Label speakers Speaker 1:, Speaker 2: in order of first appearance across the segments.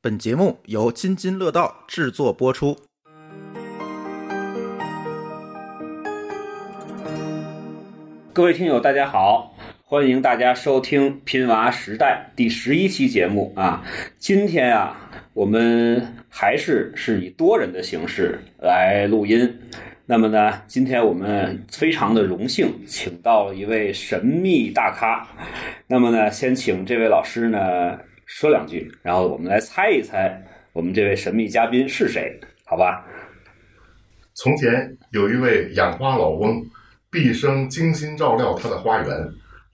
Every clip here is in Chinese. Speaker 1: 本节目由津津乐道制作播出。
Speaker 2: 各位听友，大家好，欢迎大家收听《拼娃时代》第十一期节目啊！今天啊，我们还是是以多人的形式来录音。那么呢，今天我们非常的荣幸，请到了一位神秘大咖。那么呢，先请这位老师呢说两句，然后我们来猜一猜我们这位神秘嘉宾是谁，好吧？
Speaker 3: 从前有一位养花老翁，毕生精心照料他的花园，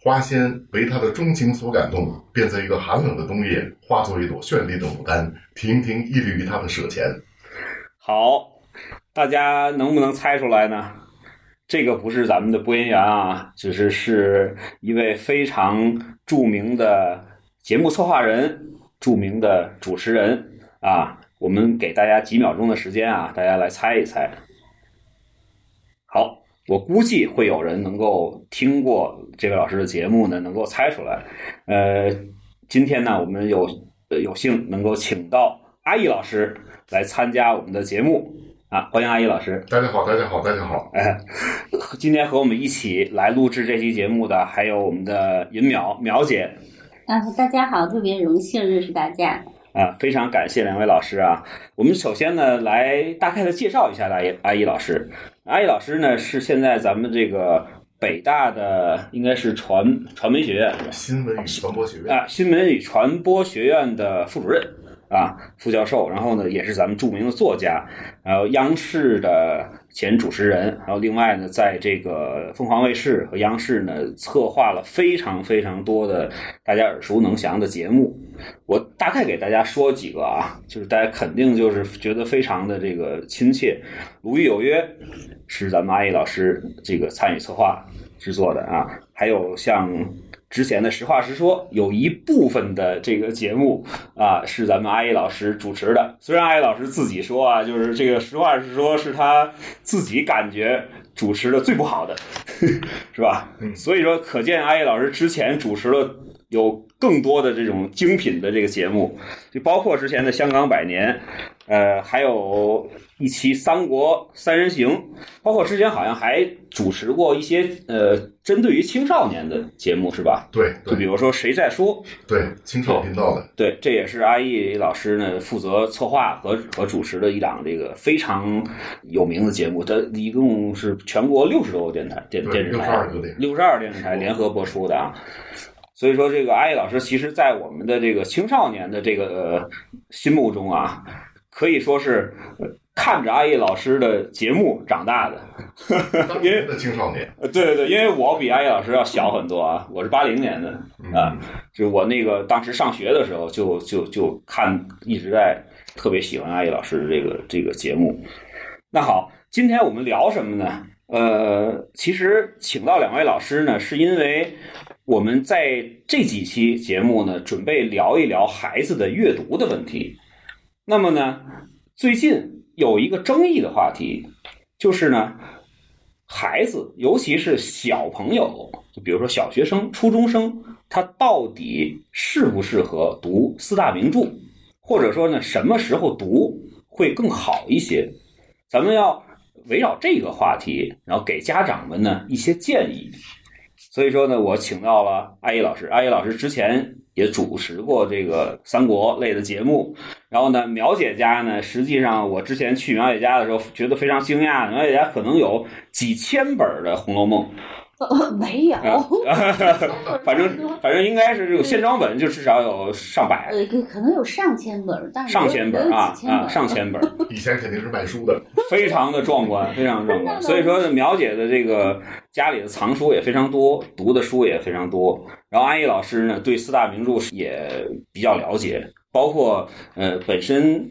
Speaker 3: 花仙为他的钟情所感动，便在一个寒冷的冬夜，化作一朵绚丽的牡丹，亭亭屹立于他的舍前。
Speaker 2: 好，大家能不能猜出来呢？这个不是咱们的播音员啊，只是是一位非常著名的节目策划人、著名的主持人啊。我们给大家几秒钟的时间啊，大家来猜一猜。好，我估计会有人能够听过这位老师的节目呢，能够猜出来。呃，今天呢，我们有呃有幸能够请到阿毅老师来参加我们的节目啊，欢迎阿毅老师。
Speaker 3: 大家好，大家好，大家好，
Speaker 2: 哎，今天和我们一起来录制这期节目的还有我们的尹淼淼姐
Speaker 4: 啊，大家好，特别荣幸认识大家。
Speaker 2: 啊，非常感谢两位老师啊。我们首先呢，来大概的介绍一下阿一阿一老师。阿一老师呢是现在咱们这个北大的应该是传传媒学院
Speaker 3: 新闻与传播学院，
Speaker 2: 啊，新闻与传播学院的副主任啊，副教授，然后呢，也是咱们著名的作家，然后央视的前主持人，然后另外呢，在这个凤凰卫视和央视呢，策划了非常非常多的大家耳熟能详的节目。我大概给大家说几个啊，就是大家肯定就是觉得非常的这个亲切，《鲁豫有约》是咱们阿毅老师这个参与策划制作的啊，还有像之前的《实话实说》，有一部分的这个节目啊是咱们阿毅老师主持的。虽然阿毅老师自己说啊，就是这个《实话实说》是他自己感觉主持的最不好的， 是吧？
Speaker 3: 嗯
Speaker 2: 所以说，可见阿毅老师之前主持了有更多的这种精品的这个节目，就包括之前的《香港百年》，呃，还有一期《三国三人行》，包括之前好像还主持过一些呃针对于青少年的节目，是吧？
Speaker 3: 对
Speaker 2: 就比
Speaker 3: 对
Speaker 2: 如说《谁在说》，
Speaker 3: 对，青少频道的，
Speaker 2: 对，这也是阿毅老师呢负责策划和和主持的一档这个非常有名的节目，它一共是全国六十多个电台电
Speaker 3: 对
Speaker 2: 哦电视台啊
Speaker 3: 62个电
Speaker 2: 六十二电视台联合播出的啊。所以说，这个阿 E 毅老师其实，在我们的这个青少年的这个、呃心目中啊，可以说是呃看着阿毅老师的节目长大的。
Speaker 3: 当年的青少年，
Speaker 2: 呃，对对对，因为我比阿毅老师要小很多啊，我是八零年的啊
Speaker 3: 嗯，
Speaker 2: 就是我那个当时上学的时候就就就看一直在特别喜欢阿毅老师的这个这个节目。那好，今天我们聊什么呢？呃，其实请到两位老师呢，是因为我们在这几期节目呢，准备聊一聊孩子的阅读的问题。那么呢，最近有一个争议的话题，就是呢，孩子，尤其是小朋友，就比如说小学生、初中生，他到底适不适合读四大名著，或者说呢，什么时候读会更好一些？咱们要围绕这个话题，然后给家长们呢一些建议。所以说呢，我请到了阿一老师。阿一老师之前也主持过这个三国类的节目。然后呢，苗姐家呢，实际上我之前去苗姐家的时候，觉得非常惊讶，苗姐家可能有几千本的《红楼梦
Speaker 4: 呃没有，》
Speaker 2: 啊，反
Speaker 4: 嗯
Speaker 2: 正反正应该是这个线装本，就至少有上百、
Speaker 4: 呃，可可能有上千本儿，但是
Speaker 2: 上千本
Speaker 4: 也有
Speaker 2: 啊
Speaker 4: 几千本
Speaker 2: 啊，
Speaker 4: 儿
Speaker 2: 上千本。
Speaker 3: 以前肯定是卖书的，
Speaker 2: 非常的壮观，非常壮观。所以说呢，苗姐的这个家里的藏书也非常多，读的书也非常多。然后安逸老师呢，对四大名著也比较了解，包括呃本身。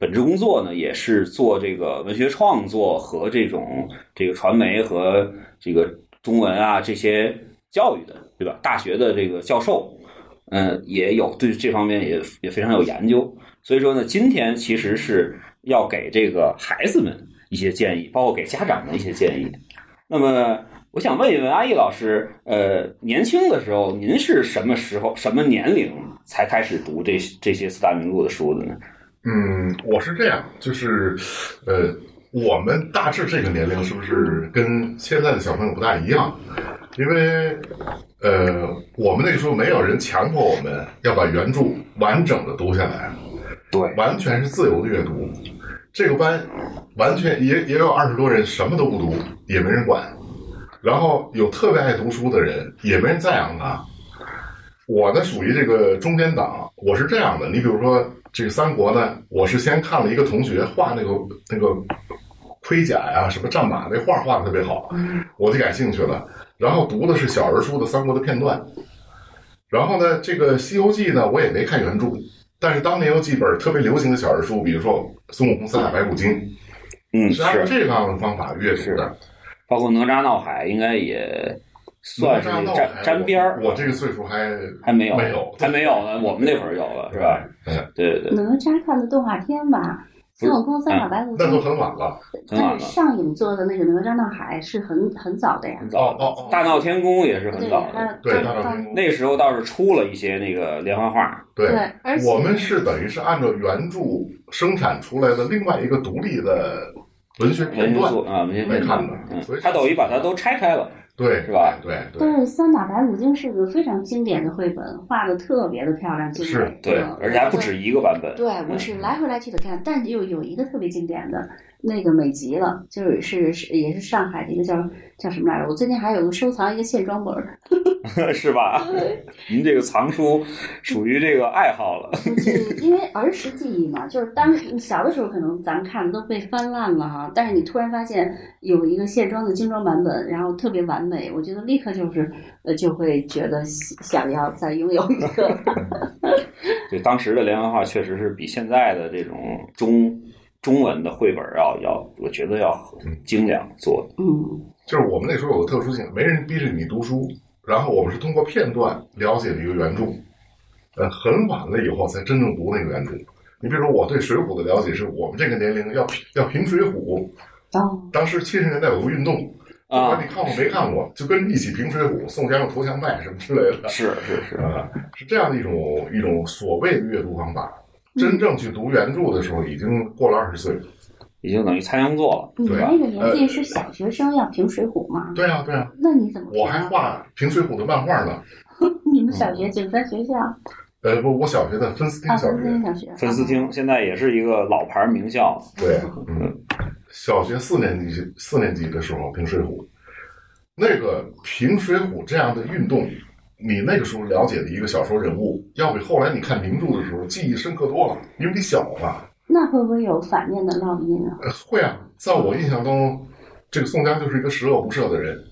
Speaker 2: 本职工作呢，也是做这个文学创作和这种这个传媒和这个中文啊这些教育的，对吧？大学的这个教授，嗯、也有对这方面也也非常有研究。所以说呢，今天其实是要给这个孩子们一些建议，包括给家长们一些建议。那么，我想问一问阿毅老师，呃，年轻的时候您是什么时候、什么年龄才开始读这这些四大名著的书的呢？
Speaker 3: 嗯，我是这样，就是，呃，我们大致这个年龄是不是跟现在的小朋友不大一样？因为，呃，我们那个时候没有人强迫我们要把原著完整的读下来，
Speaker 2: 对，
Speaker 3: 完全是自由的阅读。这个班完全也也有二十多人什么都不读，也没人管。然后有特别爱读书的人，也没人赞扬他。我呢属于这个中间档，我是这样的。你比如说这个三国呢，我是先看了一个同学画那个那个盔甲呀、什么战马那画画的特别好，我就感兴趣了。然后读的是小人书的三国的片段。然后呢，这个《西游记》呢，我也没看原著，但是当年有几本特别流行的小人书，比如说《孙悟空三打白骨精》，
Speaker 2: 嗯，
Speaker 3: 是按照
Speaker 2: 是，
Speaker 3: 这样的方法阅读的。
Speaker 2: 包括哪吒闹海，应该也算是
Speaker 3: 哪吒闹
Speaker 2: 沾
Speaker 3: 海
Speaker 2: 沾边儿。啊
Speaker 3: 我这个岁数还
Speaker 2: 还没有，
Speaker 3: 没有
Speaker 2: 还没有呢。我们那会儿有了，是吧？
Speaker 3: 嗯
Speaker 2: 对对对，
Speaker 4: 哪吒看的动画片吧，
Speaker 2: 不是啊
Speaker 4: 孙悟空三打白骨
Speaker 3: 那都
Speaker 4: 精，
Speaker 3: 很晚了。
Speaker 2: 很晚
Speaker 4: 但
Speaker 2: 了
Speaker 4: 是上影做的那个哪吒闹海是很很早的呀
Speaker 2: 很。早
Speaker 3: 哦
Speaker 2: 的。
Speaker 3: 哦哦，
Speaker 2: 大闹天宫也是很
Speaker 4: 对，
Speaker 2: 早
Speaker 4: 还
Speaker 2: 的，
Speaker 4: 有
Speaker 3: 对大
Speaker 4: 到
Speaker 3: 闹天
Speaker 4: 到
Speaker 3: 宫，
Speaker 2: 那时候倒是出了一些那个连环画，
Speaker 3: 对，
Speaker 4: 而且
Speaker 3: 我们是等于是按照原著生产出来的另外一个独立的文学
Speaker 2: 文
Speaker 3: 片
Speaker 2: 学
Speaker 3: 段，
Speaker 2: 作啊，文学
Speaker 3: 没
Speaker 2: 片
Speaker 3: 看
Speaker 2: 段
Speaker 3: 过，
Speaker 2: 嗯
Speaker 3: 所以，
Speaker 2: 他等于把它都拆开了，
Speaker 3: 对，
Speaker 2: 是吧？
Speaker 3: 对对
Speaker 4: 但是《三打白骨精》是个非常经典的绘本，画的特别的漂亮精
Speaker 3: 是
Speaker 4: 美，
Speaker 2: 对
Speaker 4: 嗯，
Speaker 2: 而且还不止一个版本。
Speaker 4: 对，我
Speaker 3: 嗯
Speaker 4: 是来回来去的看，但又有一个特别经典的那个美籍了，就是是是也是上海的一个叫叫什么来着？我最近还有个收藏一个线装本儿，
Speaker 2: 嗯 是吧？您这个藏书属于这个爱好了，
Speaker 4: 就是因为儿时记忆嘛，就是当时小的时候可能咱们看的都被翻烂了哈，但是你突然发现有一个线装的精装版本，然后特别完美，我觉得立刻就是呃就会觉得想要再拥有一 个。
Speaker 2: 对，当时的连环画确实是比现在的这种中中文的绘本要要，我觉得要精良做的。
Speaker 4: 嗯，
Speaker 3: 就是我们那时候有个特殊性，没人逼着你读书，然后我们是通过片段了解了一个原著，呃，很晚了以后才真正读那个原著。你比如说，我对《水浒》的了解是我们这个年龄要评要评《水浒》，
Speaker 4: 哦，
Speaker 3: 当时七十年代有个运动，不
Speaker 2: 啊
Speaker 3: 管嗯你看过没看过，就跟着一起评《水浒》，宋江的投降拜什么之类的。
Speaker 2: 是是是，
Speaker 3: 啊，是这样的一种一种所谓的阅读方法。真正去读原著的时候，已经过了二十岁了。
Speaker 2: 已经等于参详做
Speaker 4: 你
Speaker 3: 对啊
Speaker 4: 那个年纪是小学生要评水浒吗？
Speaker 3: 对啊，对啊，
Speaker 4: 那你怎么评
Speaker 3: 我
Speaker 4: 啊？
Speaker 3: 还画《平水浒》的漫画呢。
Speaker 4: 你们
Speaker 2: 嗯
Speaker 4: 小学只在学校啊？
Speaker 3: 呃，不，我小学在芬斯汀小
Speaker 4: 芬斯汀
Speaker 3: 学，
Speaker 4: 小学。
Speaker 2: 了。粉丝厅现在也是一个老牌名校，
Speaker 3: 对，嗯，小学四年级四年级的时候，《平水浒》那个《平水浒》这样的运动，你那个时候了解的一个小说人物，要比后来你看名著的时候记忆深刻多了，因为你小了。
Speaker 4: 那会不会有反面的烙印啊？
Speaker 3: 呃会啊，在我印象中，这个宋江就是一个十恶不赦的人。
Speaker 2: 嗯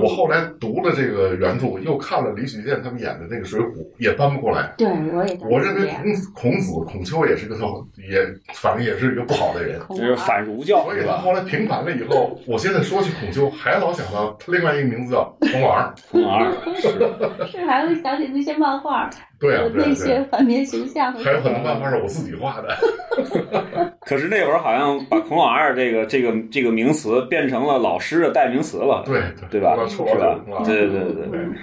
Speaker 3: 我后来读了这个原著，又看了李雪健他们演的那个《水浒》，也搬不过来。
Speaker 4: 嗯对，我也感觉
Speaker 3: 我认
Speaker 4: 这
Speaker 3: 为
Speaker 4: 样
Speaker 3: 孔子、孔子、孔丘也是个特好，也反正也是一个不好的人。
Speaker 4: 恐
Speaker 2: 这
Speaker 4: 怖
Speaker 2: 是
Speaker 4: 啊
Speaker 2: 反儒教
Speaker 3: 所
Speaker 2: 是
Speaker 3: 以他
Speaker 2: 吧
Speaker 3: 后？来平反了以后，我现在说起孔丘，还老想到他另外一个名字叫孔老二。
Speaker 2: 孔老二是
Speaker 4: 是还会想起那些漫画，
Speaker 3: 对啊，
Speaker 4: 有
Speaker 3: 对啊对
Speaker 4: 那，些
Speaker 3: 啊。
Speaker 4: 反面形象和
Speaker 3: 还有很多漫画是我自己画的。
Speaker 2: 可是那会儿好像把“孔老二”这个这个这个名词变成了老师的代名词了，
Speaker 3: 对
Speaker 2: 对吧
Speaker 3: 我臭老
Speaker 2: 是吧
Speaker 3: 九孔老二
Speaker 2: 对对对
Speaker 4: 嗯
Speaker 3: 啊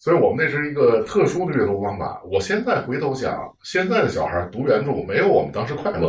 Speaker 3: 所以我们那是一个特殊的阅读方法。我现在回头想，现在的小孩读原著没有我们当时快乐。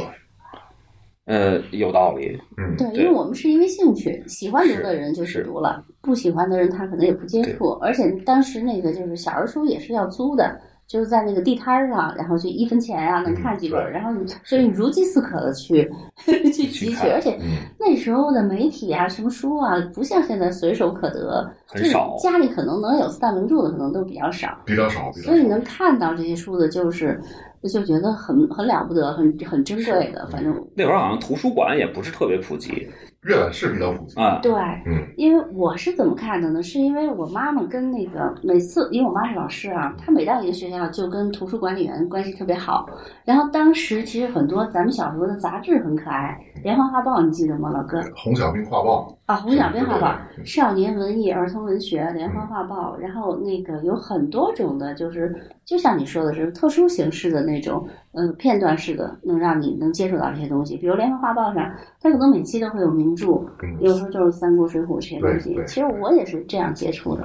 Speaker 2: 呃，有道理，
Speaker 3: 嗯，
Speaker 4: 对，
Speaker 2: 对
Speaker 4: 因为我们是因为兴趣，喜欢读
Speaker 2: 是
Speaker 4: 的人就是去读了，不喜欢的人他可能也不接触。而且当时那个就是小人书也是要租的，就是在那个地摊儿上，然后就一分钱啊能看几本
Speaker 3: 嗯对
Speaker 4: 儿，然后你所以你如饥似渴的去 去
Speaker 2: 去
Speaker 4: 汲取，
Speaker 2: 看
Speaker 4: 而且
Speaker 3: 嗯，
Speaker 4: 那时候的媒体啊，什么书啊，不像现在随手可得，
Speaker 2: 很少
Speaker 4: 就是家里可能能有四大名著的可能都比较少，
Speaker 3: 比较少，比较
Speaker 4: 所以能
Speaker 3: 少。
Speaker 4: 看到这些书的，就是就觉得很很了不得，很很珍贵的。
Speaker 3: 嗯
Speaker 4: 反正
Speaker 2: 那会儿好像图书馆也不是特别普及
Speaker 3: 阅览室比较普及。
Speaker 2: 啊。
Speaker 4: 对，
Speaker 3: 嗯，
Speaker 4: 因为我是怎么看的呢？是因为我妈妈跟那个每次，因为我妈是老师啊，她每到一个学校就跟图书管理员关系特别好。然后当时其实很多咱们小时候的杂志很可爱，《连环画报》你记得吗，老哥？
Speaker 3: 红小兵画报，
Speaker 4: 啊，红小兵画报
Speaker 3: 对对对、
Speaker 4: 少年文艺、儿童文学、连环画报，
Speaker 3: 嗯
Speaker 4: 然后那个有很多种的，就是就像你说的是特殊形式的那种呃片段式的，能让你能接触到这些东西。比如《联合画报》上，它可能每期都会有名著，
Speaker 3: 嗯
Speaker 4: 有时候就是《三国》《水浒》这些东西
Speaker 3: 对对。
Speaker 4: 其实我也是这样接触的。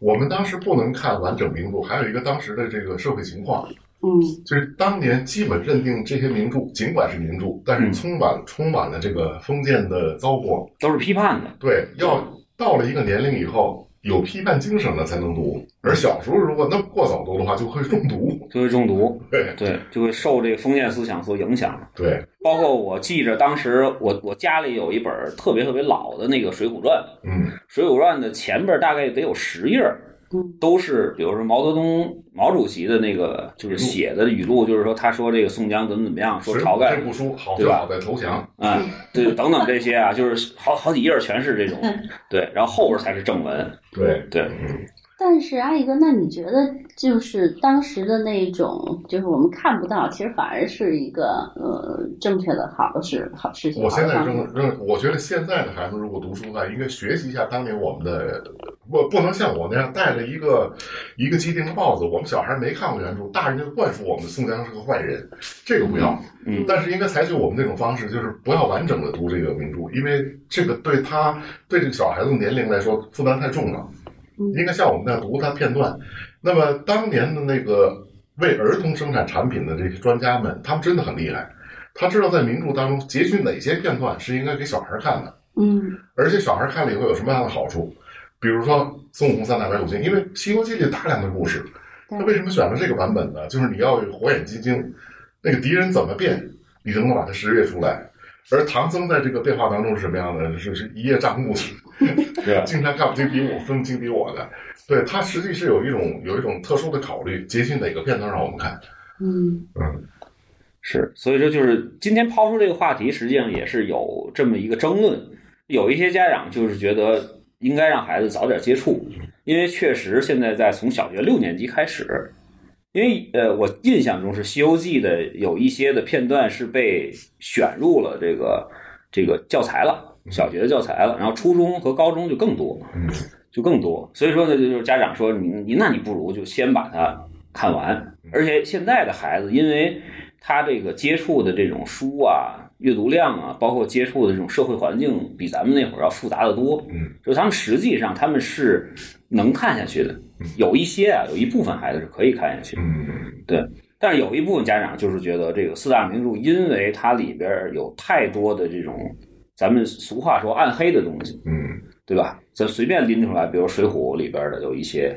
Speaker 3: 我们当时不能看完整名著，还有一个当时的这个社会情况，
Speaker 4: 嗯，
Speaker 3: 就是当年基本认定这些名著，尽管是名著，但是
Speaker 2: 嗯
Speaker 3: 充满充满了这个封建的糟粕。
Speaker 2: 都是批判的。
Speaker 3: 对，要到了一个年龄以后，有批判精神了才能读。而小时候如果那么过早读的话，就会中毒。
Speaker 2: 就会中毒，
Speaker 3: 对
Speaker 2: 对，就会受这个封建思想所影响。
Speaker 3: 对，
Speaker 2: 包括我记着，当时我我家里有一本特别特别老的那个《水浒传》，
Speaker 3: 嗯，
Speaker 2: 《水浒传》的前边大概得有十页儿
Speaker 4: 嗯，
Speaker 2: 都是比如说毛泽东毛主席的那个就是写的语录，就是说他说这个宋江怎么怎么样，说
Speaker 3: 水
Speaker 2: 晁
Speaker 3: 浒
Speaker 2: 盖
Speaker 3: 这部书好
Speaker 2: 对
Speaker 3: 就
Speaker 2: 吧
Speaker 3: 好在投降。
Speaker 2: 嗯，对，等等这些啊，就是好好几页儿全是这种，对，然后后边才是正文，
Speaker 3: 对，嗯
Speaker 2: 对，
Speaker 4: 但是阿姨哥，那你觉得就是当时的那种，就是我们看不到，其实反而是一个呃正确的好的事，好事情。
Speaker 3: 我现在
Speaker 4: 好的方
Speaker 3: 认
Speaker 4: 面
Speaker 3: 认，我觉得现在的孩子如果读书呢，应该学习一下当年我们的，不不能像我那样戴着一个一个既定的帽子。我们小孩没看过原著，大人就灌输我们宋江是个坏人，这个不要。
Speaker 2: 嗯
Speaker 3: 但是应该采取我们这种方式，就是不要完整的读这个名著，因为这个对他对这个小孩子的年龄来说负担太重了。
Speaker 4: 嗯
Speaker 3: 应该像我们那样读它片段。那么当年的那个为儿童生产产品的这些专家们，他们真的很厉害。他知道在名著当中截取哪些片段是应该给小孩看的，
Speaker 4: 嗯
Speaker 3: 而且小孩看了以后有什么样的好处，比如说孙悟空三打白骨精，因为《西游记》里有大量的故事，
Speaker 4: 对
Speaker 3: 那为什么选了这个版本呢？就是你要有火眼金睛，那个敌人怎么变，你就能把它识别出来。而唐僧在这个变化当中是什么样的？是是一叶障目，
Speaker 2: 对
Speaker 3: 经常啊看不清敌我，分不清敌我的。对他实际是有一种有一种特殊的考虑，截取哪个片段让我们看。
Speaker 4: 嗯
Speaker 2: 是，所以说就是今天抛出这个话题，实际上也是有这么一个争论。有一些家长就是觉得应该让孩子早点接触，因为确实现在在从小学六年级开始，因为呃，我印象中是《西游记》的有一些的片段是被选入了这个这个教材了，小学的教材了，然后初中和高中就更多，
Speaker 3: 嗯，
Speaker 2: 就更多。所以说呢，就是家长说你你那你不如就先把它看完。
Speaker 3: 嗯
Speaker 2: 而且现在的孩子，因为他这个接触的这种书啊、阅读量啊，包括接触的这种社会环境，比咱们那会儿要复杂的多。
Speaker 3: 嗯，
Speaker 2: 就他们实际上他们是能看下去的，有一些啊，有一部分孩子是可以看下去的。
Speaker 3: 嗯，
Speaker 2: 但是有一部分家长就是觉得这个四大名著，因为它里边儿有太多的这种咱们俗话说暗黑的东西，
Speaker 3: 嗯，
Speaker 2: 对吧？咱随便拎出来，比如《水浒》里边的有一些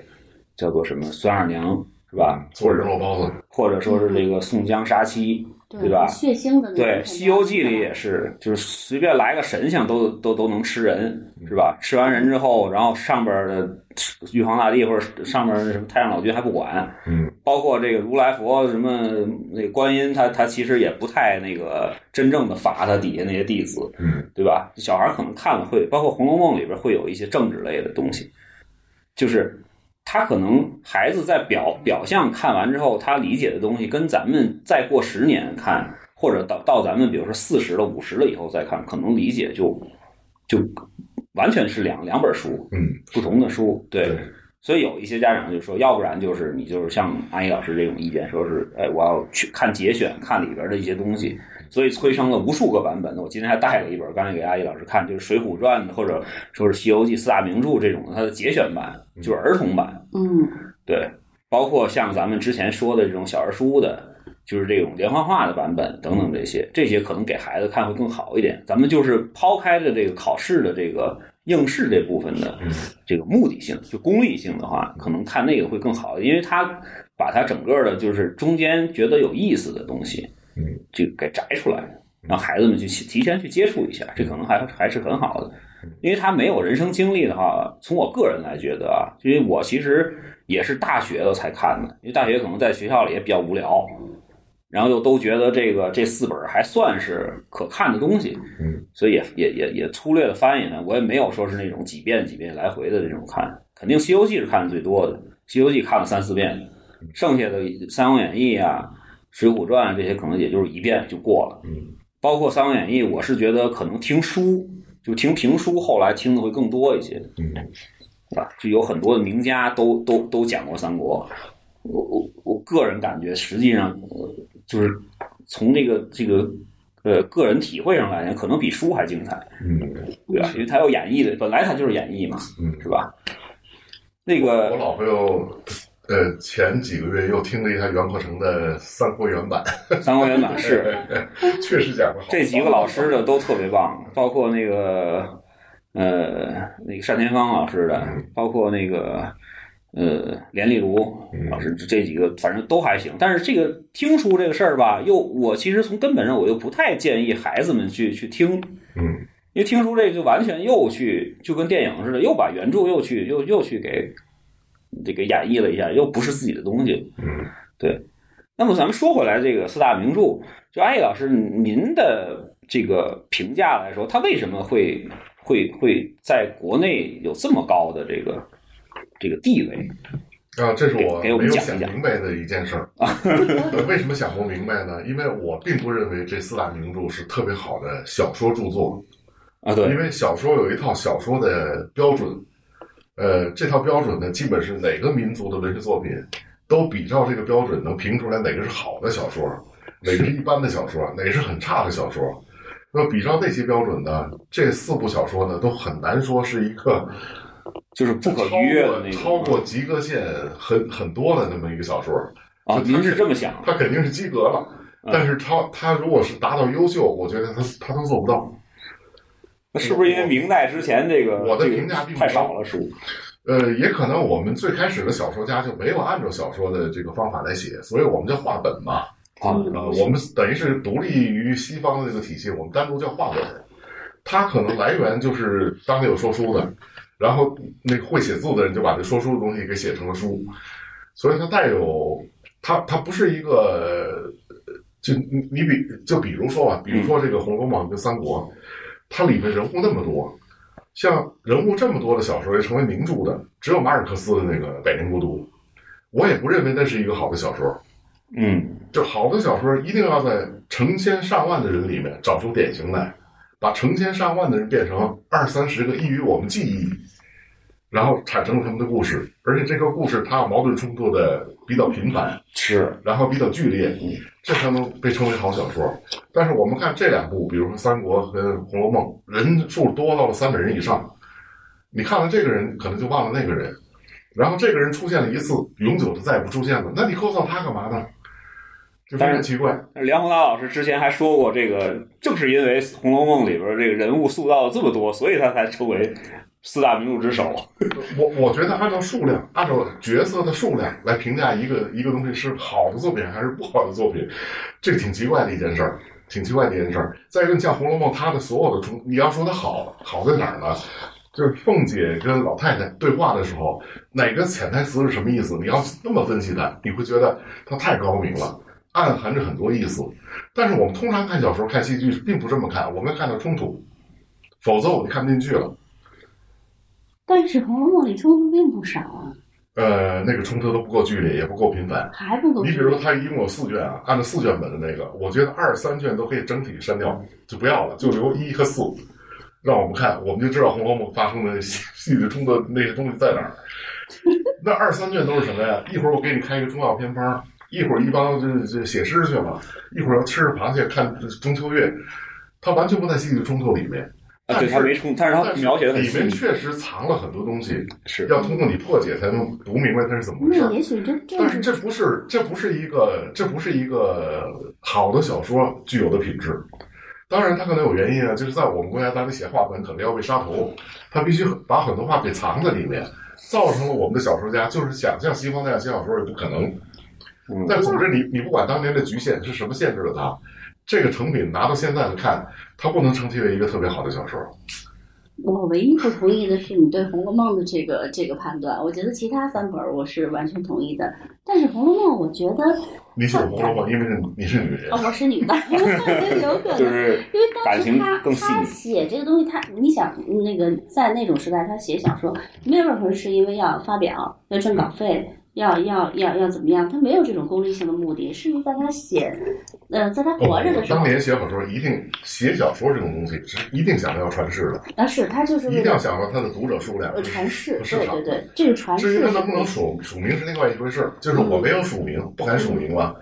Speaker 2: 叫做什么孙二娘是吧？
Speaker 3: 做人肉包子，
Speaker 2: 或者说是这个宋江杀妻，
Speaker 4: 对
Speaker 2: 对吧
Speaker 4: 血腥的那种
Speaker 2: 对，
Speaker 4: 很
Speaker 2: 《西游记》
Speaker 4: 大
Speaker 2: 里也是，就是随便来个神仙都都都能吃人，
Speaker 3: 嗯
Speaker 2: 是吧？吃完人之后，然后上边的玉皇大帝或者上边的什么太上老君还不管，
Speaker 3: 嗯，
Speaker 2: 包括这个如来佛什么那观音，他他其实也不太那个真正的罚他底下那些弟子，
Speaker 3: 嗯，
Speaker 2: 对吧？小孩可能看了会，包括《红楼梦》里边会有一些政治类的东西，就是他可能孩子在表表象看完之后，他理解的东西跟咱们再过十年看，或者到到咱们比如说四十了、五十了以后再看，可能理解就就完全是两两本书，
Speaker 3: 嗯，
Speaker 2: 不同的书，对。
Speaker 3: 对
Speaker 2: 所以有一些家长就说，要不然就是你就是像阿姨老师这种意见，说是哎，我要去看节选，看里边的一些东西，所以催生了无数个版本的。我今天还带了一本，刚才给阿姨老师看，就是《水浒传》或者说是《西游记》四大名著这种的，它的节选版，就是儿童版，
Speaker 4: 嗯
Speaker 2: 对，包括像咱们之前说的这种小儿书的，就是这种连环画的版本等等这些，这些可能给孩子看会更好一点。咱们就是抛开了这个考试的这个应试这部分的这个目的性，就功利性的话，可能看那个会更好，因为它把它整个的就是中间觉得有意思的东西，
Speaker 3: 嗯，
Speaker 2: 就给摘出来，让孩子们去提前去接触一下，这可能还还是很好的。因为他没有人生经历的话，从我个人来觉得啊，因为我其实也是大学了才看的，因为大学可能在学校里也比较无聊，然后又都觉得这个这四本还算是可看的东西，
Speaker 3: 嗯，
Speaker 2: 所以也也也也粗略的翻译呢，我也没有说是那种几遍几遍来回的这种看，肯定《西游记》是看的最多的，《西游记》看了三四遍，剩下的《三国演义》啊，《水浒传》啊这些可能也就是一遍就过了，
Speaker 3: 嗯，
Speaker 2: 包括《三国演义》，我是觉得可能听书就听评书，后来听的会更多一些，
Speaker 3: 嗯，
Speaker 2: 对吧？就有很多的名家都都都讲过三国，我我我个人感觉，实际上、呃就是从这个这个呃个人体会上来讲，可能比书还精彩，
Speaker 3: 嗯
Speaker 2: 对吧？因为它有演绎的，本来它就是演绎嘛，
Speaker 3: 嗯，
Speaker 2: 是吧？那
Speaker 3: 我
Speaker 2: 个
Speaker 3: 老朋友，呃，前几个月又听了一下袁阔成的三国原 版，
Speaker 2: 三国原版是
Speaker 3: 确实讲的好。
Speaker 2: 这几个老师的都特别棒，包括那个呃那个单田芳老师的，包括那个呃连丽如老师，这几个反正都还行。但是这个听书这个事儿吧，又我其实从根本上我又不太建议孩子们去去听，
Speaker 3: 嗯，
Speaker 2: 因为听书这个就完全又去就跟电影似的，又把原著又去又又去给这个演绎了一下，又不是自己的东西，
Speaker 3: 嗯
Speaker 2: 那么咱们说回来，这个四大名著，就安逸老师您的这个评价来说，它为什么会会会在国内有这么高的这个这个地位？
Speaker 3: 啊，这是我
Speaker 2: 给
Speaker 3: 没
Speaker 2: 给我们
Speaker 3: 有
Speaker 2: 讲一
Speaker 3: 想
Speaker 2: 讲
Speaker 3: 明白的一件事 儿。为什么想不明白呢？因为我并不认为这四大名著是特别好的小说著作，
Speaker 2: 啊，
Speaker 3: 因
Speaker 2: 对，
Speaker 3: 为小说有一套小说的标准，呃，这套标准呢，基本是哪个民族的文学作品都比照这个标准能评出来哪个是好的小说，哪个是一般的小说，哪个是很差的小说。那么比照那些标准呢，这四部小说呢都很难说是一个
Speaker 2: 就是不可
Speaker 3: 超
Speaker 2: 逾越的
Speaker 3: 过
Speaker 2: 那种。
Speaker 3: 超过及格线很很多的那么一个小说。
Speaker 2: 啊，您是这么想？
Speaker 3: 他肯定是及格了，
Speaker 2: 嗯
Speaker 3: 但是他他如果是达到优秀，我觉得他他都做不到。
Speaker 2: 那是不是因为明代之前这个
Speaker 3: 我的
Speaker 2: 这个
Speaker 3: 评价并不
Speaker 2: 太
Speaker 3: 高
Speaker 2: 少了书？
Speaker 3: 呃，也可能我们最开始的小说家就没有按照小说的这个方法来写，所以我们叫话本嘛。
Speaker 2: 啊，
Speaker 3: 呃，我们等于是独立于西方的这个体系，我们单独叫话本。它可能来源就是当年有说书的，然后那个会写字的人就把这说书的东西给写成了书，所以它带有它它不是一个呃就你你比就比如说吧，比如说这个《红楼梦》跟《三国》，它里面人物那么多，像人物这么多的小说也成为名著的，只有马尔克斯的那个《百年孤独》，我也不认为那是一个好的小说。
Speaker 2: 嗯，
Speaker 3: 就好的小说一定要在成千上万的人里面找出典型来，把成千上万的人变成二三十个易于我们记忆，然后产生了他们的故事，而且这个故事它要矛盾冲突的比较频繁，
Speaker 2: 是
Speaker 3: 然后比较剧烈，这才能被称为好小说。但是我们看这两部，比如说《三国》跟《红楼梦》，人数多到了三百人以上，你看了这个人，可能就忘了那个人，然后这个人出现了一次，永久的再也不出现了，那你构造他干嘛呢？就非常奇怪。
Speaker 2: 梁鸿达老师之前还说过，这个正是因为《红楼梦》里边这个人物塑造了这么多，所以他才成为四大名著之首。
Speaker 3: 我我觉得按照数量，按照角色的数量来评价一个一个东西是好的作品还是不好的作品，这挺奇怪的一件事儿，挺奇怪的一件事儿。再一个，你像《红楼梦》，它的所有的重，你要说它好，好在哪儿呢？就是凤姐跟老太太对话的时候，哪个潜台词是什么意思？你要那么分析它，你会觉得它太高明了，暗含着很多意思。但是我们通常看小说、看戏剧，并不这么看，我们看到冲突，否则我就看不进去了。
Speaker 4: 但是《红楼梦》里冲突并不少啊，
Speaker 3: 呃，那个冲突都不够剧烈，也不够频繁。
Speaker 4: 还不够。
Speaker 3: 你比如说，它一共有四卷啊，按照四卷本的那个，我觉得二三卷都可以整体删掉，就不要了，就留一和四，让我们看，我们就知道《红楼梦》发生的戏戏剧中的那些东西在哪儿。那二三卷都是什么呀？一会儿我给你看一个中药偏方，一会儿一帮这这写诗去了，一会儿要吃着螃蟹看中秋月，它完全不在戏剧冲突里面。
Speaker 2: 啊，对他没冲，但是他
Speaker 3: 但是
Speaker 2: 描写的很
Speaker 3: 里
Speaker 2: 细
Speaker 3: 面
Speaker 2: 腻
Speaker 3: 确实藏了很多东西，
Speaker 2: 是
Speaker 3: 要通过你破解才能读明白它是怎么回事儿
Speaker 4: 那。也许这正
Speaker 3: 但是
Speaker 4: 是
Speaker 3: 这不是这不是一个这不是一个好的小说具有的品质。当然，它可能有原因啊，就是在我们国家，当你写话本可能要被杀头，他必须把很多话给藏在里面，造成了我们的小说家就是想像西方那样写小说也不可能。
Speaker 2: 嗯
Speaker 3: 但总之你，你不管当年的局限是什么限制了它，这个成品拿到现在来看，它不能成为一个特别好的小说。
Speaker 4: 我唯一不同意的是你对《红楼梦》的这个这个判断，我觉得其他三本儿我是完全同意的，但是《红楼梦》我觉得
Speaker 3: 你写《红楼梦》，因为是你是女人
Speaker 4: 哦，，我是女的， 有可能。
Speaker 2: 就是
Speaker 4: 因为当
Speaker 2: 感
Speaker 4: 时
Speaker 2: 情
Speaker 4: 他
Speaker 2: 更细
Speaker 4: 他
Speaker 2: 腻。
Speaker 4: 写这个东西，他你想那个在那种时代，他写小说没有任何人是因为要发表、要挣稿费、要要要要怎么样，他没有这种功利性的目的，是在他写，呃，在他活着的时候
Speaker 3: 哦当，年写小说一定写小说这种东西是一定想着要传世的。
Speaker 4: 啊，是他就是
Speaker 3: 一
Speaker 4: 为
Speaker 3: 定要
Speaker 4: 了
Speaker 3: 想到它的读者数量
Speaker 4: 呃传世，
Speaker 3: 市
Speaker 4: 对
Speaker 3: 场
Speaker 4: 对。对，这个传
Speaker 3: 至于
Speaker 4: 世
Speaker 3: 它
Speaker 4: 是嗯
Speaker 3: 能不能署署名是另外一回事儿，就是我没有署名，不敢署名了。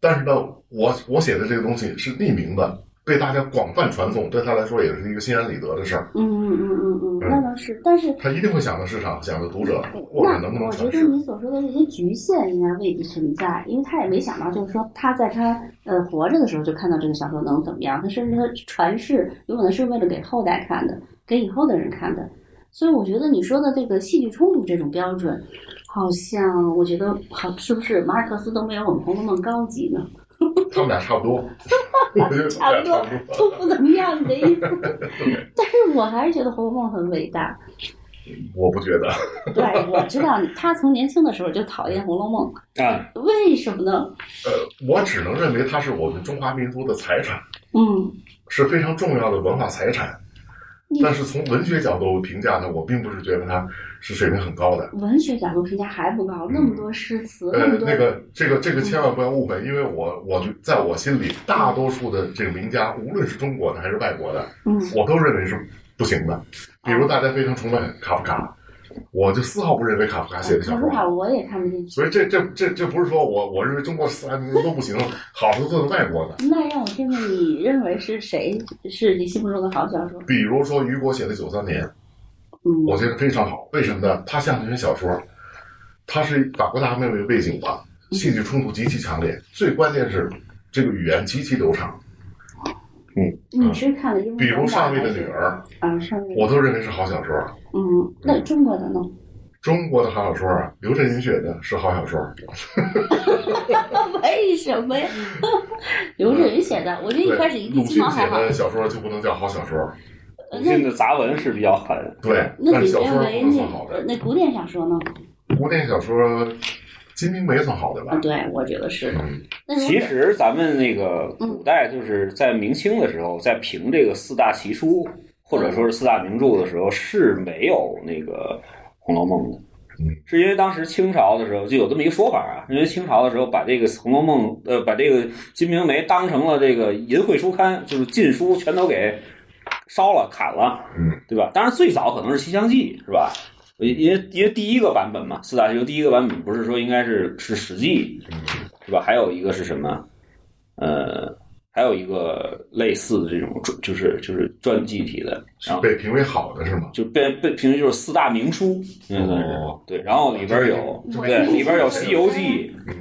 Speaker 3: 但是呢，我我写的这个东西是匿名的，被大家广泛传颂，对他来说也是一个心安理得的事儿。
Speaker 4: 嗯嗯嗯嗯嗯，那倒是，但是
Speaker 3: 他一定会想着市场，想着读者，我们能不
Speaker 4: 嗯那
Speaker 3: 能
Speaker 4: 我觉
Speaker 3: 传
Speaker 4: 得
Speaker 3: 世？
Speaker 4: 你所说的这些局限应该未必存在，因为他也没想到，就是说他在他呃活着的时候就看到这个小说能怎么样，他甚至他传世有可能是为了给后代看的，给以后的人看的。所以我觉得你说的这个戏剧冲突这种标准，好像我觉得好是不是马尔克斯都没有我们《红楼梦》高级 呢？
Speaker 3: 他们俩差不 多，我觉得他们 俩差不多。
Speaker 4: 都 不怎么样，你的意思？ 但是我还是觉得《红楼梦》很伟大。
Speaker 3: 我不觉得，
Speaker 4: 对，我知道他从年轻的时候就讨厌《红楼梦
Speaker 2: 啊，》，
Speaker 4: 为什么呢？
Speaker 3: 呃，我只能认为它是我们中华民族的财产，
Speaker 4: 嗯。
Speaker 3: 是非常重要的文化财产。
Speaker 4: 你
Speaker 3: 但是从文学角度评价呢，我并不是觉得它是水平很高的。
Speaker 4: 文学角度评价还不高，那么多诗词，那
Speaker 3: 呃
Speaker 4: 么，多嗯
Speaker 3: 那个，这个，这个千万不要误会，因为我，我就在我心里，大多数的这个名家，无论是中国的还是外国的，
Speaker 4: 嗯
Speaker 3: 我都认为是不行的。比如大家非常崇拜卡夫卡，我就丝毫不认为卡夫卡写的小
Speaker 4: 嗯卡
Speaker 3: 说
Speaker 4: 夫
Speaker 3: 好
Speaker 4: 卡。我也看不进去。
Speaker 3: 所以这这这这不是说我我认为中国四大名著都不行，好的都是外国的。
Speaker 4: 那让我听听，你认为是谁是你心目中的好小说？
Speaker 3: 比如说雨果写的《九三年》，
Speaker 4: 嗯，
Speaker 3: 我觉啊得非常好。为什么呢？它像那些小说，它是以法国大革命为背景的，戏剧冲突极其强烈，最关键是这个语言极其流畅。
Speaker 4: 你是看了英文
Speaker 3: 比如
Speaker 4: 版
Speaker 3: 《上尉
Speaker 4: 还
Speaker 3: 的
Speaker 4: 是
Speaker 3: 女儿
Speaker 4: 啊，上尉》，的，
Speaker 3: 我都认为是好小说。
Speaker 4: 嗯，那中国的呢？
Speaker 3: 中国的好小说啊，刘震云写的是好小说，
Speaker 4: 为什么呀？刘震云写的，我觉得一
Speaker 3: 嗯对
Speaker 4: 开始一
Speaker 3: 鲁
Speaker 4: 地鸡
Speaker 3: 迅
Speaker 4: 毛
Speaker 3: 写
Speaker 4: 还好。
Speaker 3: 的小说就不能叫好小说，
Speaker 4: 呃
Speaker 2: 鲁
Speaker 4: 那
Speaker 2: 迅的杂文是比较狠，
Speaker 3: 对，
Speaker 4: 那
Speaker 3: 但
Speaker 4: 你
Speaker 3: 是小
Speaker 4: 认
Speaker 3: 说不
Speaker 4: 为
Speaker 3: 能算好
Speaker 4: 那
Speaker 3: 的。
Speaker 4: 那古典小说呢？
Speaker 3: 古典小说《金瓶梅》算好的吧
Speaker 4: 啊，？对，我觉得是。
Speaker 3: 嗯，
Speaker 4: 那如
Speaker 2: 其
Speaker 4: 果
Speaker 2: 实咱们那个
Speaker 4: 嗯
Speaker 2: 古代就是在明清的时候，在评这个四大奇书或者说是四大名著的时候，是没有那个《红楼梦》的
Speaker 3: 嗯。
Speaker 2: 是因为当时清朝的时候就有这么一个说法啊，因为清朝的时候把这个《红楼梦》呃，把这个《金瓶梅》当成了这个淫秽书刊，就是禁书，全都给烧了、砍了，
Speaker 3: 嗯，
Speaker 2: 对吧？当然最早可能是《西厢记》，是吧？因为因为第一个版本嘛，四大奇书第一个版本不是说应该是是《史记》，是吧？还有一个是什么？呃，还有一个类似的这种传，就是就是传记体的，
Speaker 3: 是
Speaker 4: 哦
Speaker 2: 然后
Speaker 3: 被评为好的是吗？
Speaker 2: 就被被平时就是四大名书，应该是
Speaker 3: 哦
Speaker 2: 对。然后里边有
Speaker 3: 这
Speaker 2: 对
Speaker 3: 这
Speaker 2: 里边有《西游记》，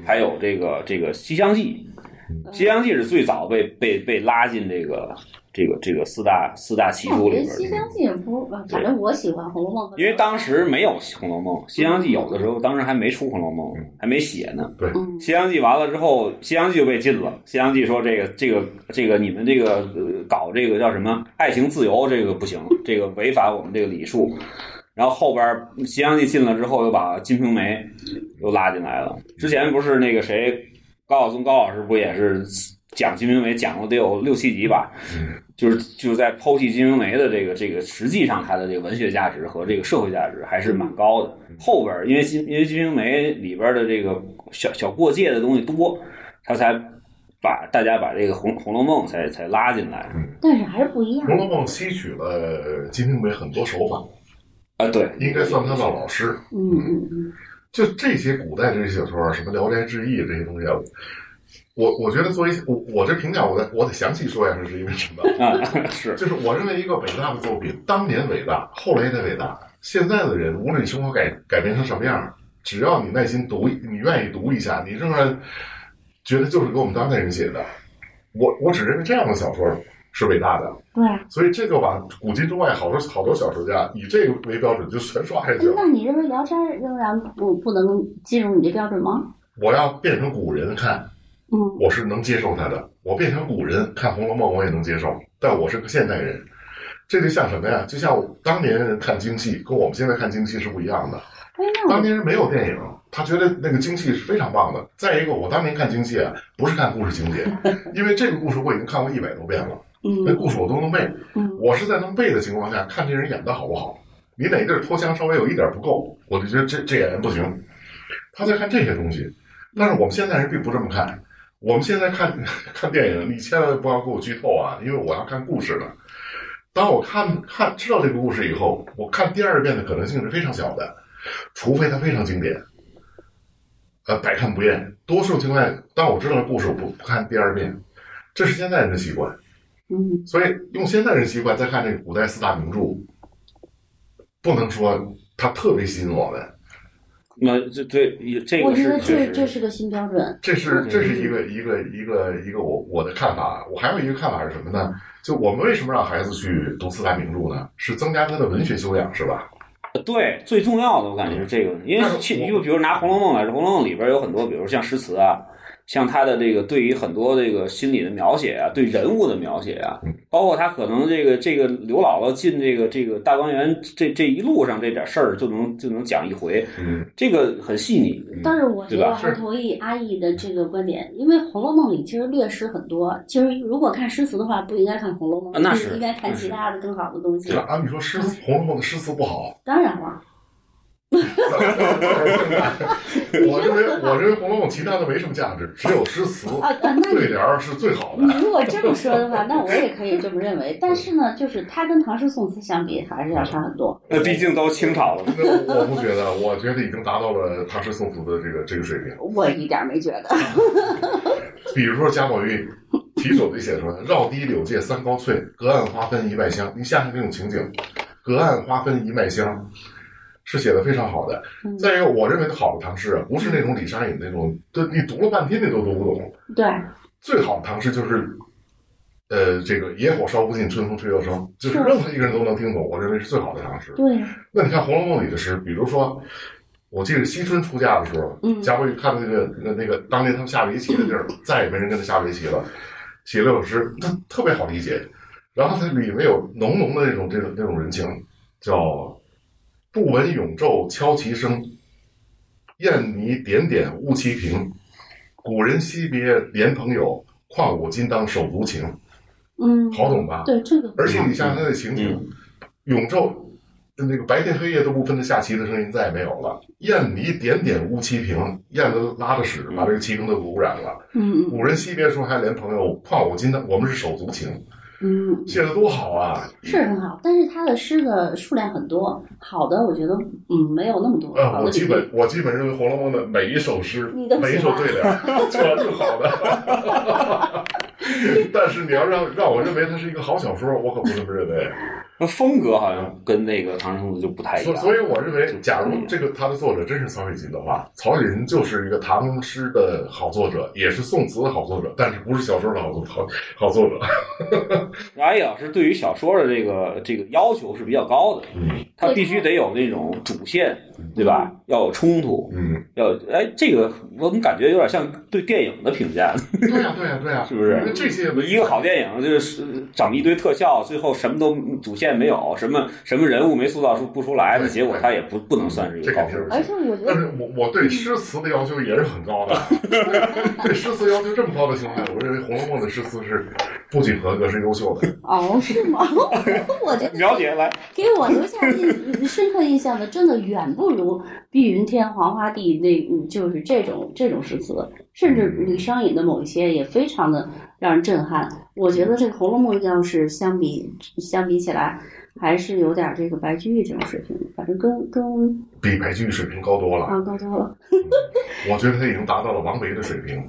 Speaker 2: 还有这个这个《西厢记》，
Speaker 4: 嗯
Speaker 2: 《西厢记》是最早被被被拉进这个这个这个四大四大奇
Speaker 4: 那我
Speaker 2: 书
Speaker 4: 觉得
Speaker 2: 里
Speaker 4: 《
Speaker 2: 边
Speaker 4: 西
Speaker 2: 的。
Speaker 4: 厢记》也不，啊反正我喜欢《红楼梦》和。
Speaker 2: 因为当时没有《红楼梦》，《西厢记》有的时候当时还没出《红楼梦》，还没写呢。
Speaker 4: 嗯
Speaker 2: 《西厢记》完了之后，《西厢记》就被禁了。《西厢记》说这个这个这个你们这个、呃、搞这个叫什么爱情自由，这个不行，这个违反我们这个礼数。然后后边儿《西厢记》进了之后，又把《金瓶梅》又拉进来了。之前不是那个谁高晓松高老师不也是讲《金瓶梅》讲了得有六七集吧？就是就是在剖析《金瓶梅》的这个这个，实际上它的这个文学价值和这个社会价值还是蛮高的。后边儿因为金因为《金瓶梅》里边的这个小小过界的东西多，它才把大家把这个红《红楼梦》才才拉进来
Speaker 4: 但是还是不一样
Speaker 3: 《红。楼梦》吸取了《金瓶梅》很多手法，
Speaker 2: 啊。对，
Speaker 3: 应该算他的老师。
Speaker 4: 嗯嗯嗯，
Speaker 3: 就这些古代这些小说啊，什么《聊斋志异》这些东西啊，我我觉得作为我我这评价，我得我得详细说一下，是因为什么？
Speaker 2: 啊， 是
Speaker 3: 就是我认为一个伟大的作品，当年伟大，后来也得伟大。现在的人，无论你生活改改变成什么样，只要你耐心读，你愿意读一下，你仍然觉得就是给我们当代人写的。我我只认为这样的小说是伟大的，
Speaker 4: 对啊。
Speaker 3: 所以这就把古今中外好多好多小说家以这个为标准就全刷下去了。
Speaker 4: 那你认为《聊斋》仍然不不能进入你的标准吗？
Speaker 3: 我要变成古人看，
Speaker 4: 嗯
Speaker 3: 我是能接受它的。我变成古人看《红楼梦》，我也能接受，但我是个现代人。这就像什么呀？就像我当年人看京戏，跟我们现在看京戏是不一样的。
Speaker 4: 哎，那
Speaker 3: 当
Speaker 4: 我
Speaker 3: 年人没有电影，他觉得那个京戏是非常棒的。再一个，我当年看京戏啊，不是看故事情节，因为这个故事我已经看过一百多遍了，那
Speaker 4: 嗯
Speaker 3: 故事我都能背。
Speaker 4: 嗯
Speaker 3: 我是在能背的情况下看这人演的好不好。你哪地儿脱腔稍微有一点不够，我就觉得这这演员不行。他在看这些东西，但是我们现在人并不这么看。我们现在看 看电影，你千万不要给我剧透啊，因为我要看故事的。当我看看知道这个故事以后，我看第二遍的可能性是非常小的，除非它非常经典。呃，百看不厌。多数情况下，当我知道了故事，我不不看第二遍，这是现代人的习惯。
Speaker 4: 嗯
Speaker 3: 所以用现代人习惯再看这个古代四大名著，不能说它特别吸引我们，
Speaker 2: 那这对也这
Speaker 4: 我
Speaker 2: 个
Speaker 4: 觉
Speaker 2: 是
Speaker 4: 得
Speaker 2: 确实
Speaker 4: 这这是个新标准。
Speaker 3: 这是
Speaker 2: 嗯
Speaker 3: 这是一个一个一个一个我我的看法。我还有一个看法是什么呢？就我们为什么让孩子去读四大名著呢？是增加他的文学修养，是吧？
Speaker 2: 对，最重要的我感觉是这个，因为
Speaker 3: 但是
Speaker 2: 其
Speaker 3: 我
Speaker 2: 就比如拿《红楼梦》来说，《红楼梦》里边有很多，比如像诗词啊，像他的这个对于很多这个心理的描写啊，对人物的描写啊
Speaker 3: 嗯，
Speaker 2: 包括他可能这个这个刘姥姥进这个这个大观园这这一路上这点事儿就能就能讲一回，
Speaker 3: 嗯，
Speaker 2: 这个很细腻。
Speaker 4: 但是我觉
Speaker 2: 对
Speaker 4: 得
Speaker 2: 吧
Speaker 4: 还是同意阿义的这个观点，因为《红楼梦》里其实略诗很多。其实如果看诗词的话，不应该看《红楼梦
Speaker 2: 啊》，那
Speaker 4: 应
Speaker 2: 是
Speaker 4: 应该看
Speaker 2: 那是
Speaker 4: 其他的更好的东西
Speaker 3: 是。吧？按理说诗《红楼梦》的诗词不好，
Speaker 4: 当然了，
Speaker 3: 我认为我认为《红楼梦》其他的没什么价值，只有诗词
Speaker 4: 啊啊，那
Speaker 3: 对
Speaker 4: 你
Speaker 3: 联儿是最好
Speaker 4: 你
Speaker 3: 的。
Speaker 4: 如果这么说的话，那我也可以这么认为。但是呢，就是它跟唐诗宋词相比，还是要差很多。
Speaker 2: 那毕竟都清朝了嘛，
Speaker 3: 那我我不觉得，我觉得已经达到了唐诗宋词的这个这个水平。
Speaker 4: 我一点儿没觉得。
Speaker 2: 嗯
Speaker 3: 比如说贾宝玉提手就写出来“绕堤柳借三高翠，隔岸花分一脉香”。你想想这种情景，“隔岸花分一脉香”是写的非常好的。
Speaker 4: 嗯
Speaker 3: 再一个，我认为的好的唐诗啊，不是那种李商隐那种，就你读了半天你都读不懂。
Speaker 4: 对，
Speaker 3: 最好的唐诗就是，呃，这个“野火烧不尽，春风吹又生”，就是
Speaker 4: 是
Speaker 3: 任何一个人都能听懂，我认为是最好的唐诗。
Speaker 4: 对，
Speaker 3: 那你看《红楼梦》里的诗，比如说，我记得惜春出嫁的时候，
Speaker 4: 嗯
Speaker 3: 贾宝玉看到那个那那个当年他们下围棋的地儿，再也没人跟他下围棋了，写了首诗，他特别好理解。然后它里面有浓浓的那种这种那种人情，叫“不闻永昼敲棋声，燕泥点点误棋平。古人惜别怜朋友，况我今当手足情。”
Speaker 4: 嗯，
Speaker 3: 好懂吧？
Speaker 4: 对这个，
Speaker 3: 而且你像他的情景，永昼那个白天黑夜都不分的下棋的声音再也没有了。燕泥点点乌漆平，燕子拉着屎把这个棋坑都给污染了。
Speaker 4: 嗯嗯
Speaker 3: 古人惜别时候还怜朋友，况我今当我们是手足情，
Speaker 4: 嗯，
Speaker 3: 写的多好啊！
Speaker 4: 是很好，但是他的诗的数量很多，好的我觉得嗯没有那么多，
Speaker 3: 呃，
Speaker 4: 好
Speaker 3: 我
Speaker 4: 的
Speaker 3: 基
Speaker 4: 比例
Speaker 3: 本我基本认为《红楼梦》的每一首诗
Speaker 4: 你都，喜欢
Speaker 3: 每一首对联 儿全是好的。 但是你要让让我认为它是一个好小说，我可不这么认为。
Speaker 2: 那风格好像跟那个唐诗宋词就不太一
Speaker 3: 所
Speaker 2: 样。
Speaker 3: 所以，我认为
Speaker 2: 就，
Speaker 3: 假如这个他的作者真是曹雪芹的话，曹雪芹就是一个唐诗的好作者，也是宋词的好作者，但是不是小说的好作好好作者。
Speaker 2: 阿毅老师对于小说的这个这个要求是比较高的，
Speaker 3: 嗯
Speaker 2: 他必须得有那种主线，对吧？要有冲突，
Speaker 3: 嗯，
Speaker 2: 要哎，这个我怎么感觉有点像对电影的评价，
Speaker 3: 对呀、对呀、对呀、
Speaker 2: 是不是
Speaker 3: 因为这些文
Speaker 2: 一个好电影就是整一堆特效，最后什么都主线没有，什么什么人物没塑造出不出来，那结果它也不不能算是一个高分。
Speaker 4: 而且我觉
Speaker 3: 但
Speaker 4: 得
Speaker 3: 是我我对诗词的要求也是很高 的，对诗词要求这么高的情况下，我认为《红楼梦》的诗词是不仅合格，是优秀的。
Speaker 4: 哦是 吗？我觉得
Speaker 2: 苗姐来，
Speaker 4: 给我留下 印深刻印象的，真的远不如碧云天、黄花地那，嗯就是这种这种诗词，甚至李商隐的某一些也非常的让人震撼。我觉得这个《红楼梦》要是相比相比起来，还是有点这个白居易这种水平，反正跟跟
Speaker 3: 比白居易水平高多了，
Speaker 4: 啊高多了，
Speaker 3: 我觉得他已经达到了王维的水平。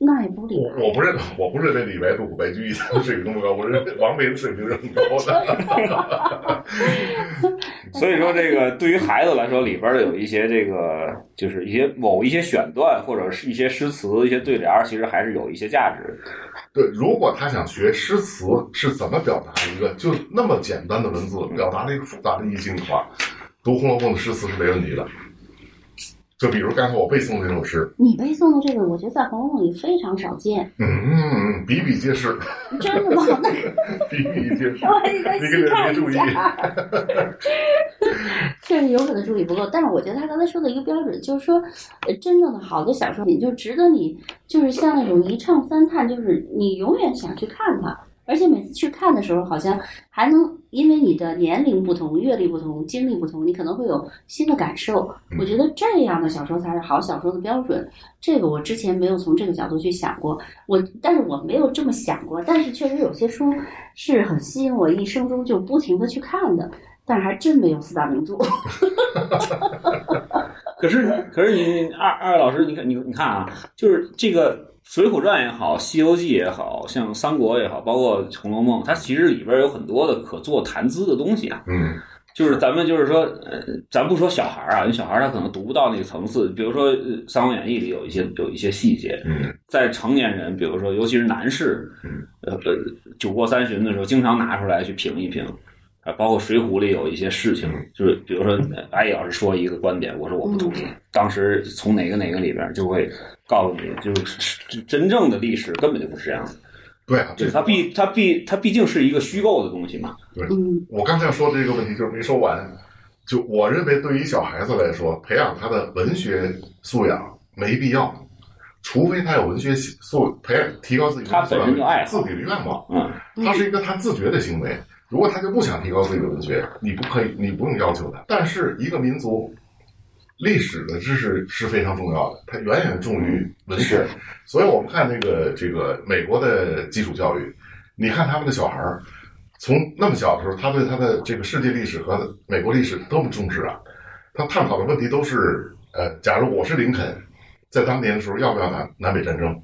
Speaker 4: 那也不理
Speaker 3: 我我不认，我不认为李白、杜甫、白居易他们水平那么高，我认为王维的水平是很高的。
Speaker 2: 所以说这个对于孩子来说，里边儿有一些这个就是一些某一些选段或者是一些诗词、一些对联儿，其实还是有一些价值。
Speaker 3: 对，如果他想学诗词是怎么表达一个就那么简单的文字表达了一个复杂的意境的话，读《红楼梦》的诗词是没问题的。就比如刚才我背诵的那首诗，
Speaker 4: 你背诵的这个，我觉得在《红楼梦》里非常少见，
Speaker 3: 嗯，比比皆是，
Speaker 4: 真的吗？那
Speaker 3: 比比皆是。
Speaker 4: 我还得再细看
Speaker 3: 你可得
Speaker 4: 一下。 确实有可能注意不够，但是我觉得他刚才说的一个标准，就是说，呃，真正的好的小说，你就值得你，就是像那种一唱三叹，就是你永远想去看它，而且每次去看的时候，好像还能因为你的年龄不同、阅历不同、经历不同，你可能会有新的感受。我觉得这样的小说才是好小说的标准。这个我之前没有从这个角度去想过，我但是我没有这么想过，但是确实有些书是很吸引我一生中就不停的去看的，但是还真没有四大名著。
Speaker 2: 可是可是你二二位老师，你看你你看啊，就是这个。《水浒传》也好，《西游记》也好像《三国》也好，包括《红楼梦》，它其实里边有很多的可做谈资的东西啊。
Speaker 3: 嗯
Speaker 2: 就是咱们就是说，呃，咱不说小孩儿啊，因为小孩儿他可能读不到那个层次。比如说，呃《三国演义》里有一些有一些细节，
Speaker 3: 嗯
Speaker 2: 在成年人，比如说尤其是男士
Speaker 3: 嗯，
Speaker 2: 呃，呃酒过三巡的时候，经常拿出来去评一评。啊，包括《水浒》里有一些事情
Speaker 3: 嗯，
Speaker 2: 就是比如说，呃阿义老师说一个观点，我说我不同意。当时从哪个哪个里边儿就会告诉你，就是真真正的历史根本就不是这样的，
Speaker 3: 对啊，
Speaker 2: 就
Speaker 3: 这
Speaker 2: 是它毕它毕它毕竟是一个虚构的东西嘛。
Speaker 4: 嗯
Speaker 3: 我刚才说的这个问题就是没说完，就我认为对于小孩子来说，培养他的文学素养没必要，除非他有文学素培养提高自己
Speaker 2: 他
Speaker 3: 文学素
Speaker 2: 本身就爱
Speaker 3: 养
Speaker 2: 好
Speaker 3: 自己的愿望，
Speaker 2: 嗯，
Speaker 3: 它是一个他自觉的行为。如果他就不想提高自己的文学，你不可以，你不用要求他。但是一个民族历史的知识是非常重要的，它远远重于文学。
Speaker 2: 是
Speaker 3: 所以我们看这个这个美国的基础教育，你看他们的小孩儿，从那么小的时候，他对他的这个世界历史和美国历史多么重视啊！他探讨的问题都是，呃，假如我是林肯，在当年的时候要不要打南北战争，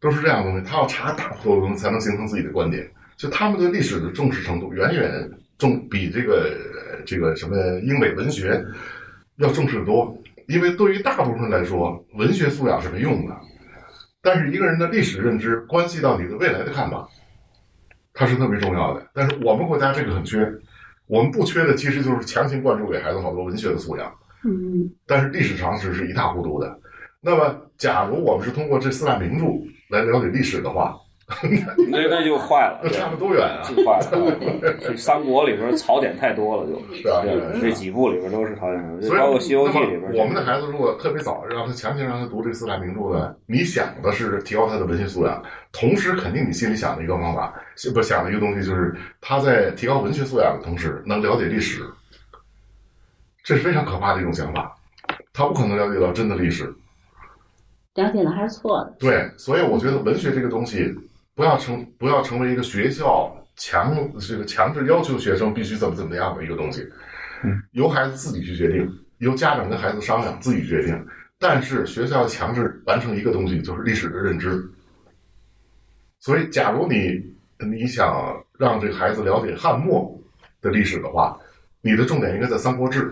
Speaker 3: 都是这样的东西。他要查大部分东西才能形成自己的观点。就他们对历史的重视程度，远远重比这个呃这个什么英美文学要重视得多。因为对于大部分人来说，文学素养是没用的，但是一个人的历史认知关系到你对未来的看法，它是特别重要的。但是我们国家这个很缺，我们不缺的其实就是强行灌输给孩子好多文学的素养。
Speaker 4: 嗯
Speaker 3: 但是历史常识是一塌糊涂的。那么，假如我们是通过这四大名著来了解历史的话，
Speaker 2: 那那就坏了，
Speaker 3: 那差不多远啊！
Speaker 2: 就坏了。这三国里边槽点太多了，就是
Speaker 3: 啊是啊
Speaker 2: 这几部里边都是槽点，就
Speaker 3: 所以，
Speaker 2: 包括《西游记》里边就
Speaker 3: 那么
Speaker 2: 是。
Speaker 3: 我们的孩子如果特别早让他强行让他读这四大名著呢，你想的是提高他的文学素养，同时肯定你心里想的一个方法，不想的一个东西就是他在提高文学素养的同时能了解历史，这是非常可怕的一种想法。他不可能了解到真的历史，
Speaker 4: 了解了还是错的。
Speaker 3: 对，所以我觉得文学这个东西，不要成不要成为一个学校强这个强制要求学生必须怎么怎么样的一个东西，由孩子自己去决定，由家长跟孩子商量自己决定。但是学校强制完成一个东西，就是历史的认知。所以，假如你呃你想让这个孩子了解汉末的历史的话，你的重点应该在《三国志》。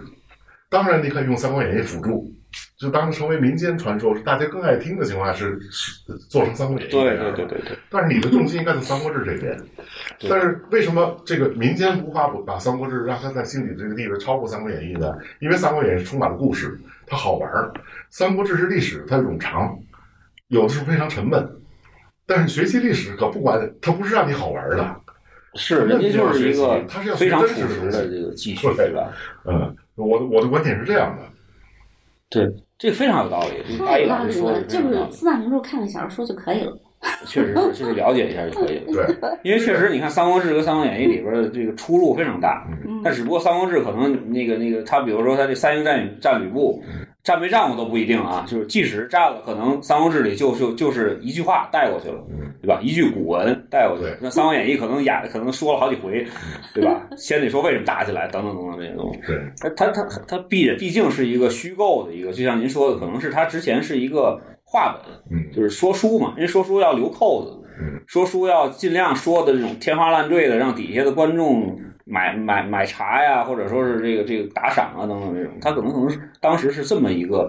Speaker 3: 当然，你可以用《三国演义》辅助，就当成为民间传说，是大家更爱听的情况下是是做成《三国演义》
Speaker 2: 对
Speaker 3: 这样
Speaker 2: 对对对对，
Speaker 3: 但是你的重心应该在《三国志》这边。
Speaker 2: 对
Speaker 3: 但是为什么这个民间无法把《三国志》让它在心里这个地位超过《三国演义》呢？因为《三国演义》充满了故事，它好玩儿；《三国志》是历史，它冗长，有的时候非常沉闷。但是学习历史可不管，它不是让你好玩儿的。
Speaker 2: 是人家就是一个
Speaker 3: 他是要
Speaker 2: 非
Speaker 3: 学
Speaker 2: 常朴
Speaker 3: 真实的
Speaker 2: 实
Speaker 3: 东西
Speaker 2: 的这个记叙，
Speaker 3: 对
Speaker 2: 对吧？
Speaker 3: 嗯，我的我的观点是这样的。
Speaker 2: 对，这个非嗯常有道理。阿
Speaker 4: 太
Speaker 2: 姨
Speaker 4: 道
Speaker 2: 老
Speaker 4: 理
Speaker 2: 师说
Speaker 4: 了，
Speaker 2: 的
Speaker 4: 就
Speaker 2: 非常有道
Speaker 4: 是
Speaker 2: 理，
Speaker 4: 四大名著看个小说就可以了。
Speaker 2: 确实是就是了解一下就可以 了。
Speaker 3: 对，
Speaker 2: 因为确实，你看《三国志》和《三国演义》里边的这个出入非常大，
Speaker 4: 嗯
Speaker 2: 但只不过《三国志》可能那个那个，他比如说他这三英战吕战吕布，
Speaker 3: 嗯
Speaker 2: 战没战过都不一定啊。就是即使战了，可能《三国志》里就就就是一句话带过去了
Speaker 3: 嗯，
Speaker 2: 对吧？一句古文带过去
Speaker 3: 对。嗯
Speaker 2: 那《三国演义》可能演可能说了好几回，对吧？先得说为什么打起来，等等等等这些东西。
Speaker 3: 对，
Speaker 2: 它它它它毕毕竟是一个虚构的一个，就像您说的，可能是它之前是一个话本，
Speaker 3: 嗯
Speaker 2: 就是说书嘛，因为说书要留扣子，
Speaker 3: 嗯
Speaker 2: 说书要尽量说的这种天花乱坠的，让底下的观众买买买茶呀，或者说是这个这个打赏啊等等这种，他可能可能是当时是这么一个。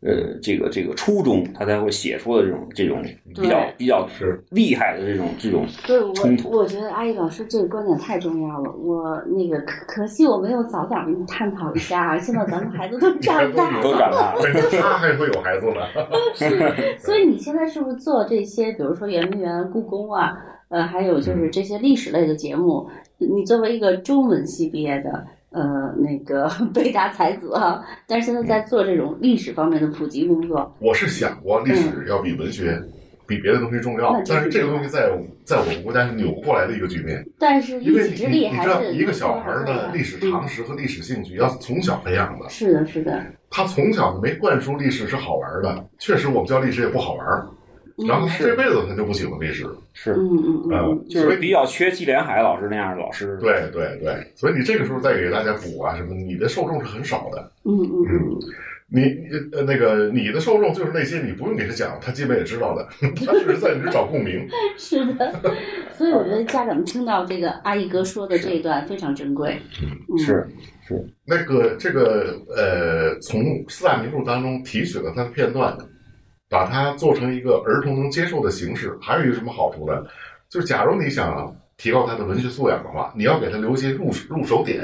Speaker 2: 呃，这个这个初衷，他才会写出的这种这种比较
Speaker 4: 对
Speaker 2: 比较
Speaker 3: 是
Speaker 2: 厉害的这种这种
Speaker 4: 对我
Speaker 2: 冲突，
Speaker 4: 我觉得阿姨老师这个观点太重要了。我那个可可惜我没有早点跟你探讨一下啊，现在咱们 孩子都长大
Speaker 2: 都
Speaker 4: 了，
Speaker 2: 长大了。
Speaker 3: 对他还会有孩子呢。
Speaker 4: 所以你现在是不是做这些，比如说圆明园、故宫啊，呃，还有
Speaker 3: 嗯
Speaker 4: 就是这些历史类的节目？你作为一个中文系毕业的。呃，那个 北大才子啊，但是现在在
Speaker 3: 嗯
Speaker 4: 做这种历史方面的普及工作，
Speaker 3: 我是想过历史要比文学、比别的东西重要
Speaker 4: 那，真是
Speaker 3: 但是这个东西在在我们国家是扭不过来的一个局面。
Speaker 4: 但是一
Speaker 3: 因为
Speaker 4: 己
Speaker 3: 你
Speaker 4: 之
Speaker 3: 你
Speaker 4: 力
Speaker 3: 你
Speaker 4: 还
Speaker 3: 知道，
Speaker 4: 是
Speaker 3: 一个小孩儿的历史常
Speaker 4: 识、
Speaker 3: 识和历史兴趣要从小培养的
Speaker 4: 嗯。是的，是的，
Speaker 3: 他从小没灌输历史是好玩儿的，确实我们教历史也不好玩儿。
Speaker 4: 嗯
Speaker 3: 然后他
Speaker 2: 是
Speaker 3: 这辈子他就不喜欢历史。
Speaker 2: 是，
Speaker 4: 嗯嗯嗯
Speaker 3: 嗯
Speaker 4: 嗯，
Speaker 2: 就是比较缺季连海老师那样的老师。
Speaker 3: 对对对，所以你这个时候再给大家补啊什么，你的受众是很少的。
Speaker 4: 嗯嗯嗯，
Speaker 3: 你呃那个你的受众就是那些你不用给他讲，他基本也知道的， 他只是在你这找共鸣。
Speaker 4: 是的，所以我觉得家长听到这个阿姨哥说的这一段非常珍贵。嗯，
Speaker 2: 是
Speaker 3: 那个这个呃，从四大名著当中提取了它的片段，把它做成一个儿童能接受的形式，还有一个什么好处呢？就是假如你想提高他的文学素养的话，你要给他留一些入入手点。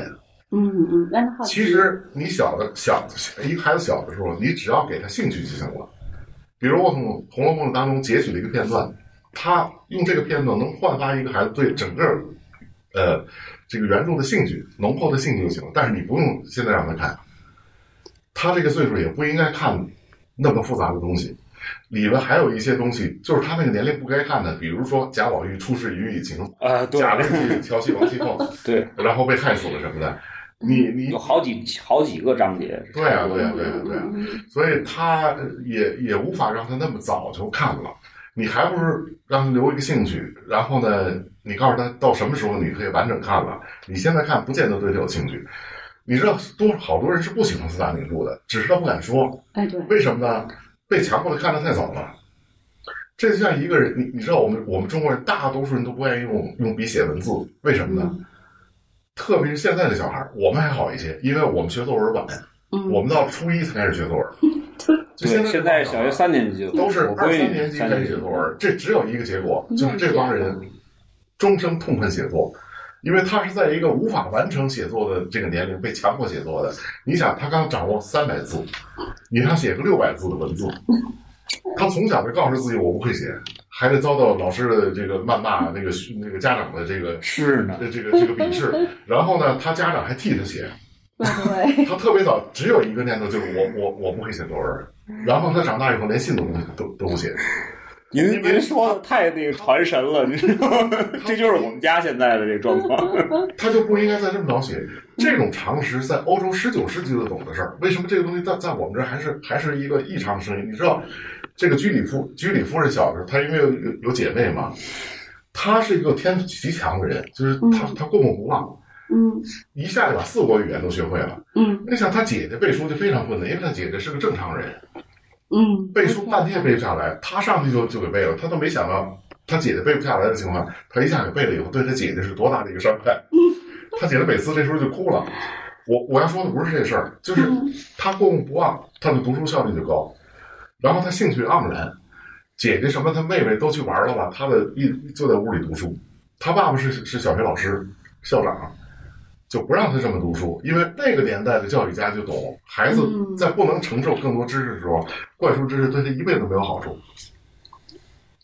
Speaker 4: 嗯嗯，让他好奇。
Speaker 3: 其实你小的小一个孩子小的时候，你只要给他兴趣就行了。比如我从《红楼梦》当中截取了一个片段，他用这个片段能焕发一个孩子对整个呃这个原著的兴趣浓厚的兴趣就行了。但是你不用现在让他看，他这个岁数也不应该看那么复杂的东西。里面还有一些东西，就是他那个年龄不该看的，比如说贾宝玉出仕于疫情，
Speaker 2: 啊，对
Speaker 3: 嗯贾玲去调戏王熙凤，
Speaker 2: 对，
Speaker 3: 然后被害死了什么的。你你
Speaker 2: 嗯有好几好几个章节。
Speaker 3: 对
Speaker 4: 嗯
Speaker 3: 啊，对啊，对啊，对啊，所以他也也无法让他那么早就看了，你还不如让他留一个兴趣，然后呢，你告诉他到什么时候你可以完整看了，你现在看不见得对他有兴趣。你知道多好多人是不喜欢四大名著的，只是他不敢说，
Speaker 4: 哎，对，
Speaker 3: 为什么呢？被强迫的看的太早了。这就像一个人，你你知道我们我们中国人大多数人都不愿意用用笔写文字，为什么呢？
Speaker 4: 嗯
Speaker 3: 特别是现在的小孩儿，我们还好一些，因为我们学作文晚，
Speaker 4: 嗯，
Speaker 3: 我们到初一才开始学作文。就
Speaker 2: 对，
Speaker 3: 现
Speaker 2: 现在
Speaker 3: 在这帮
Speaker 2: 小
Speaker 3: 人啊
Speaker 2: 学三年级就
Speaker 3: 都是
Speaker 2: 我
Speaker 3: 二
Speaker 2: 闺
Speaker 3: 三
Speaker 2: 女
Speaker 3: 年级
Speaker 2: 三
Speaker 3: 开
Speaker 2: 年
Speaker 3: 始
Speaker 2: 级
Speaker 3: 写作文，这只有一个结果，
Speaker 4: 嗯
Speaker 3: 就是这帮人终生痛恨写作，因为他是在一个无法完成写作的这个年龄被强迫写作的。你想，他刚掌握三百字，你让他写个六百字的文字，他从小就告诉自己我不会写，还得遭到老师的这个谩骂，那个那个家长的这个
Speaker 2: 是呢，
Speaker 3: 这个这个鄙视，然后呢，他家长还替他写，
Speaker 4: 对对 对，
Speaker 3: 他特别早，只有一个念头，就是我我我不会写作文。然后他长大以后连信都不都都不写，
Speaker 2: 您您说的太那个传神了，你知道吗？ 这就是我们家现在的这状 况。
Speaker 3: 他就不应该在这么早写。这种常识在欧洲十九世纪就懂的事儿，为什么这个东西在在我们这儿还是还是一个异常声音？你知道，这个居里夫居里夫人小时候，她因为有有有姐妹嘛，她是一个天赋极强的人，就是她她过目不忘，
Speaker 4: 嗯
Speaker 3: 一下就把四国语言都学会了。
Speaker 4: 嗯
Speaker 3: 你想，她姐姐背书就非常困难，因为她姐姐是个正常人，
Speaker 4: 嗯，
Speaker 3: 背书半天也背不下来，他上去就就给背了，他都没想到他姐姐背不下来的情况下，他一下给背了以后，对他姐姐是多大的一个伤害。他姐姐每次这时候就哭了。我我要说的不是这事儿，就是他过目不忘，他的读书效率就高，然后他兴趣盎然。姐姐什么，他妹妹都去玩了吧？他的一就在屋里读书。他爸爸是是小学老师，校长，就不让他这么读书，因为那个年代的教育家就懂，孩子
Speaker 4: 嗯
Speaker 3: 在不能承受更多知识的时候，灌输知识对他一辈子没有好处。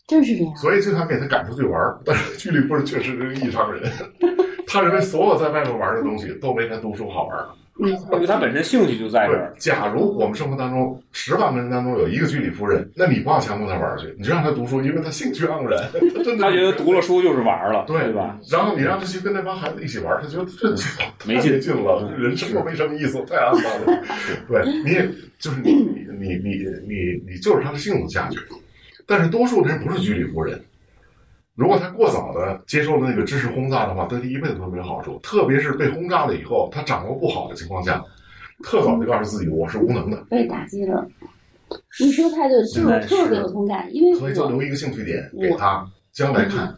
Speaker 4: 真是这样。
Speaker 3: 所以就想给他赶出去玩儿，但是居里夫人确实是个异常人，他认为所有在外面玩儿的东西都没他读书好玩儿。
Speaker 4: 没
Speaker 2: 因为
Speaker 4: 错，
Speaker 2: 他本身兴趣就在这
Speaker 3: 对
Speaker 2: 儿，，
Speaker 3: 假如我们生活当中十万个人当中有一个居里夫人，那你不要强迫他玩儿去，你就让他读书，因为他兴趣盎然，他真的
Speaker 2: 他觉得读了书就是玩儿了，
Speaker 3: 对
Speaker 2: 对吧？？
Speaker 3: 然后你让他去跟那帮孩子一起玩儿，他觉得这太
Speaker 2: 没劲
Speaker 3: 劲了，
Speaker 2: 嗯
Speaker 3: 人生活没什么意思，太肮脏了。对，你也就是你你你你你你就是他的幸福价值，但是多数人不是居里夫人。如果他过早的接受了那个知识轰炸的话，对他一辈子都没有好处。特别是被轰炸了以后，他掌握不好的情况下，特早就告诉自己我是无能的，
Speaker 4: 被打击了。你说太对了，这
Speaker 2: 现
Speaker 4: 我
Speaker 2: 在
Speaker 4: 特别
Speaker 2: 是
Speaker 4: 有同感，因为
Speaker 3: 所以就
Speaker 4: 我
Speaker 3: 留一个兴趣点给他，将来看。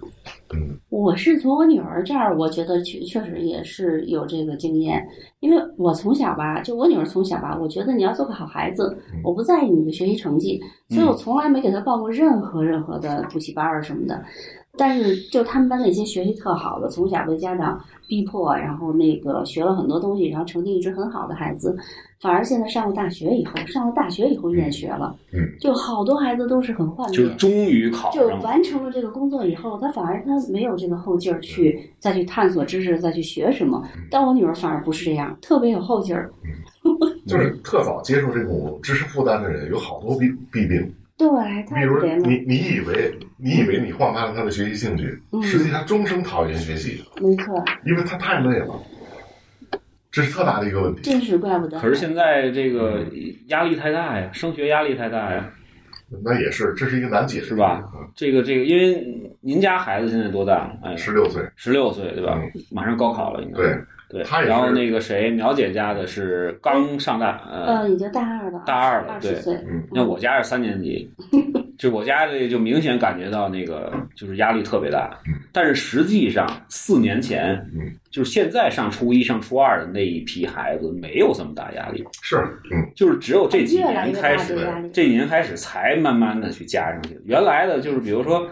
Speaker 4: 我是从我女儿这儿，我觉得确确实也是有这个经验，因为我从小吧，就我女儿从小吧，我觉得你要做个好孩子
Speaker 3: 嗯，
Speaker 4: 我不在意你的学习成绩，所以
Speaker 2: 嗯
Speaker 4: 我从来没给她报过任何任何的补习班儿什么的。但是就他们班那些学习特好的，从小被家长逼迫，然后那个学了很多东西，然后成绩一直很好的孩子，反而现在上了大学以后，上了大学以后厌学了，
Speaker 3: 嗯，
Speaker 4: 就好多孩子都是很幻灭，
Speaker 2: 就是终于考
Speaker 4: 就
Speaker 2: 上了，
Speaker 4: 完成了这个工作以后，他反而他没有这个后劲儿去再去探索知识，再去学什么。
Speaker 3: 嗯
Speaker 4: 但我女儿反而不是这样，特别有后劲儿。嗯
Speaker 3: 就是特早接受这种知识负担的人，有好多弊弊病。
Speaker 4: 对，太
Speaker 3: 比如
Speaker 4: 可怜
Speaker 3: 你
Speaker 4: 了，
Speaker 3: 你以为你以为你焕发了他的学习兴趣，
Speaker 4: 嗯
Speaker 3: 实际他终生讨厌学习，
Speaker 4: 没错，
Speaker 3: 因为他太累了，这是特大的一个问题。
Speaker 4: 真是怪不得。
Speaker 2: 可是现在这个压力太大呀，升学压力太大呀，
Speaker 3: 那也是，这是一个难解的
Speaker 2: 是吧
Speaker 3: 题？
Speaker 2: 这个这个，因为您家孩子现在多大了？哎，
Speaker 3: 嗯，十六岁，
Speaker 2: 十六岁对吧？马上高考了，应该
Speaker 3: 嗯
Speaker 4: 嗯
Speaker 3: 对，
Speaker 2: 对
Speaker 3: 他也是
Speaker 2: 然后那个谁，苗姐家的是刚上大，呃，
Speaker 4: 呃，已经大二了，
Speaker 2: 大二了
Speaker 4: 二
Speaker 2: 对
Speaker 4: 十岁，
Speaker 3: 嗯，
Speaker 2: 那我家是三年级，就我家这就明显感觉到那个就是压力特别大
Speaker 3: 嗯。
Speaker 2: 但是实际上，四年前，
Speaker 3: 嗯
Speaker 2: 就是现在上初一、上初二的那一批孩子没有这么大压力，
Speaker 3: 是，嗯，
Speaker 2: 就是只有这几
Speaker 4: 越来
Speaker 2: 年
Speaker 4: 越
Speaker 2: 开
Speaker 4: 大
Speaker 2: 始
Speaker 4: 的，压力，
Speaker 2: 这几年开始才慢慢的去加上去。原来的就是比如说。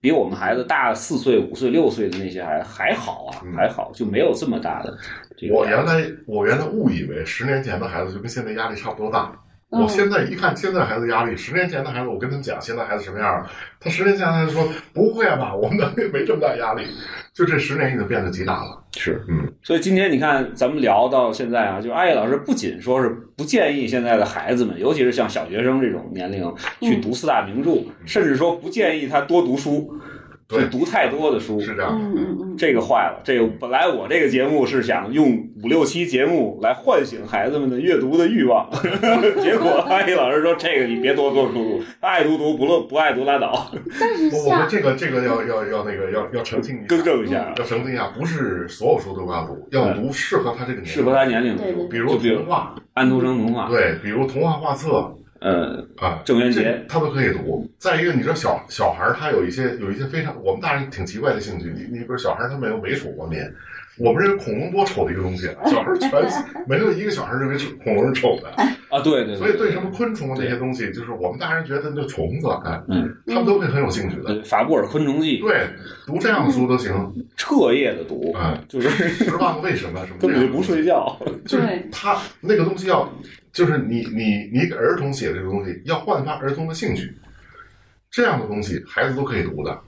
Speaker 2: 比我们孩子大四岁、五岁、六岁的那些孩子还好啊
Speaker 3: 嗯，
Speaker 2: 还好，就没有这么大的这个
Speaker 3: 我
Speaker 2: 压力。
Speaker 3: 原来我原来误以为十年前的孩子就跟现在压力差不多大。
Speaker 4: 嗯
Speaker 3: 我现在一看现在孩子压力，十年前的孩子，我跟他们讲现在孩子什么样儿，他十年前的孩子说不会吧，我们的没这么大压力，就这十年已经变得极大了。
Speaker 2: 是，
Speaker 3: 嗯，
Speaker 2: 所以今天你看，咱们聊到现在啊，就阿叶老师不仅说是不建议现在的孩子们，尤其是像小学生这种年龄
Speaker 4: 嗯
Speaker 2: 去读四大名著，甚至说不建议他多读书，
Speaker 3: 嗯对
Speaker 2: 就读太多的书。
Speaker 3: 是这样的，
Speaker 4: 嗯嗯嗯，
Speaker 2: 这个坏了，这个本来我这个节目是想用五六期节目来唤醒孩子们的阅读的欲望， 结果阿叶老师说这个你别多做输入，爱读读，不论不爱读拉倒，
Speaker 4: 但是
Speaker 3: 我我们
Speaker 4: 像
Speaker 3: 这个这个要要要那个要要澄清一下
Speaker 2: 更，正一下啊，
Speaker 3: 要澄清一下，不是所有书都要读，要读适合他这个年龄，
Speaker 2: 适合他，年龄的
Speaker 4: 对
Speaker 2: 书，
Speaker 4: 对
Speaker 3: 比如
Speaker 2: 就比如
Speaker 3: 童话，
Speaker 2: 安徒生童话，
Speaker 3: 对，比如童话画册，
Speaker 2: 呃，
Speaker 3: 啊，
Speaker 2: 郑渊洁
Speaker 3: 这他都可以读。再一个，你知道小小孩儿他有一些有一些非常我们大人挺奇怪的兴趣，你你比如小孩儿他没有美丑方面，我们认为恐龙多丑的一个东西，啊小孩儿全没有一个小孩儿认为丑恐龙是丑的，
Speaker 2: 啊，对对，
Speaker 3: 所以对什么昆虫啊那些东西，就是我们大人觉得那虫子，哎，
Speaker 2: 嗯
Speaker 3: 他们都会很有兴趣的。
Speaker 2: 呃，法布尔《昆虫记》
Speaker 3: 对，读这样的书都行，
Speaker 2: 彻夜的读，
Speaker 3: 哎，
Speaker 2: 就是
Speaker 3: 十万个为什么什么
Speaker 2: 嗯根
Speaker 3: 这
Speaker 2: 本就
Speaker 3: 样的
Speaker 2: 不
Speaker 3: 东西
Speaker 2: 睡觉。
Speaker 3: 就是他那个东西要，就是你你你给儿童写这个东西，要焕发儿童的兴趣，这样的东西孩子都可以读的。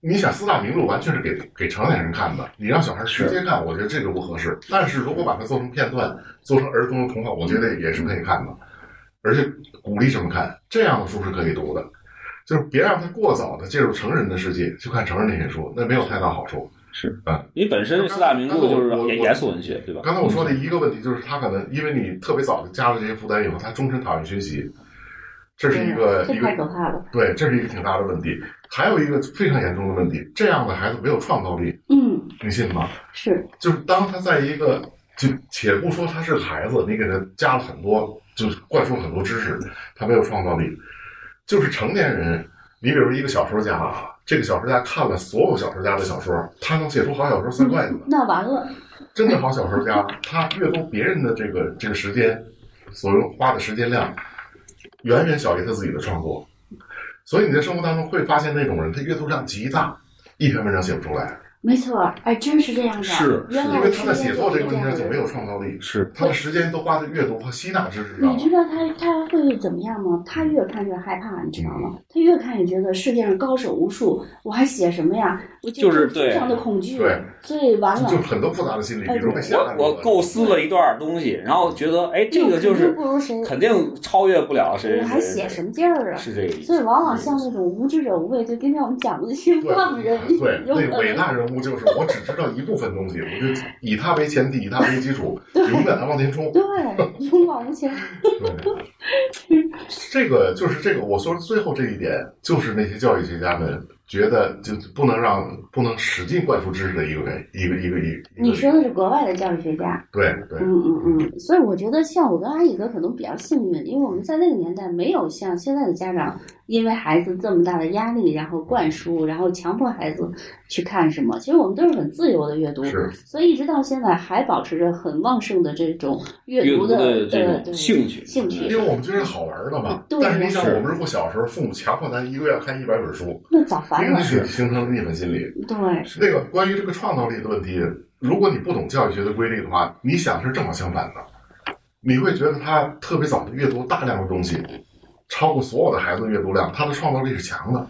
Speaker 3: 你想四大名著完全是给给成年人看的，你让小孩直接看，我觉得这个不合适。但是如果把它做成片段，做成儿童的童话，我觉得也是可以看的，而且鼓励这么看，这样的书是可以读的。就是别让他过早的进入成人的世界去看成人那些书，那没有太大好处。
Speaker 2: 你本身这四大名著就是
Speaker 3: 刚才我
Speaker 2: 严严肃文学，对吧？
Speaker 3: 刚才我说的一个问题就是，他可能因为你特别早就加入这些负担以后，他终身讨厌学习，这是一个
Speaker 4: 啊这
Speaker 3: 一
Speaker 4: 太可
Speaker 3: 个
Speaker 4: 怕了，
Speaker 3: 对，这是一个挺大的问题。还有一个非常严重的问题，这样的孩子没有创造力，
Speaker 4: 嗯，
Speaker 3: 你信吗？
Speaker 4: 是，
Speaker 3: 就是当他在一个就且不说他是个孩子，你给他加了很多，就是灌输了很多知识，他没有创造力。就是成年人，你比如一个小说家啊，这个小说家看了所有小说家的小说，他能写出好小说
Speaker 4: 嗯
Speaker 3: 算怪的吗？
Speaker 4: 那完了，
Speaker 3: 真的好小说家，他阅读别人的这个这个时间，所用花的时间量，远远小于他自己的创作。所以你在生活当中会发现那种人，他阅读量极大，一篇文章写不出来，
Speaker 4: 没错，哎，真是这样的，
Speaker 2: 是
Speaker 4: 原来
Speaker 3: 因
Speaker 4: 我
Speaker 3: 为
Speaker 4: 身
Speaker 3: 他在写
Speaker 4: 边就
Speaker 3: 作
Speaker 4: 是
Speaker 3: 这个问题
Speaker 4: 样
Speaker 3: 上
Speaker 4: 的
Speaker 3: 就
Speaker 4: 人
Speaker 3: 没有创造力，
Speaker 2: 是
Speaker 3: 他的时间都花在阅读和吸纳知识上
Speaker 4: 你知
Speaker 3: 了。
Speaker 4: 道他他会怎么样吗？他越看越害怕，你知道吗？他越看越觉得世界上高手无数，我还写什么呀？我
Speaker 2: 就是对
Speaker 4: 非常的恐惧，
Speaker 3: 对，
Speaker 4: 所以完
Speaker 3: 就
Speaker 4: 了
Speaker 3: 就，很多复杂的心理，比如被吓
Speaker 2: 我
Speaker 3: 到
Speaker 2: 我构思了一段东西，然后觉得哎，这个就
Speaker 4: 又肯
Speaker 2: 是
Speaker 4: 定不如谁，
Speaker 2: 肯定超越不了谁。
Speaker 4: 我还写什
Speaker 2: 么？
Speaker 4: 么劲儿啊？
Speaker 2: 是这个意
Speaker 4: 所以
Speaker 2: 思。
Speaker 4: 往往像那种无知者无畏，就今天我们讲的那些浪人，
Speaker 3: 对，
Speaker 4: 有可
Speaker 3: 那
Speaker 4: 能
Speaker 3: 伟大人物就是我只知道一部分东西，我就以他为前提，以他为基 础，永远的往前冲。
Speaker 4: 对，勇往无前，
Speaker 3: 对，这个就是这个，我说最后这一点，就是那些教育学家们觉得就不能让不能使劲灌输知识的一个原一个一个一个。
Speaker 4: 你说的是国外的教育学家，
Speaker 3: 对对
Speaker 4: 嗯嗯嗯，所以我觉得像我跟阿姨哥可能比较幸运，因为我们在那个年代没有像现在的家长，因为孩子这么大的压力，然后灌输，然后强迫孩子去看什么。其实我们都是很自由的阅读，
Speaker 3: 是
Speaker 4: 所以一直到现在还保持着很旺盛的这种阅
Speaker 2: 阅读
Speaker 4: 的
Speaker 2: 的这
Speaker 4: 呃
Speaker 2: 种
Speaker 4: 对
Speaker 2: 兴趣，
Speaker 4: 兴趣
Speaker 3: 因为我们觉得好玩的嘛。
Speaker 4: 对
Speaker 3: 但是你想，
Speaker 2: 是
Speaker 3: 我们如果小时候父母强迫咱一个月看一百本书，
Speaker 4: 那早烦
Speaker 3: 那
Speaker 4: 了
Speaker 3: 个，是形成了逆反心理。
Speaker 4: 对，
Speaker 3: 那个关于这个创造力的问题，如果你不懂教育学的规律的话，你想是正好相反的，你会觉得他特别早的阅读大量的东西，超过所有的孩子的阅读量，他的创造力是强的。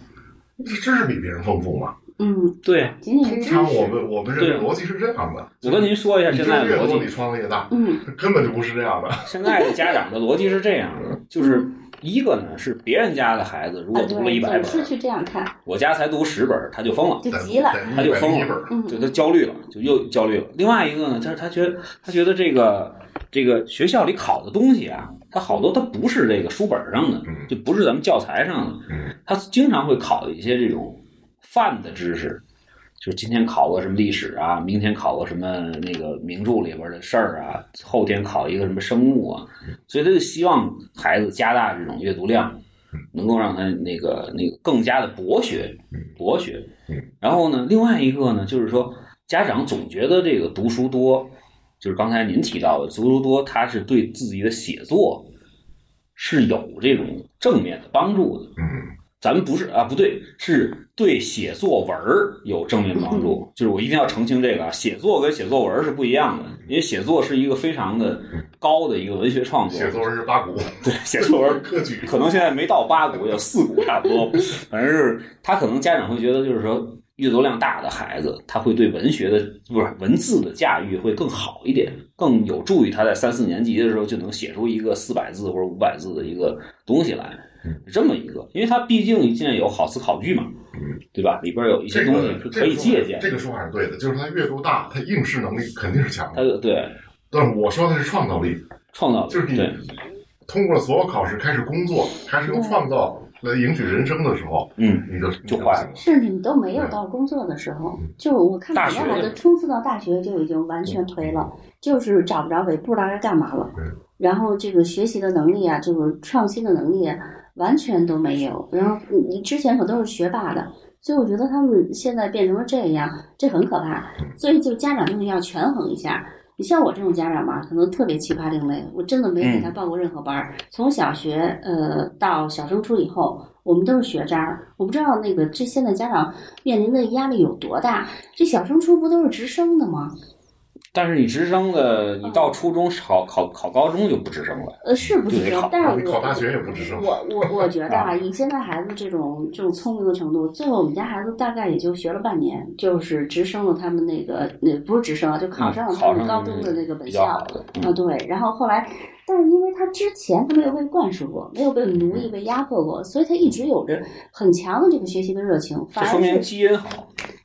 Speaker 3: 这知识比别人丰富嘛？
Speaker 4: 嗯，
Speaker 2: 对，
Speaker 4: 仅仅是
Speaker 3: 通
Speaker 4: 知
Speaker 3: 常我
Speaker 4: 识，
Speaker 3: 们我们认为
Speaker 2: 对啊
Speaker 3: 逻辑是这样的。
Speaker 2: 我跟您说一下
Speaker 3: 你
Speaker 2: 现
Speaker 3: 知
Speaker 2: 在
Speaker 3: 识
Speaker 2: 的
Speaker 3: 越
Speaker 2: 逻
Speaker 3: 多，你
Speaker 2: 辑。
Speaker 3: 创造力越大，
Speaker 4: 嗯
Speaker 3: 根本就不是这样的。
Speaker 2: 现在的家长的逻辑是这样
Speaker 3: 嗯
Speaker 2: 的，就是一个呢是别人家的孩子，如
Speaker 4: 啊
Speaker 2: 果，读了
Speaker 4: 对，
Speaker 2: 一百
Speaker 4: 总是
Speaker 2: 本，
Speaker 4: 去这样看，
Speaker 2: 我家才读十本，他就疯了。
Speaker 4: 就急了，
Speaker 3: 在
Speaker 2: 他就
Speaker 3: 在
Speaker 2: 疯了
Speaker 3: 一本
Speaker 4: 嗯，
Speaker 2: 就他焦虑了，就又焦虑了。另外一个呢，他他觉得他觉得这个这个学校里考的东西啊，它好多它不是这个书本上的
Speaker 3: 嗯，
Speaker 2: 就不是咱们教材上的，
Speaker 3: 嗯
Speaker 2: 它经常会考一些这种泛的知识，就是今天考个什么历史啊，明天考个什么那个名著里边的事儿啊，后天考一个什么生物啊，
Speaker 3: 嗯
Speaker 2: 所以他就希望孩子加大这种阅读量，能够让他那个那个更加的博学
Speaker 3: 嗯，
Speaker 2: 博学
Speaker 3: 嗯。
Speaker 2: 然后呢，另外一个呢，就是说家长总觉得这个读书多，就是刚才您提到的读书多，他是对自己的写作是有这种正面的帮助的。
Speaker 3: 嗯
Speaker 2: 咱们不是啊，不对，是对写作文儿有正面帮助。就是我一定要澄清这个啊，写作跟写作文儿是不一样的，因为写作是一个非常的高的一个文学创作，
Speaker 3: 写作文是八股，
Speaker 2: 对写作文儿
Speaker 3: 科举，
Speaker 2: 可能现在没到八股，有四股差不多。 反正是他可能家长会觉得，就是说阅读量大的孩子，他会对文学的不是文字的驾驭会更好一点，更有助于他在三四年级的时候就能写出一个四百字或者五百字的一个东西来
Speaker 3: 嗯。
Speaker 2: 这么一个，因为他毕竟现在有好词好句嘛
Speaker 3: 嗯，
Speaker 2: 对吧？里边有一些
Speaker 3: 这
Speaker 2: 东西
Speaker 3: 个
Speaker 2: 是
Speaker 3: 这
Speaker 2: 可
Speaker 3: 个
Speaker 2: 以
Speaker 3: 说法
Speaker 2: 借鉴。
Speaker 3: 这个说法是对的，就是他阅读大，他应试能力肯定是强
Speaker 2: 他
Speaker 3: 的。
Speaker 2: 的对
Speaker 3: 但是我说的是创造力，
Speaker 2: 创造力
Speaker 3: 就是你
Speaker 2: 对，
Speaker 3: 通过了所有考试开始工作，开始用创造来赢取人生的时候，
Speaker 2: 嗯，
Speaker 3: 你就
Speaker 2: 就
Speaker 3: 你
Speaker 2: 坏
Speaker 3: 行了。
Speaker 4: 甚至你都没有
Speaker 3: 对
Speaker 4: 到工作的时候
Speaker 3: 嗯，
Speaker 4: 就我看
Speaker 2: 大
Speaker 4: 很多
Speaker 2: 学
Speaker 4: 孩
Speaker 2: 的
Speaker 4: 子冲刺到大学就已经完全颓了，就是找不着北，不知道该干嘛了
Speaker 3: 嗯。
Speaker 4: 然后这个学习的能力啊，这个创新的能力啊，完全都没有。然后你你之前可都是学霸的，所以我觉得他们现在变成了这样，这很可怕。所以就家长就是要权衡一下。你像我这种家长嘛，可能特别奇葩另类，我真的没给他报过任何班儿。从小学呃到小升初以后，我们都是学渣儿。我不知道那个这现在家长面临的压力有多大。这小升初不都是直升的吗？
Speaker 2: 但是你直升了，你到初中考考考高中就不直升了。
Speaker 4: 呃，是不直
Speaker 2: 对
Speaker 4: 升
Speaker 2: 考，
Speaker 4: 但
Speaker 3: 你
Speaker 4: 是我
Speaker 3: 考大学也不直升
Speaker 4: 我我我觉得
Speaker 2: 啊
Speaker 4: 啊，以现在孩子这种这种聪明的程度，最后我们家孩子大概也就学了半年，就是直升了他们那个那不是直升啊，就考上了
Speaker 2: 嗯
Speaker 4: 他
Speaker 2: 考
Speaker 4: 们
Speaker 2: 上
Speaker 4: 高中的那个本
Speaker 2: 比
Speaker 4: 校
Speaker 2: 较好的，嗯
Speaker 4: 啊，对，然后后来，但是因为他之前他没有被灌输过，没有被奴役、被压迫过，所以他一直有着很强的这个学习的热情。
Speaker 2: 这
Speaker 4: 反
Speaker 2: 说
Speaker 4: 而
Speaker 2: 明
Speaker 4: 是
Speaker 2: 基因好。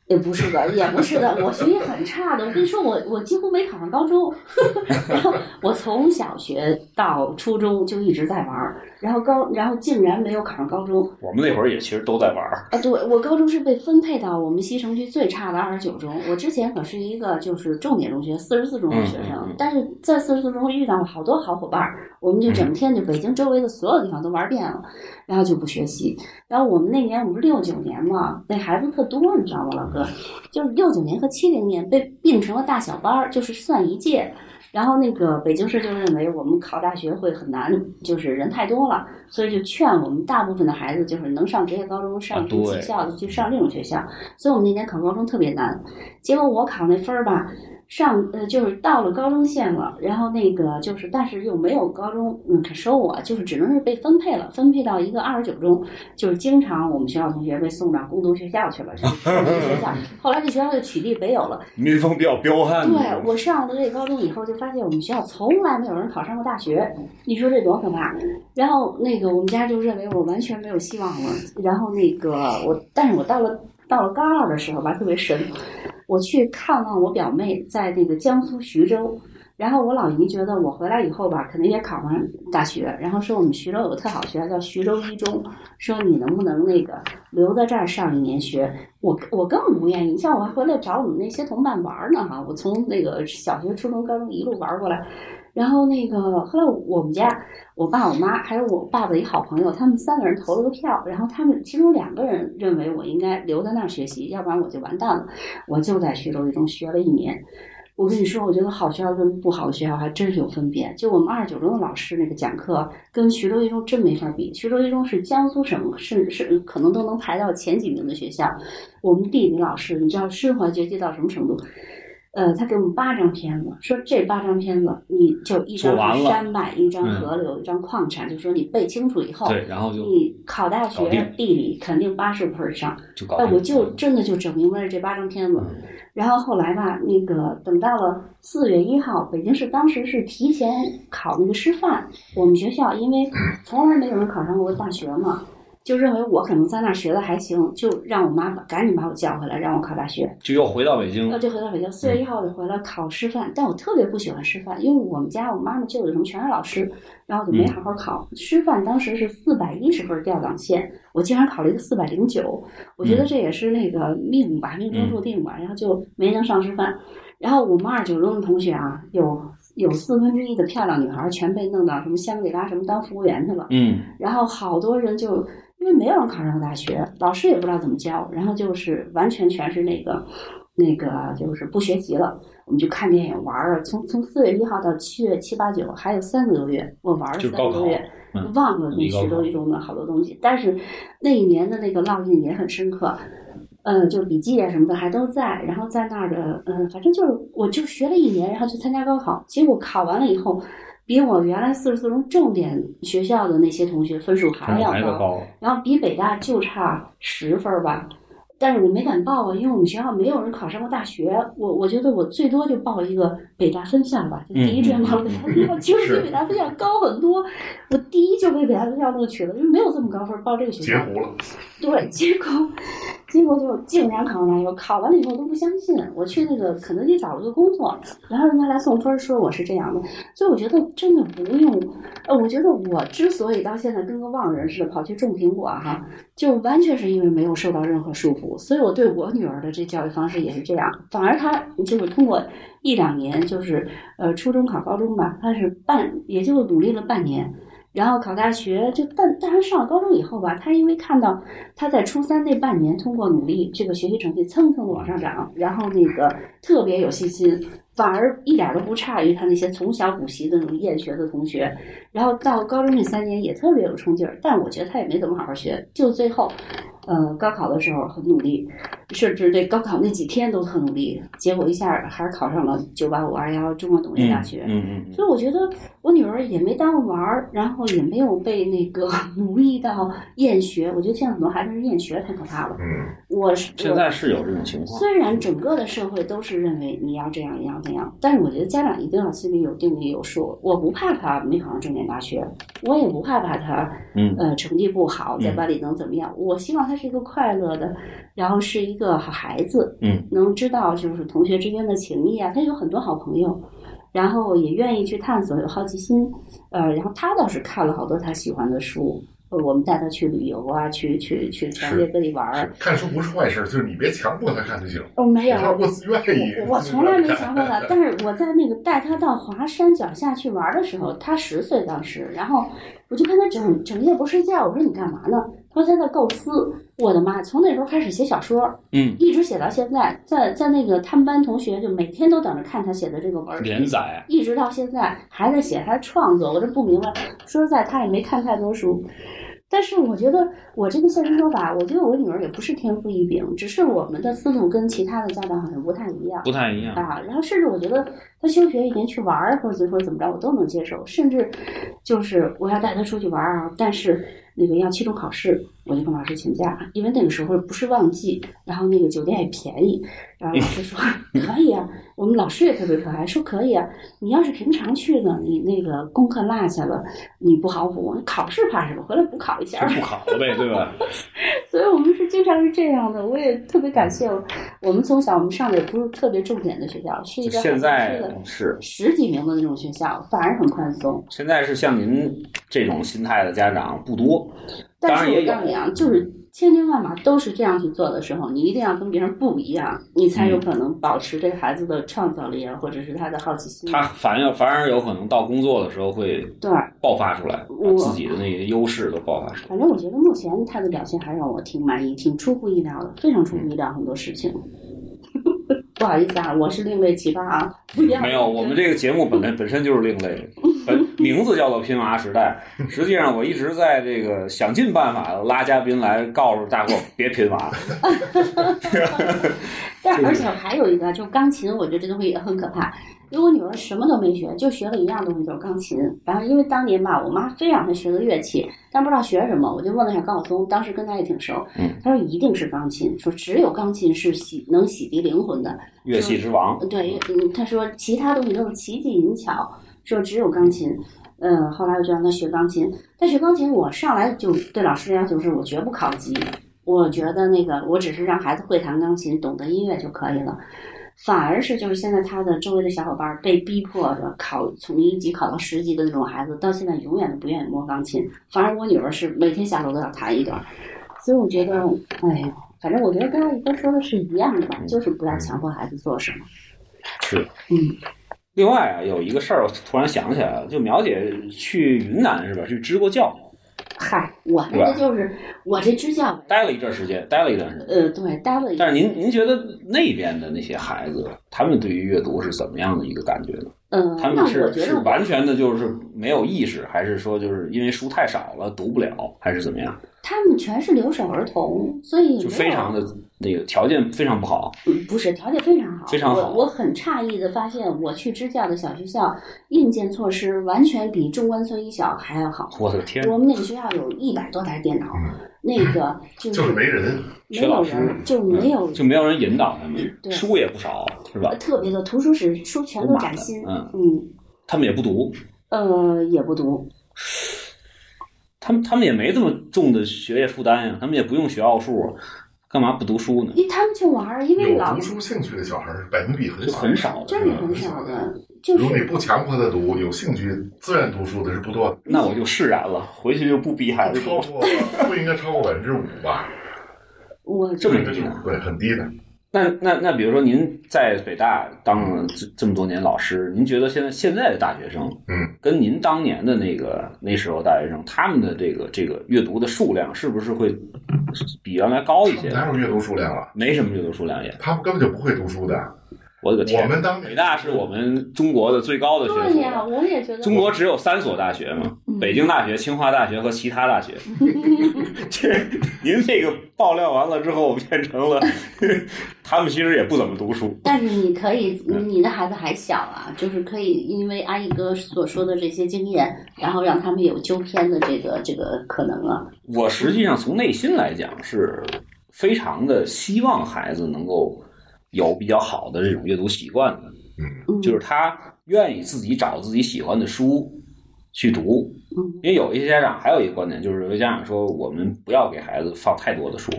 Speaker 4: 也不是的，也不是的，我学习很差的。我跟你说，我我几乎没考上高中， 然后我从小学到初中就一直在玩儿，然后高，然后竟然没有考上高中。
Speaker 2: 我们那会儿也其实都在玩儿，
Speaker 4: 啊，对，我高中是被分配到我们西城区最差的二十九中。我之前可是一个就是重点中学四十四中的学生，
Speaker 2: 嗯嗯嗯嗯
Speaker 4: 但是在四十四中遇到了好多好伙伴儿，我们就整天就北京周围的所有地方都玩遍了，然后就不学习。然后我们那年我们六九年嘛，那孩子特多，你知道吗，老哥？就是六九年和七零年被并成了大小班儿，就是算一届。然后那个北京市就认为我们考大学会很难，就是人太多了，所以就劝我们大部分的孩子就是能上职业高中、上
Speaker 2: 啊
Speaker 4: 什么
Speaker 2: 对
Speaker 4: 技校的去上这种学校。所以我们那年考高中特别难，结果我考那分儿吧，上呃就是到了高中线了，然后那个就是但是又没有高中嗯可收我，就是只能是被分配了，分配到一个二十九中，就是经常我们学校同学被送到工农学校去了，这是 工农学校，后来这学校就取缔北有了。
Speaker 2: 民风比较彪悍
Speaker 4: 对我上了这高中以后，就发现我们学校从来没有人考上过大学，你说这多可怕？然后那个我们家就认为我完全没有希望了。然后那个我，但是我到了到了高二的时候吧，特别神，我去看望我表妹，在那个江苏徐州。然后我老姨觉得我回来以后吧，肯定也考上大学。然后说我们徐州有个特好学校叫徐州一中，说你能不能那个留在这儿上一年学？我我根本不愿意。你像我还回来找我们那些同伴玩儿呢哈，我从那个小学、初中、高中一路玩儿过来。然后那个后来我们家我爸、我妈还有我爸爸一好朋友，他们三个人投了个票，然后他们其中两个人认为我应该留在那儿学习，要不然我就完蛋了。我就在徐州一中学了一年。我跟你说，我觉得好学校跟不好的学校还真是有分别。就我们二十九中的老师那个讲课，跟徐州一中真没法比。徐州一中是江苏省是是可能都能排到前几名的学校。我们地理老师，你知道身怀绝技到什么程度？呃，他给我们八张片子，说这八张片子你就一张
Speaker 2: 做完
Speaker 4: 是
Speaker 2: 了
Speaker 4: 山脉，一张
Speaker 2: 嗯
Speaker 4: 河流，一张矿产，就说你背清楚以后，
Speaker 2: 对，然后就
Speaker 4: 你考大学
Speaker 2: 搞定
Speaker 4: 地理肯定八十分以上。
Speaker 2: 就搞
Speaker 4: 哎，
Speaker 2: 定了。嗯
Speaker 4: 我就真的就整明白了这八张片子。然后后来吧，那个等到了四月一号，北京市当时是提前考那个师范，我们学校因为从来没有人考上过大学嘛，就认为我可能在那儿学的还行，就让我妈把赶紧把我叫回来，让我考大学。
Speaker 2: 就又回到北京嗯
Speaker 4: 然后，哦就回到北京，四月一号就回来考师范，但我特别不喜欢师范，因为我们家我妈妈舅舅什么全是老师，然后我就没
Speaker 2: 嗯
Speaker 4: 好好考。师范当时是四百一十分调档线，我竟然考了一个四百零九，我觉得
Speaker 2: 嗯
Speaker 4: 这也是那个命吧，命中注定吧，然后就没能上师范。然后我们二九中的同学啊，有有四分之一的漂亮女孩全被弄到什么香格里拉什么当服务员去了，
Speaker 2: 嗯
Speaker 4: 然后好多人就因为没有人考上过大学，老师也不知道怎么教，然后就是完全全是那个那个就是不学习了，我们就看电影玩儿。从从四月一号到七月七八九，还有三个多月，我玩了
Speaker 2: 就是
Speaker 4: 三
Speaker 2: 高
Speaker 4: 个多
Speaker 2: 考
Speaker 4: 月，
Speaker 2: 嗯
Speaker 4: 忘了那
Speaker 2: 离高
Speaker 4: 十
Speaker 2: 考
Speaker 4: 多一中的好多东西，但是那一年的那个烙印也很深刻。呃，就笔记啊什么的还都在，然后在那儿的，嗯、反正就是我就学了一年，然后去参加高考，结果考完了以后，比我原来四十四中重点学校的那些同学分数还要
Speaker 2: 还
Speaker 4: 高，
Speaker 2: 高，
Speaker 4: 然后比北大就差十分儿吧。但是我没敢报啊，因为我们学校没有人考上过大学，我我觉得我最多就报一个北大分校吧，就
Speaker 3: 嗯
Speaker 4: 第一志愿报北大分 校，就是
Speaker 3: 是
Speaker 4: 比北大分校高很多。我第一就被北大分校录取了，因为没有这么高分儿报这个学
Speaker 3: 截
Speaker 4: 校。
Speaker 3: 胡了。
Speaker 4: 对，结果结果就竟然考上大学，考完了以后都不相信。我去那个肯德基找了个工作，然后人家来送分儿，说我是这样的，所以我觉得真的不用。呃，我觉得我之所以到现在跟个忘人似的跑去种苹果啊哈，就完全是因为没有受到任何束缚，所以我对我女儿的这教育方式也是这样。反而她就是通过一两年，就是呃初中考高中吧，她是半也就努力了半年。然后考大学，就但但是上了高中以后吧，她因为看到她在初三那半年通过努力，这个学习成绩蹭蹭的往上涨，然后那个特别有信心，反而一点都不差于她那些从小补习的那种厌学的同学。然后到高中那三年也特别有冲劲儿，但我觉得他也没怎么好好学，就最后，呃，高考的时候很努力，甚至对高考那几天都特努力，结果一下还是考上了九八五二幺中国农业
Speaker 2: 嗯
Speaker 4: 大学。
Speaker 2: 嗯嗯嗯，
Speaker 4: 所以我觉得我女儿也没耽误玩儿，然后也没有被那个 奴役到厌学。我觉得现在很多孩子是厌学太可怕了。
Speaker 3: 嗯，
Speaker 4: 我是
Speaker 2: 现在是有这种情况，
Speaker 4: 虽然整个的社会都是认为你要这样，你要那样，但是我觉得家长一定要心里有定力有数。我不怕他没考上重点大学，我也不怕怕他
Speaker 2: 嗯
Speaker 4: 呃成绩不好，在
Speaker 2: 嗯
Speaker 4: 班里能怎么样？我希望他是一个快乐的，然后是一个好孩子，
Speaker 2: 嗯，
Speaker 4: 能知道就是同学之间的情谊啊，他有很多好朋友。然后也愿意去探索，有好奇心，呃，然后他倒是看了好多他喜欢的书，呃我们带他去旅游啊，去去去全世界各地玩儿，
Speaker 3: 看书不是坏事，就是你别强迫他看就行。
Speaker 4: 哦，没有，
Speaker 3: 他我愿意。
Speaker 4: 我我从来没强迫他，但是我在那个带他到华山脚下去玩的时候，他十岁当时，然后我就看他整整夜不睡觉，我说你干嘛呢？他说他在构思。我的妈！从那时候开始写小说，
Speaker 2: 嗯，
Speaker 4: 一直写到现在，在在那个他们班同学就每天都等着看他写的这个文儿，
Speaker 2: 连载，
Speaker 4: 一直到现在还在写，还在创作，我这不明白。说实在，他也没看太多书，但是我觉得我这个现身说法，我觉得我女儿也不是天赋异禀，只是我们的思路跟其他的家长好像不太一样
Speaker 2: 不太一样，
Speaker 4: 啊。然后甚至我觉得她休学一年去玩儿，或者说怎么着，我都能接受。甚至就是我要带她出去玩儿啊，但是那个要期中考试，我就跟老师请假，因为那个时候不是旺季，然后那个酒店也便宜，然后老师说可以啊，我们老师也特别可爱，说可以啊。你要是平常去呢，你那个功课落下了，你不好补，考试怕什么？回来补考一下
Speaker 2: 就
Speaker 4: 儿。
Speaker 2: 不考了呗，对吧？
Speaker 4: 所以我们是经常是这样的。我也特别感谢我，我们从小我们上的也不是特别重点的学校，是一
Speaker 2: 就
Speaker 4: 个
Speaker 2: 现在
Speaker 4: 很特殊的
Speaker 2: 是
Speaker 4: 十几名的那种学校，反而很宽松。
Speaker 2: 现在是像您这种心态的家长不多，当
Speaker 4: 但是
Speaker 2: 然也
Speaker 4: 我
Speaker 2: 有
Speaker 4: 告诉你啊，就是千军万马都是这样去做的时候，你一定要跟别人不一样，你才
Speaker 2: 嗯
Speaker 4: 有可能保持这孩子的创造力啊，或者是他的好奇心。啊
Speaker 2: 他反而反而有可能到工作的时候会
Speaker 4: 对吧，
Speaker 2: 爆发出来，把
Speaker 4: 我
Speaker 2: 自己的那个优势都爆发出来。
Speaker 4: 反正我觉得目前他的表现还让我挺满意，挺出乎意料的，非常出
Speaker 2: 嗯
Speaker 4: 乎意料很多事情。 不好意思啊，我是另类奇葩啊，不要
Speaker 2: 没有，我们这个节目本来本身就是另类的， 本名字叫做“拼娃时代”。实际上，我一直在这个想尽办法拉嘉宾来告诉大伙儿别拼 娃了。
Speaker 4: 但而且还有一个，就是钢琴，我觉得这东西也很可怕。因为我女儿什么都没学，就学了一样东西，就是钢琴。然后因为当年吧，我妈非让她学个乐器，但不知道学什么，我就问了一下高晓松，当时跟她也挺熟
Speaker 2: 嗯，
Speaker 4: 她说一定是钢琴，说只有钢琴是洗能洗涤灵魂的。
Speaker 2: 乐器之王，
Speaker 4: 对，嗯，她说其他东西都是奇技淫巧，说只有钢琴。嗯，后来我就让他学钢琴。但学钢琴，我上来就对老师的要求是我绝不考级，我觉得那个我只是让孩子会弹钢琴，懂得音乐就可以了。反而是就是现在他的周围的小伙伴被逼迫着考从一级考到十级的那种孩子，到现在永远都不愿意摸钢琴。反而我女儿是每天下楼都要弹一段，所以我觉得，哎呀，反正我觉得跟阿姨哥说的是一样的吧，就是不要强迫孩子做什么。
Speaker 2: 是，
Speaker 4: 嗯。
Speaker 2: 另外啊，有一个事儿，我突然想起来了，就苗姐去云南是吧？去支过教，
Speaker 4: 嗨，我们这就是我这支教，
Speaker 2: 待了一段时间，待了一段时间。
Speaker 4: 呃，对，待了一
Speaker 2: 但是您您觉得那边的那些孩子，他们对于阅读是怎么样的一个感觉呢？
Speaker 4: 呃，
Speaker 2: 他
Speaker 4: 那
Speaker 2: 们
Speaker 4: 我
Speaker 2: 是
Speaker 4: 觉
Speaker 2: 是
Speaker 4: 得
Speaker 2: 完全的就是没有意识，还是说就是因为书太少了读不了，还是怎么样？
Speaker 4: 他们全是留守儿童，所以
Speaker 2: 就
Speaker 4: 嗯没
Speaker 2: 非
Speaker 4: 有
Speaker 2: 常的那个条件非常不好。
Speaker 4: 嗯不是条件非常好，
Speaker 2: 非常好
Speaker 4: 我我很诧异的发现，我去支教的小学校硬件措施完全比中关村一小还要好。
Speaker 2: 我的天，嗯
Speaker 4: 我们那个学校有一百多台电脑，那 个 就
Speaker 3: 就是
Speaker 4: 是
Speaker 3: 没人，
Speaker 4: 没
Speaker 2: 缺老
Speaker 4: 有
Speaker 2: 师嗯
Speaker 4: 人，就没有
Speaker 2: 就没有人引导他们，
Speaker 4: 对
Speaker 2: 书也不少是吧？
Speaker 4: 特别多图书室书全都
Speaker 2: 满
Speaker 4: 崭
Speaker 2: 的
Speaker 4: 新，
Speaker 2: 嗯
Speaker 4: 嗯
Speaker 2: 他们也不读，
Speaker 4: 呃也不读，
Speaker 2: 他们他们也没这么重的学业负担呀，他们也不用学奥数，啊干嘛不读书呢？
Speaker 4: 因为他们就玩儿，因为
Speaker 3: 有
Speaker 4: 老
Speaker 3: 读书兴趣的小孩儿百分比很
Speaker 2: 就
Speaker 3: 小，
Speaker 2: 很少的
Speaker 4: 真
Speaker 2: 是
Speaker 4: 的
Speaker 2: 吧
Speaker 4: 很少的，就
Speaker 3: 如果你
Speaker 4: 是
Speaker 3: 不强迫他读，有兴趣自愿读书的是不多的，
Speaker 2: 那我就释然了，回去就不逼孩子
Speaker 3: 超
Speaker 2: 读。
Speaker 3: 过不应该超过百分之五 吧？
Speaker 4: 我
Speaker 2: 这么
Speaker 3: 应该是对很低的。
Speaker 2: 那那那，比如说您在北大当了这这么多年老师，您觉得现在现在的大学生，
Speaker 3: 嗯，
Speaker 2: 跟您当年的那个那时候大学生，他们的这个这个阅读的数量是不是会比原来高一些？
Speaker 3: 哪有阅读数量啊？
Speaker 2: 没什么阅读数量也，
Speaker 3: 他们根本就不会读书的。
Speaker 2: 我的个
Speaker 3: 我
Speaker 2: 天！
Speaker 3: 们当
Speaker 2: 北
Speaker 3: 年
Speaker 2: 大是我们中国的最高的学
Speaker 4: 对
Speaker 2: 府
Speaker 4: 呀，
Speaker 2: 了，
Speaker 4: 我也觉得
Speaker 2: 中国只有三所大学嘛，
Speaker 4: 嗯
Speaker 2: 北京大学、清华大学和其他大 学。这您这个爆料完了之后，变成了 他们其实也不怎么读书。
Speaker 4: 但是你可以，
Speaker 2: 嗯
Speaker 4: 你的孩子还小啊，就是可以因为阿姨哥所说的这些经验，然后让他们有纠偏的这个这个可能啊。
Speaker 2: 我实际上从内心来讲是非常的希望孩子能够有比较好的这种阅读习惯的，
Speaker 4: 嗯，
Speaker 2: 就是他愿意自己找自己喜欢的书去读。
Speaker 4: 嗯
Speaker 2: 因为有一些家长还有一个观点，就是有些家长说我们不要给孩子放太多的书，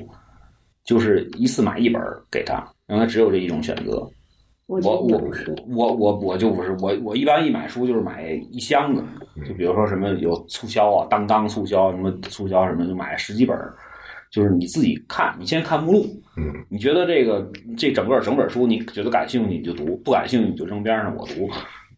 Speaker 2: 就是一次买一本儿给他，让他只有这一种选择。
Speaker 4: 我觉
Speaker 2: 我
Speaker 4: 得
Speaker 2: 我
Speaker 4: 也不是，
Speaker 2: 我我我就不是我我一般一买书就是买一箱子，就比如说什么有促销啊，当当促销什么促销什么，就买十几本儿，就是你自己看，你先看目录，
Speaker 3: 嗯，
Speaker 2: 你觉得这个这整个整本书你觉得感兴趣你就读，不感兴趣你就扔边上我读，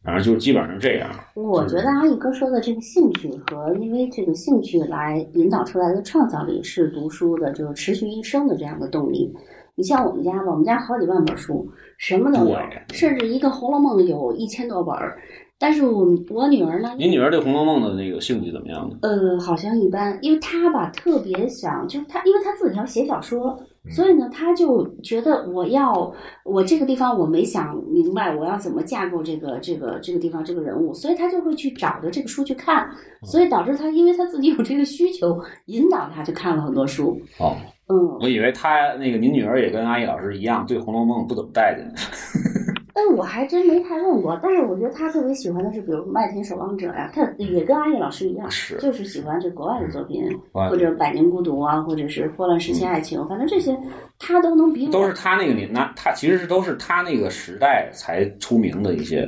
Speaker 2: 反正就是基本上是这样。
Speaker 4: 我觉得阿姨哥说的这个兴趣和因为这个兴趣来引导出来的创造力，是读书的，就是持续一生的这样的动力。你像我们家吧，我们家好几万本书，什么都有，
Speaker 2: 对
Speaker 4: 甚至一个《红楼梦》有一千多本儿。但是我我女儿呢，
Speaker 2: 您女儿对《红楼梦》的那个兴趣怎么样呢？
Speaker 4: 呃，好像一般，因为他吧特别想，就是他，因为他自己要写小说，所以呢，他就觉得我要我这个地方我没想明白，我要怎么架构这个这个这个地方这个人物，所以他就会去找着这个书去看，所以导致他因为他自己有这个需求，引导他去看了很多书。
Speaker 2: 哦，
Speaker 4: 嗯，
Speaker 2: 我以为她那个您女儿也跟阿姨老师一样对《红楼梦》不怎么待见。
Speaker 4: 但我还真没太问过，但是我觉得他特别喜欢的是，比如《麦田守望者》呀，他也跟阿叶老师一样，
Speaker 2: 是
Speaker 4: 就是喜欢这国外的作品，
Speaker 2: 嗯国外的嗯
Speaker 4: 或者《百年孤独》啊，或者是《霍乱时期爱情》反正这些他都能比我
Speaker 2: 都是他那个年，那他其实是都是他那个时代才出名的一些，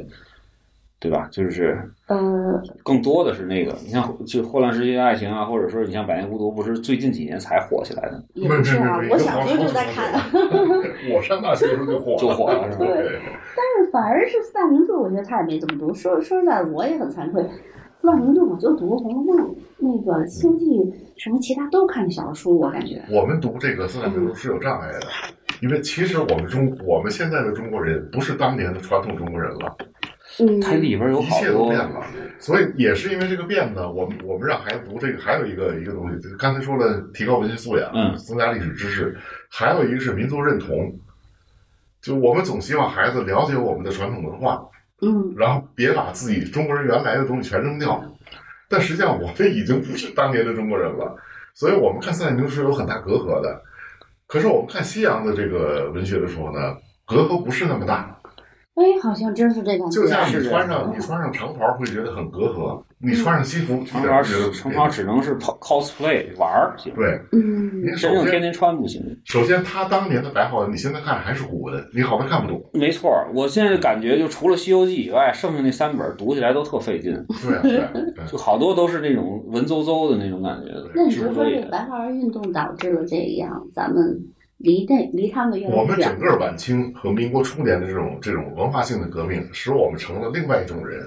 Speaker 2: 对吧？就是
Speaker 4: 呃，
Speaker 2: 更多的是那个，你像就《霍乱时期的爱情》啊，或者说你像《百年孤独》，不是最近几年才火起来的，
Speaker 4: 也不是啊
Speaker 3: 没没没，
Speaker 4: 我小时候就在看，。
Speaker 3: 我上大学的时候就火了，
Speaker 2: 就火了是吧
Speaker 3: 对，
Speaker 4: 但是反而是四大名著，我觉得他也没怎么读。说说实在，我也很惭愧，四大名著我就读过《红楼梦》，那个《西游记》什么其他都看小说，我感觉。
Speaker 3: 我们读这个四大名著是有障碍的，
Speaker 4: 嗯
Speaker 3: 因为其实我们中我们现在的中国人不是当年的传统中国人了，
Speaker 4: 嗯，
Speaker 2: 它里边有
Speaker 3: 一
Speaker 2: 好
Speaker 3: 切都
Speaker 2: 多
Speaker 3: 变了。所以也是因为这个变呢，我们我们让孩子读这个，还有一个一个东西，就是刚才说了，提高文学素养，
Speaker 2: 嗯
Speaker 3: 增加历史知识，还有一个是民族认同。就我们总希望孩子了解我们的传统文化，
Speaker 4: 嗯，
Speaker 3: 然后别把自己中国人原来的东西全扔掉。但实际上，我们已经不是当年的中国人了，所以我们看四大名著是有很大隔阂的。可是我们看西洋的这个文学的时候呢，隔阂不是那么大，
Speaker 4: 哎，好像真是这感觉。
Speaker 3: 就像你
Speaker 2: 是
Speaker 3: 穿上你穿上长袍会觉得很隔阂，你穿上西服一
Speaker 2: 长
Speaker 3: 点
Speaker 2: 袍
Speaker 3: 儿觉得
Speaker 2: 长袍只能是 po- cosplay 玩儿，
Speaker 3: 对。
Speaker 4: 嗯，
Speaker 3: 您
Speaker 2: 真
Speaker 3: 首
Speaker 2: 正天
Speaker 3: 先
Speaker 2: 天穿不行。
Speaker 3: 首先他当年的白话文，你现在看还是古文，你好多看不懂。
Speaker 2: 没错儿，我现在感觉就除了《西游记》以外，剩下那三本儿读起来都特费劲，
Speaker 4: 嗯
Speaker 3: 对啊，对啊对 啊
Speaker 2: 就好多都是那种文绉绉的那种感觉。
Speaker 4: 那你
Speaker 2: 知
Speaker 4: 就
Speaker 2: 乎
Speaker 4: 说
Speaker 2: 者
Speaker 4: 这
Speaker 2: 也
Speaker 4: 个白话文运动导致了这样，咱们离那离他们越来
Speaker 3: 我
Speaker 4: 越
Speaker 3: 们整
Speaker 4: 远。
Speaker 3: 个晚清和民国初年的这种这种文化性的革命，使我们成了另外一种人，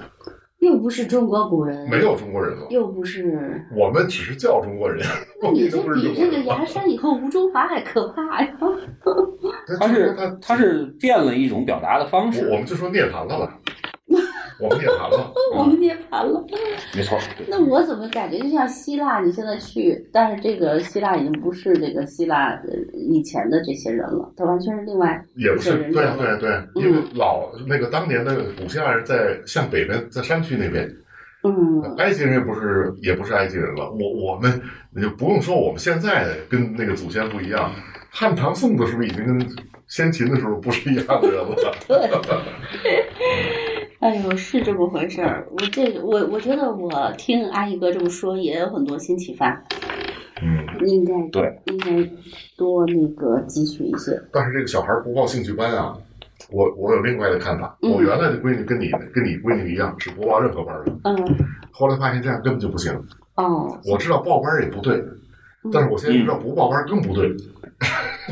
Speaker 4: 又不是中国古人，
Speaker 3: 没有中国人了。
Speaker 4: 又不是，
Speaker 3: 我们只是叫中国 人，
Speaker 4: 那
Speaker 3: 我
Speaker 4: 你
Speaker 3: 们
Speaker 4: 这
Speaker 3: 都不是
Speaker 4: 比
Speaker 3: 中
Speaker 4: 这
Speaker 3: 国 人。
Speaker 4: 个
Speaker 3: 嗯
Speaker 4: 崖山以后吴中华还可怕呀！
Speaker 2: 他
Speaker 3: 就是说他
Speaker 2: 他是变了一种表达的方
Speaker 3: 我我
Speaker 2: 式，
Speaker 3: 们就说涅槃了吧，我们涅 槃了。
Speaker 4: 我们涅槃了。
Speaker 2: 没错儿。
Speaker 4: 那我怎么感觉就像希腊？你现在去，但是这个希腊已经不是这个希腊呃以前的这些人了，它完全是另外。
Speaker 3: 也不是
Speaker 4: 有，人嗯
Speaker 3: 对
Speaker 4: 有
Speaker 3: 对对，因为老那个当年的古希腊人在向北边，在山区那边，
Speaker 4: 嗯，
Speaker 3: 埃及人也不是也不是埃及人了。我我们你就不用说，我们现在跟那个祖先不一样，
Speaker 4: 嗯
Speaker 3: 汉唐宋的时候已经跟先秦的时候不是一样的人了。
Speaker 4: 对。哎呦，是这么回事儿。我这个，我我觉得我听阿姨哥这么说，也有很多新启发，
Speaker 3: 嗯，
Speaker 4: 应该
Speaker 2: 对，
Speaker 4: 应该多那个汲取一些。
Speaker 3: 但是这个小孩不报兴趣班啊，我我有另外的看法。
Speaker 4: 嗯
Speaker 3: 我原来的闺女跟你跟你闺女一样，是不报任何班的，
Speaker 4: 嗯，
Speaker 3: 后来发现这样根本就不行。
Speaker 4: 哦，
Speaker 3: 我知道报班也不对，
Speaker 4: 嗯
Speaker 3: 但是我现在知道不报班更不对。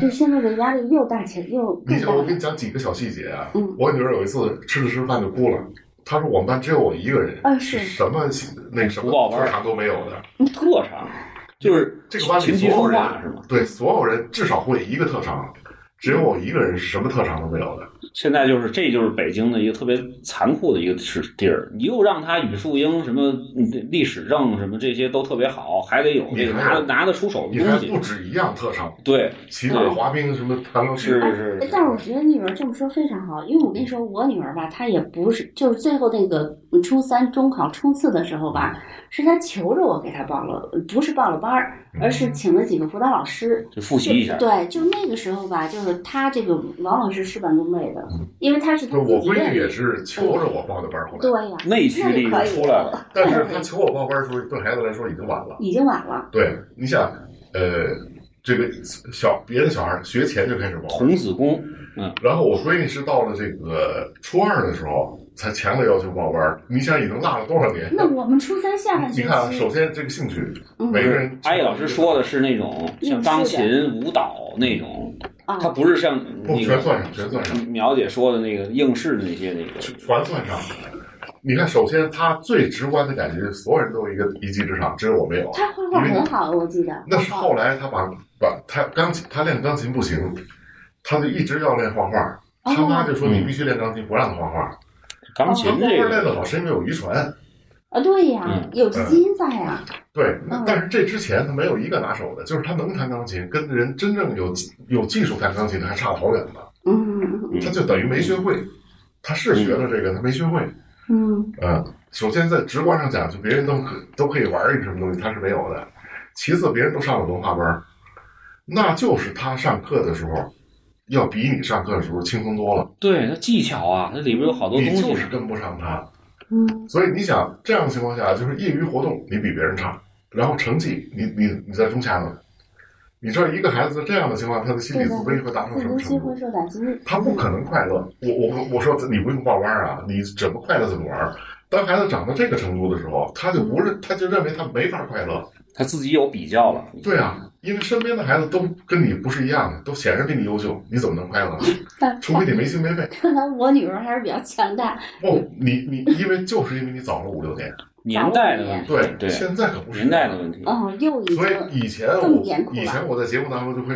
Speaker 4: 就是现在的压力又大起来，又
Speaker 3: 你
Speaker 4: 更大
Speaker 3: 想，我
Speaker 4: 了
Speaker 3: 给。你讲几个小细节啊。
Speaker 4: 嗯
Speaker 3: 我女儿有一次吃着吃着饭就哭了，她说我们班只有我一个人，
Speaker 4: 啊是
Speaker 3: 什么那个什么
Speaker 2: 不报班
Speaker 3: 特长都没有的。
Speaker 2: 特长啊就是
Speaker 3: 这个班里
Speaker 2: 琴棋
Speaker 3: 所有
Speaker 2: 书
Speaker 3: 人
Speaker 2: 画是吗？
Speaker 3: 对，所有人至少会一个特长，只有我一个人是什么特长都没有的。
Speaker 2: 现在就是这就是北京的一个特别残酷的一个是地儿，你又让他语数英什么嗯历史证什么这些都特别好，还得有这个
Speaker 3: 你还
Speaker 2: 拿
Speaker 3: 有
Speaker 2: 拿得出手的
Speaker 3: 你还
Speaker 2: 东
Speaker 3: 不
Speaker 2: 西。
Speaker 3: 止一样特长，
Speaker 2: 对，
Speaker 3: 骑马、滑冰什么弹钢琴
Speaker 2: 是
Speaker 4: 哎
Speaker 2: 是
Speaker 4: 哎但是我觉得女儿这么说非常好，因为我跟你说，我女儿吧，她也不是，就是最后那个嗯初三中考冲刺的时候吧，是她求着我给她报了，呃不是报了班儿，
Speaker 3: 嗯
Speaker 4: 而是请了几个辅导老师。
Speaker 2: 就复习一下。
Speaker 4: 对，就那个时候吧，就是她这个往往是事半功倍的，因为她是她
Speaker 3: 就
Speaker 4: 自
Speaker 3: 嗯我
Speaker 4: 己
Speaker 3: 闺
Speaker 4: 愿
Speaker 3: 女也
Speaker 4: 意。
Speaker 3: 是求着我报的班儿，后来，
Speaker 4: 对呀、
Speaker 2: 内驱力
Speaker 4: 那也可以
Speaker 2: 出来了，
Speaker 3: 但是她求我报班儿的时候，对孩子来说已经晚了。
Speaker 4: 已经晚了。
Speaker 3: 对，你想，呃，这个小别的小孩儿学前就开始报班儿，
Speaker 2: 童子功，
Speaker 3: 然后我闺女是到了这个初二的时候才强烈要求报班儿，你想已经落了多少年？
Speaker 4: 那我们初三下半
Speaker 3: 你
Speaker 4: 学
Speaker 3: 看啊，
Speaker 4: 期
Speaker 3: 首，先这个兴趣，
Speaker 4: 嗯
Speaker 3: 每个人
Speaker 2: 阿毅老师说的嗯哦是那种像钢琴、舞蹈那种，
Speaker 4: 啊，
Speaker 2: 他不是像
Speaker 3: 不
Speaker 2: 那
Speaker 3: 全
Speaker 2: 个
Speaker 3: 算上，全算上，
Speaker 2: 苗姐说的那个应试的那些那个。
Speaker 3: 全算上。你看，首先他最直观的感觉，就是所有人都有一个一技之长，只有我没有。
Speaker 4: 她画画很好，我记得。
Speaker 3: 那是后来他把把他钢琴，他练钢琴不行，他就一直要练画画。他妈
Speaker 4: 哦
Speaker 3: 就说你必须练钢琴，不让他画画。
Speaker 2: 钢琴
Speaker 3: 他画画
Speaker 4: 嗯
Speaker 2: 这
Speaker 3: 练
Speaker 2: 个，
Speaker 3: 得好是因为有遗传，
Speaker 4: 啊，对呀、
Speaker 2: 嗯
Speaker 4: 有这基因在呀、
Speaker 3: 对
Speaker 4: 嗯，
Speaker 3: 但是这之前他没有一个拿手的，就是他能弹钢琴，跟人真正有有技术弹钢琴的还差得好远呢。
Speaker 4: 嗯嗯
Speaker 2: 嗯
Speaker 3: 他就等于没学会，他是学了这个，他没学会。
Speaker 4: 嗯。
Speaker 3: 嗯，首先在直观上讲，就别人都可都可以玩一个什么东西，他是没有的。其次，别人都上了文化班儿，那就是他上课的时候要比你上课的时候轻松多了，
Speaker 2: 对他技巧啊，它里边有好多东
Speaker 3: 你
Speaker 2: 西
Speaker 3: 就是跟不上他。
Speaker 4: 嗯
Speaker 3: 所以你想，这样的情况下，就是业余活动你比别人差，然后成绩你你你在中下呢。你知道一个孩子在这样的情况下，他的心理自卑会达成
Speaker 4: 自
Speaker 3: 什
Speaker 4: 尊
Speaker 3: 么
Speaker 4: 心
Speaker 3: 程
Speaker 4: 会
Speaker 3: 度？
Speaker 4: 受打击。
Speaker 3: 他不 可能快乐。我我我说你不用报班啊，你怎么快乐怎么玩。当孩子长到这个程度的时候，他就不认，他就认为他没法快乐。
Speaker 2: 他自己有比较了。
Speaker 3: 对啊，因为身边的孩子都跟你不是一样的，都显然比你优秀，你怎么能快乐？
Speaker 4: 但
Speaker 3: 除非你没心没肺。
Speaker 4: 看来我女儿还是比较强大。
Speaker 3: 不，你你因为就是因为你早了五六年。
Speaker 2: 年代的问题，
Speaker 3: 啊对
Speaker 2: 对，
Speaker 3: 现在可不是
Speaker 2: 年代的问题。
Speaker 4: 哦，又已经
Speaker 3: 嗯所以以前
Speaker 4: 更
Speaker 3: 我
Speaker 4: 严酷了
Speaker 3: 以前我在节目当中就会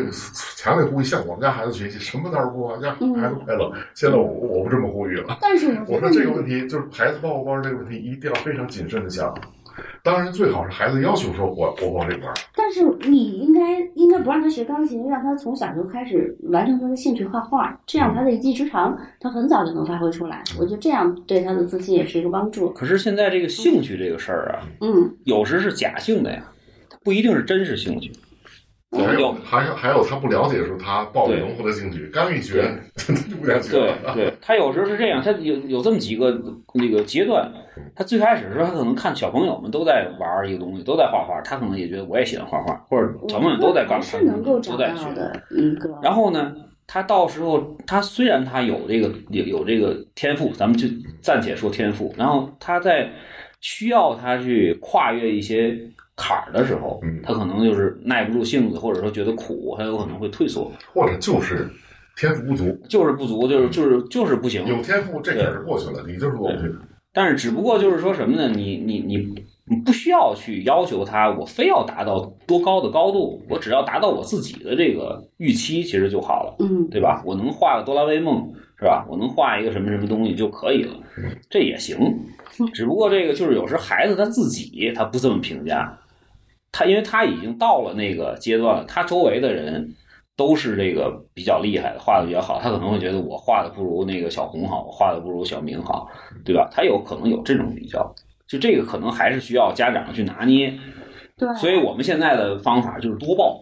Speaker 3: 强烈呼吁向我们家孩子学习，什么都是不让孩子快乐。现在我我不这么呼吁了，
Speaker 4: 但是我
Speaker 3: 我
Speaker 4: 觉
Speaker 3: 说
Speaker 4: 得
Speaker 3: 这个问
Speaker 4: 你
Speaker 3: 题就是孩子报不报这个问题一定要非常谨慎的想。当然，最好是孩子要求说我我报这个班儿，
Speaker 4: 但是你应该应该不让她学钢琴，让她从小就开始完成她的兴趣画画，这样她的一技之长，她很早就能发挥出来。我觉得这样对她的自信也是一个帮助。
Speaker 2: 可是现在这个兴趣这个事儿啊，
Speaker 4: 嗯，
Speaker 2: 有时是假性的呀，它不一定是真是兴趣。有
Speaker 3: 还有
Speaker 2: 有
Speaker 3: 还有还有，他不了解的时候，他暴力农户的兴趣，刚一学录不下去
Speaker 2: 对
Speaker 3: 了。
Speaker 2: 对，他有时候是这样，他有有这么几个那个阶段。他最开始的时候，他可能看小朋友们都在玩儿一个东西，都在画画，他可能也觉得我也喜欢画画，或者小朋友都在干
Speaker 4: 还
Speaker 2: 嘛，
Speaker 4: 是能够找
Speaker 2: 都在学
Speaker 4: 到。的一个。
Speaker 2: 然后呢，他到时候他虽然他有这个有有这个天赋，咱们就暂且说天赋，然后他在需要他去跨越一些坎儿的时候
Speaker 3: 嗯，
Speaker 2: 他可能就是耐不住性子，或者说觉得苦，他有可能会退缩，
Speaker 3: 或者就是天赋不足，
Speaker 2: 就是不足，就是就是就是不行。
Speaker 3: 有天赋这坎儿过去了，你就是过不去。
Speaker 2: 但是只不过就是说什么呢？你你你。你不需要去要求他，我非要达到多高的高度，我只要达到我自己的这个预期，其实就好了。
Speaker 4: 嗯，
Speaker 2: 对吧？我能画个哆啦 A 梦是吧？我能画一个什么什么东西就可以了，这也行。只不过这个就是有时候孩子他自己他不这么评价，他因为他已经到了那个阶段了，他周围的人都是这个比较厉害的，画的比较好，他可能会觉得我画的不如那个小红好，我画的不如小明好，对吧？他有可能有这种比较，就这个可能还是需要家长去拿捏。
Speaker 4: 对。
Speaker 2: 所以我们现在的方法就是多报。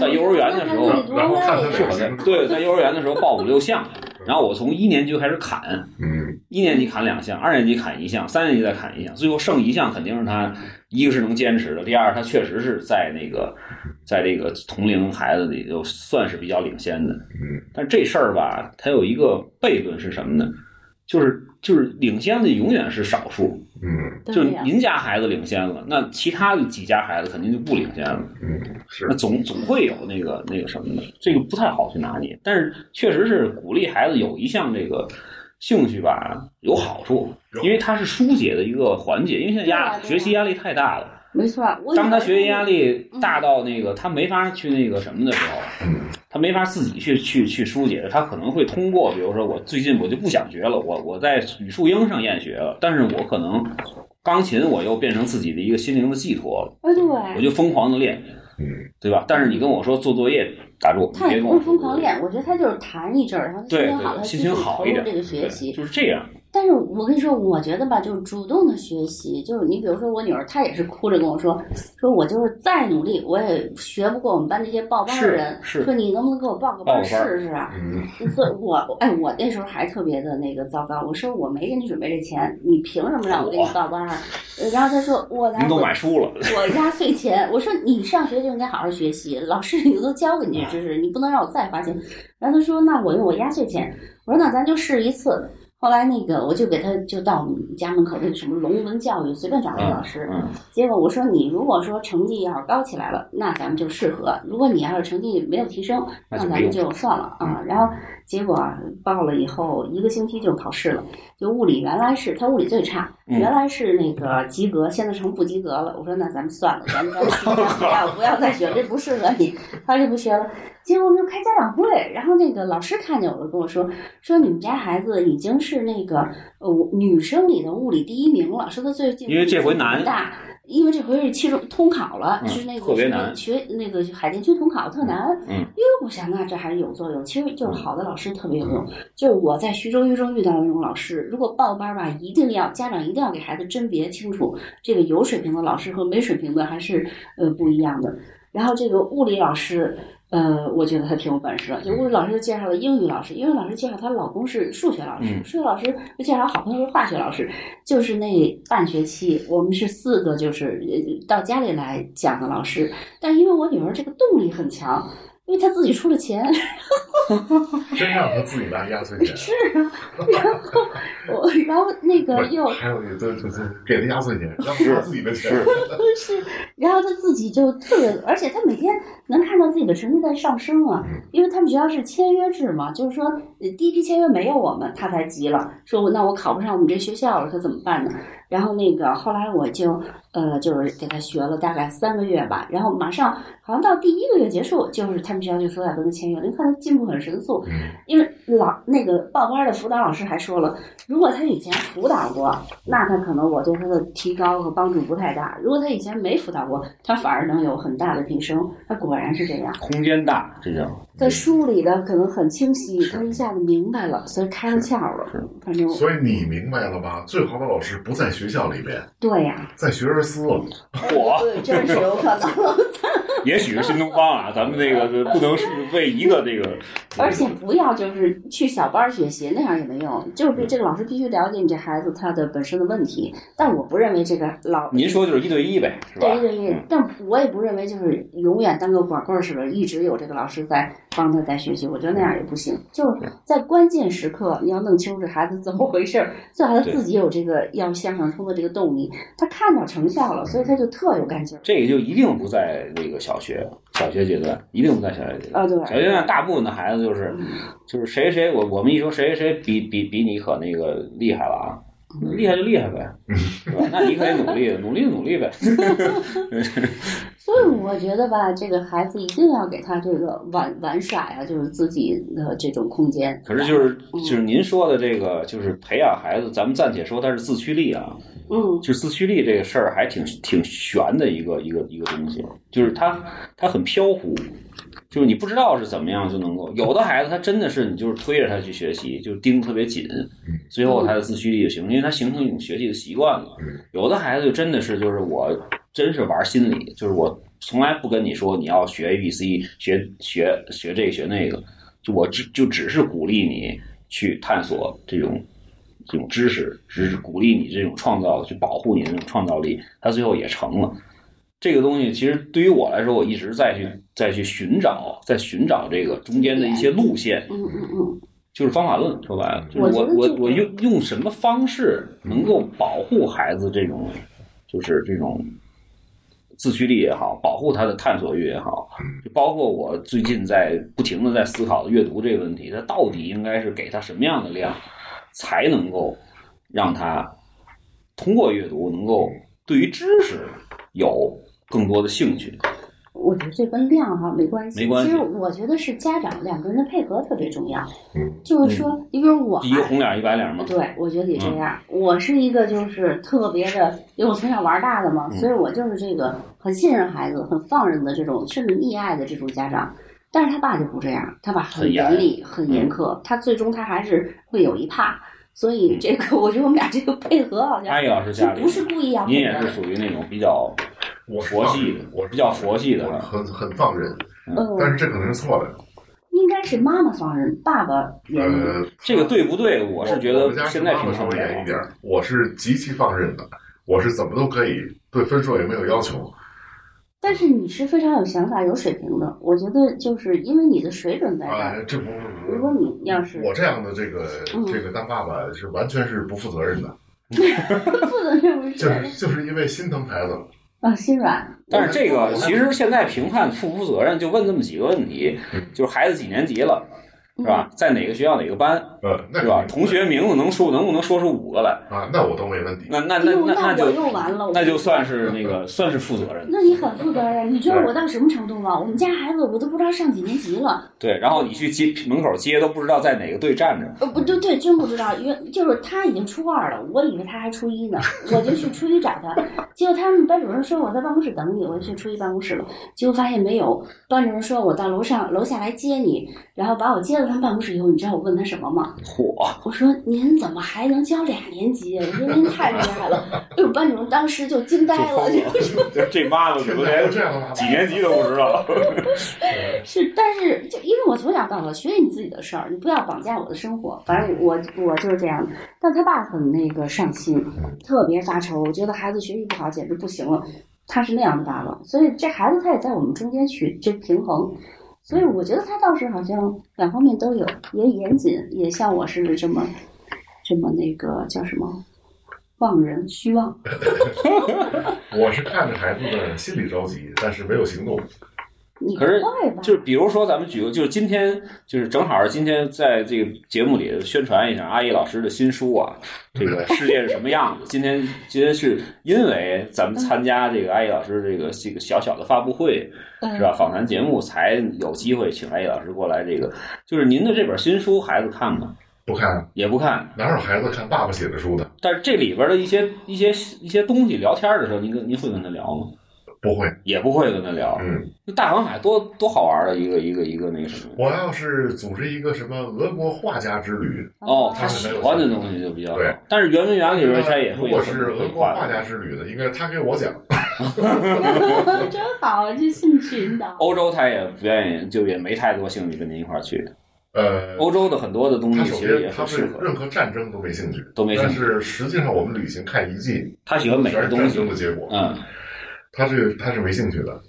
Speaker 2: 在幼儿园的时候
Speaker 4: 哎呦
Speaker 3: 然后看他
Speaker 4: 啊那
Speaker 3: 那
Speaker 2: 是
Speaker 4: 得多累
Speaker 2: 我
Speaker 4: 啊
Speaker 2: 在对在幼儿园的时候报五六项，然后我从一年级就开始砍，
Speaker 3: 嗯，
Speaker 2: 一年级砍两项，二年级砍一项，三年级再砍一项，最后剩一项肯定是他一个是能坚持的，第二他确实是在那个在这个同龄孩子里就算是比较领先的。
Speaker 3: 嗯，
Speaker 2: 但这事儿吧，它有一个悖论是什么呢？就是就是领先的永远是少数，
Speaker 3: 嗯
Speaker 2: 就
Speaker 4: 对呀
Speaker 2: 您家孩子领先了，那其他的几家孩子肯定就不领先了。
Speaker 3: 嗯，是
Speaker 2: 那总总会有那个那个什么的，这个不太好去拿捏。但是确实是鼓励孩子有一项这个兴趣吧，有好处，因为它是疏解的一个环节。因为现在
Speaker 4: 对
Speaker 2: 压
Speaker 4: 啊对啊
Speaker 2: 学习压力太大了，
Speaker 4: 没错，我
Speaker 2: 当他
Speaker 4: 以为嗯
Speaker 2: 学习压力大到那个他没法去那个什么的时候，
Speaker 3: 嗯
Speaker 2: 他没法自己去去去疏解，他可能会通过，比如说我最近我就不想学了，我我在语数英上厌学了，但是我可能钢琴我又变成自己的一个心灵的寄托了，
Speaker 4: 哎，对，
Speaker 2: 我就疯狂的练。
Speaker 3: 嗯，
Speaker 2: 对吧？但是你跟我说做作业，打住，你
Speaker 4: 他
Speaker 2: 别
Speaker 4: 也
Speaker 2: 跟
Speaker 4: 不
Speaker 2: 我
Speaker 4: 是疯狂，练，我觉得他就是弹一阵儿，然后他心
Speaker 2: 对对
Speaker 4: 情好了，他
Speaker 2: 心
Speaker 4: 继续
Speaker 2: 情好
Speaker 4: 投
Speaker 2: 一
Speaker 4: 入
Speaker 2: 点
Speaker 4: 这个学习。
Speaker 2: 就是这样。
Speaker 4: 但是我跟你说，我觉得吧，就是主动的学习，就是你比如说我女儿，她也是哭着跟我说，说我就是再努力，我也学不过我们班那些报班的
Speaker 2: 是
Speaker 4: 人，
Speaker 2: 是
Speaker 4: 说你能不能给我报个
Speaker 2: 报
Speaker 4: 班
Speaker 2: 个班
Speaker 4: 试试啊？
Speaker 3: 嗯，
Speaker 4: 所以我哎，我那时候还特别的那个糟糕，我说我没给你准备这钱，你凭什么让我给你报班啊？呃然后她说我来
Speaker 2: 您都
Speaker 4: 我
Speaker 2: 买书了，
Speaker 4: 我压岁钱，我说你上学就应该好好学习，老师你都教给你
Speaker 2: 哎
Speaker 4: 的知识，你不能让我再花钱。然后他说那我用我压岁钱，我说那咱就试一次。后来那个我就给他就到我们家门口那个什么龙文教育随便找了个老师，
Speaker 2: 嗯，
Speaker 4: 结果我说你如果说成绩要是高起来了，那咱们就适合；如果你要是成绩没有提升，
Speaker 2: 那就
Speaker 4: 那咱
Speaker 2: 没
Speaker 4: 们
Speaker 2: 用嗯
Speaker 4: 就算了啊。然后结果报了以后一个星期就考试了，就物理原来是他物理最差，
Speaker 2: 嗯
Speaker 4: 原来是那个及格，现在成不及格了。我说那咱们算了， 咱们咱们尽量不要不要再学，这不适合你。后来就不学了。结果我们就开家长会，然后那个老师看见我了，跟我说说你们家孩子已经是那个呃女生里的物理第一名了，说他最近
Speaker 2: 因为这回
Speaker 4: 物理
Speaker 2: 难
Speaker 4: 大。 因为这回是期中通考了，
Speaker 2: 嗯
Speaker 4: 是那个
Speaker 2: 特别
Speaker 4: 什么
Speaker 2: 难
Speaker 4: 学那个海淀区统考特难。
Speaker 2: 嗯
Speaker 4: 因为我想那这还是有作用。其实就是好的老师特别有
Speaker 2: 嗯
Speaker 4: 用。就是我在徐州、豫州遇到的那种老师，如果报班吧，一定要家长一定要给孩子甄别清楚，这个有水平的老师和没水平的还是呃不一样的。然后这个物理老师，呃，我觉得他挺有本事的。就物理老师就介绍了英语老师，英语老师介绍她老公是数学老师，
Speaker 2: 嗯
Speaker 4: 数学老师又介绍好朋友是化学老师。就是那半学期，我们是四个，就是呃到家里来讲的老师。但因为我女儿这个动力很强，因为她自己出了钱，
Speaker 3: 真让他自己拿压岁钱。
Speaker 4: 是啊，然后我然后那个又
Speaker 3: 不是还有一个就就就给他压岁 钱，要不他自己的钱。
Speaker 4: 是，然后他自己就特别，而且他每天能看到自己的成绩在上升啊，因为他们学校是签约制嘛，就是说呃第一批签约没有我们，他才急了，说我那我考不上我们这学校了，可怎么办呢？然后那个后来我就呃就是给他学了大概三个月吧，然后马上好像到第一个月结束，就是他们学校就说要跟他签约了，你看他进步很神速，
Speaker 3: 嗯
Speaker 4: 因为老那个报班的辅导老师还说了，如果他以前辅导过，那他可能我对他的提高和帮助不太大；如果他以前没辅导过，他反而能有很大的提升。他果然是这样，
Speaker 2: 空间大，这叫
Speaker 4: 他梳理的可能很清晰，他一下子明白了，所以开了窍
Speaker 2: 是
Speaker 4: 了。反正
Speaker 3: 所以你明白了吧？最好的老师不在学校里边，
Speaker 4: 对呀、
Speaker 3: 在学而思了。
Speaker 2: 火。
Speaker 4: 对，这是有可能。
Speaker 2: 也许是新东方啊，咱们那个不能是为一个这个，
Speaker 4: 而且不要就是去小班儿学习，那样也没用。就是这个老师必须了解你这孩子他的本身的问题，但我不认为这个老
Speaker 2: 您说就是一对一呗，是吧？
Speaker 4: 对对对，
Speaker 2: 嗯
Speaker 4: 但我也不认为就是永远当个光棍儿似的，一直有这个老师在帮他在学习，我觉得那样也不行。就是在关键时刻，你要弄清楚这孩子怎么回事儿，最好他
Speaker 2: 对
Speaker 4: 自己有这个要向上冲的这个动力，他看到成效了，所以他就特有干劲儿。
Speaker 2: 这个就一定不在那个小学小学阶段，一定不在小学阶段。
Speaker 4: 啊，对，
Speaker 2: 小学阶段大部分的孩子就是
Speaker 4: 嗯
Speaker 2: 就是谁谁我我们一说谁谁谁比比比你可那个厉害了啊，
Speaker 4: 嗯
Speaker 2: 厉害就厉害呗，是吧？那你可得努力，努力就努力 呗。
Speaker 4: 所以我觉得吧，这个孩子一定要给他这个玩玩耍呀、就是自己的这种空间。
Speaker 2: 可是就是就是您说的这个，就是培养孩子，咱们暂且说他是自驱力啊，
Speaker 4: 嗯，
Speaker 2: 就是自驱力这个事儿还挺挺悬的一个一个一个东西，就是它它很飘忽，就是你不知道是怎么样就能够。有的孩子他真的是你就是推着他去学习，就盯得特别紧，最后他的自驱力就形成，因为他形成一种学习的习惯了。有的孩子就真的是就是我真是玩心理，就是我从来不跟你说你要学 A B C，学学学这个学那个，就我只就只是鼓励你去探索这种这种知识，只是鼓励你这种创造，去保护你的这种创造力，他最后也成了。这个东西其实对于我来说，我一直在去在去寻找，在寻找这个中间的一些路线，
Speaker 4: 嗯嗯嗯，
Speaker 2: 就是方法论。说白了，就是
Speaker 4: 我觉
Speaker 2: 我我
Speaker 4: 得这个
Speaker 2: 我用用什么方式能够保护孩子这种，就是这种自驱力也好，保护他的探索欲也好，就包括我最近在不停的在思考阅读这个问题，他到底应该是给他什么样的量，才能够让他通过阅读能够对于知识有更多的兴趣。
Speaker 4: 我觉得这跟量哈没关系。
Speaker 2: 没关系
Speaker 4: 其实我觉得是家长两个人的配合特别重要。
Speaker 3: 嗯，
Speaker 4: 就是说，你比如我啊
Speaker 2: 一个红脸儿一白脸儿嘛，嗯
Speaker 4: 对，我觉得也这样。我是一个就是特别的，因为我从小玩大的
Speaker 2: 嗯
Speaker 4: 嘛，所以我就是这个很信任孩子、很放任的这种，甚至溺爱的这种家长。但是他爸就不这样，他爸很
Speaker 2: 很严嗯
Speaker 4: 严厉、很严苛，他最终他还是会有一怕。所
Speaker 2: 嗯
Speaker 4: 以这个，我觉得我们俩这个配合好像
Speaker 2: 阿姨老师家里
Speaker 4: 不是故意要
Speaker 2: 您也
Speaker 4: 配合
Speaker 2: 是
Speaker 4: 的
Speaker 2: 属于那种比较
Speaker 3: 我是
Speaker 2: 佛
Speaker 3: 放
Speaker 2: 系
Speaker 3: 任
Speaker 2: 的
Speaker 3: 我是
Speaker 2: 比较佛系的啊
Speaker 3: 我很很放任，但
Speaker 4: 嗯，
Speaker 3: 是这可能是错的。
Speaker 4: 应该是妈妈放任，爸爸严厉。
Speaker 3: 呃，
Speaker 2: 这个对不对？我
Speaker 3: 我
Speaker 2: 是觉
Speaker 3: 我
Speaker 2: 得
Speaker 3: 们家是
Speaker 2: 现在
Speaker 3: 妈妈
Speaker 2: 挺
Speaker 3: 稍
Speaker 2: 常
Speaker 3: 微严一
Speaker 2: 见
Speaker 3: 点儿，我是极其放任的，我是怎么都可以，对分数也没有要求。
Speaker 4: 但是你是非常有想法、有水平的，我觉得就是因为你的水准在这
Speaker 3: 啊
Speaker 4: 儿。，
Speaker 3: 这不，
Speaker 4: 哎如果你要是
Speaker 3: 我这样的这个
Speaker 4: 嗯
Speaker 3: 这个当爸爸是完全是不负责任的，
Speaker 4: 不能这么
Speaker 3: 就
Speaker 4: 说
Speaker 3: 是就是因为心疼孩子，
Speaker 4: 啊，心软。
Speaker 2: 但是这个
Speaker 3: 我
Speaker 2: 其实现在评判负不负责任，就问这么几个问题
Speaker 3: 嗯，
Speaker 2: 就是孩子几年级了，是吧？
Speaker 4: 嗯
Speaker 2: 在哪个学校哪个班，
Speaker 3: 呃，那
Speaker 2: 是吧？
Speaker 3: 肯定
Speaker 2: 同学名字能说能不能说出五个来？
Speaker 3: 啊，那我都没问题。
Speaker 2: 那那
Speaker 4: 哎
Speaker 2: 那
Speaker 4: 呦
Speaker 2: 那
Speaker 4: 那我
Speaker 2: 就
Speaker 4: 又完了我
Speaker 2: 那就算是那个算是负责任。
Speaker 4: 那你很负责任，你知道
Speaker 2: 对
Speaker 4: 我到什么程度吗？我们家孩子我都不知道上几年级了，
Speaker 2: 对，然后你去接门口接都不知道在哪个队站着，
Speaker 4: 呃，不对对，真不知道，因为就是他已经初二了，我以为他还初一呢，我就去初一找他，结果他们班主任说我在办公室等你，我就去初一办公室了，结果发现没有，班主任说我到楼上楼下来接你，然后把我接到他们办公室以后，你知道我问他什么吗？
Speaker 2: 嚯！
Speaker 4: 我说您怎么还能教俩年级？啊我说您太厉害了，哎呦，班主任当时就惊呆
Speaker 2: 就
Speaker 4: 了，
Speaker 2: 疯
Speaker 4: 就
Speaker 2: 了，就是这妈妈怎么
Speaker 3: 还
Speaker 2: 连
Speaker 3: 有这样的爸爸
Speaker 2: 几年级都不知 道？
Speaker 4: 是，但是就因为我从小到大学你自己的事儿，你不要绑架我的生活。反正我我就是这样的。但他爸很那个上心，
Speaker 2: 嗯
Speaker 4: 特别发愁，我觉得孩子学习不好简直不行了。他是那样的爸爸，所以这孩子他也在我们中间取这平衡。所以我觉得他倒是好像两方面都有，也严谨，也像我似的这么这么那个叫什么忘人虚妄。
Speaker 3: 我是看着孩子的心里着急，但是没有行动。
Speaker 4: 你不
Speaker 2: 可是
Speaker 4: 会吧？
Speaker 2: 就是比如说，咱们举个，就是今天，就是正好是今天在这个节目里宣传一下阿姨老师的新书啊，这个世界是什么样子？今天今天是因为咱们参加这个阿姨老师这个这个小小的发布会
Speaker 4: 嗯
Speaker 2: 是吧？访谈节目才有机会请阿姨老师过来。这个就是您的这本新书，孩子看吗？
Speaker 3: 不看，
Speaker 2: 也不看，
Speaker 3: 哪有孩子看爸爸写的书的？
Speaker 2: 但是这里边的一些一些一些东西，聊天的时候，您跟您会跟他聊吗？
Speaker 3: 不会，
Speaker 2: 也不会跟他聊。
Speaker 3: 嗯，
Speaker 2: 那大航海多多好玩的一个一个一个那个什么。
Speaker 3: 我要是组织一个什么俄国画家之旅，
Speaker 2: 哦，
Speaker 3: 他
Speaker 2: 他
Speaker 3: 是
Speaker 2: 喜
Speaker 3: 没有
Speaker 2: 欢的
Speaker 3: 兴趣
Speaker 2: 东西就比较好
Speaker 3: 对。
Speaker 2: 但是圆明园里边他也
Speaker 3: 如
Speaker 2: 会
Speaker 3: 果
Speaker 2: 有
Speaker 3: 是
Speaker 2: 很多
Speaker 3: 俄
Speaker 2: 会
Speaker 3: 国
Speaker 2: 画
Speaker 3: 画
Speaker 2: 的。
Speaker 3: 家之旅的，应该是他给我讲，
Speaker 4: 真好，这兴趣引导。
Speaker 2: 欧洲他也不愿意，就也没太多兴趣跟您一块儿去。
Speaker 3: 呃，
Speaker 2: 欧洲的很多的东西
Speaker 3: 他首
Speaker 2: 哦其实
Speaker 3: 先
Speaker 2: 也
Speaker 3: 他
Speaker 2: 很
Speaker 3: 对
Speaker 2: 适合，
Speaker 3: 任何战争都没兴趣，
Speaker 2: 都没兴
Speaker 3: 但
Speaker 2: 趣。
Speaker 3: 是实际上我们旅行看遗迹，
Speaker 2: 他喜欢美
Speaker 3: 全
Speaker 2: 的
Speaker 3: 是
Speaker 2: 东
Speaker 3: 战
Speaker 2: 西
Speaker 3: 争。的结果，
Speaker 2: 嗯，
Speaker 3: 他是他是没兴趣的，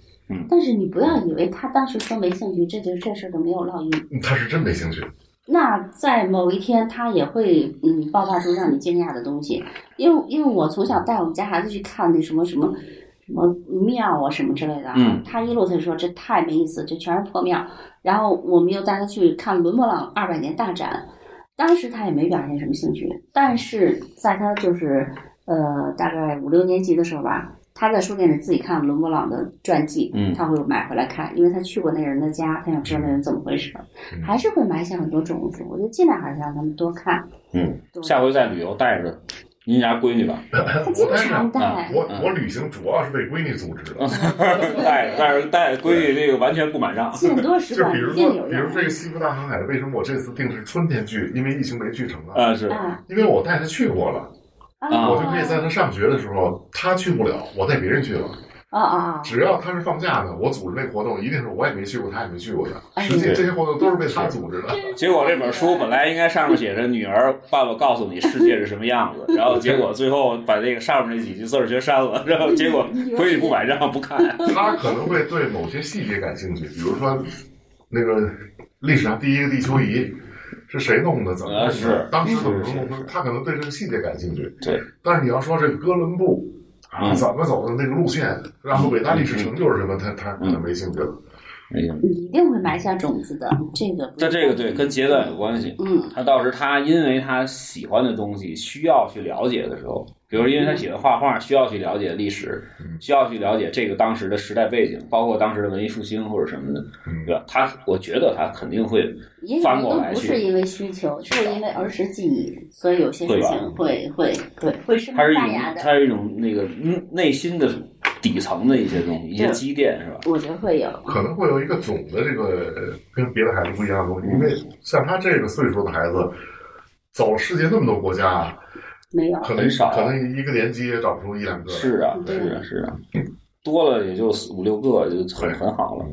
Speaker 4: 但是你不要以为他当时说没兴趣，这就这事儿就没有烙印。
Speaker 3: 他是真没兴趣。
Speaker 4: 那在某一天，他也会嗯爆发出让你惊讶的东西，因为因为我从小带我们家孩子去看那什么什么什么庙啊什么之类的啊，
Speaker 2: 嗯
Speaker 4: 他一路他就说这太没意思，这全是破庙。然后我们又带他去看伦勃朗二百年大展，当时他也没表现什么兴趣，但是在他就是呃大概五六年级的时候吧，他在书店里自己看伦勃朗的传记，
Speaker 2: 嗯
Speaker 4: 他会买回来看，因为他去过那人的家，他想知道那人怎么回事儿。
Speaker 3: 嗯
Speaker 4: 还是会埋下很多种子。我就尽量还是让他们多看。
Speaker 2: 嗯，
Speaker 4: 对
Speaker 2: 下回再旅游带着您家闺女吧，
Speaker 4: 他 经
Speaker 3: 我但是
Speaker 4: 常带
Speaker 2: 啊，
Speaker 3: 我我旅行主要是为闺女组织
Speaker 2: 嗯
Speaker 3: 的，
Speaker 2: 带着带着带着闺女，这个完全不买 账。
Speaker 4: 见多识
Speaker 3: 就
Speaker 4: 广，
Speaker 3: 比如
Speaker 4: 一
Speaker 3: 说
Speaker 4: 定有，
Speaker 3: 比如
Speaker 4: 用
Speaker 3: 这。个西部大航海，为什么我这次定是春天去？因为疫情没去成啊，
Speaker 2: 啊，是
Speaker 4: 啊
Speaker 3: 因为我带她去过了，
Speaker 2: 啊
Speaker 4: 哦
Speaker 3: 我就可以在她上学的时候，她去不了，我带别人去了。
Speaker 4: 啊啊！
Speaker 3: 只要她是放假的，我组织那活动一定是我也没去过，她也没去过的。
Speaker 4: 哎
Speaker 3: 实际
Speaker 2: 对
Speaker 3: 这些活动都是为她组织的。
Speaker 2: 结果这本书本来应该上面写着“女儿，爸爸告诉你世界是什么样子”，然后结果最后把这个上面那几句字儿全删了，然后 结果闺女不买账不看。
Speaker 3: 她可能会对某些细节感兴趣，比如说那个历史上第一个地球仪。是谁弄的？怎么弄
Speaker 2: 啊
Speaker 3: 的？
Speaker 2: 是
Speaker 3: 当时怎么
Speaker 2: 是是
Speaker 3: 弄的？
Speaker 2: 是
Speaker 3: 她可能对这个细节感兴趣。
Speaker 2: 对，
Speaker 3: 但是你要说这个哥伦布啊，
Speaker 2: 嗯
Speaker 3: 怎么走的那个路线，然后伟大历史成就是什么，他他可能没兴趣了。
Speaker 2: 哎呀，
Speaker 4: 你一定会埋下种子的，这个不
Speaker 2: 但这个对跟阶段有关系。
Speaker 4: 嗯
Speaker 2: 他到时他因为他喜欢的东西需要去了解的时候，比如因为他喜欢画画，需要去了解历史，需要去了解这个当时的时代背景，包括当时的文艺复兴或者什么的，
Speaker 3: 嗯
Speaker 2: 对吧？他我觉得他肯定会
Speaker 4: 也有
Speaker 2: 翻
Speaker 4: 一
Speaker 2: 过
Speaker 4: 个
Speaker 2: 来
Speaker 4: 不
Speaker 2: 去
Speaker 4: 是因为需求，是因为儿时记忆，所以有些事
Speaker 2: 对吧
Speaker 4: 情会会对会生
Speaker 2: 它是一
Speaker 4: 发
Speaker 2: 种
Speaker 4: 芽，的。
Speaker 2: 它是一种那个嗯内心的底层的一些东西，一些积淀，是吧？
Speaker 4: 我觉得会有，
Speaker 3: 可能会有一个总的这个呃跟别的孩子不一样的东西，因为像他这个岁数的孩子，走世界那么多国家，
Speaker 4: 没有
Speaker 3: 可能
Speaker 2: 很少啊
Speaker 3: 可能一个年级也找不出一两个。
Speaker 2: 是啊，
Speaker 4: 嗯对
Speaker 2: 是啊，是啊，多了也就四五六个，就很
Speaker 3: 对
Speaker 2: 很好了。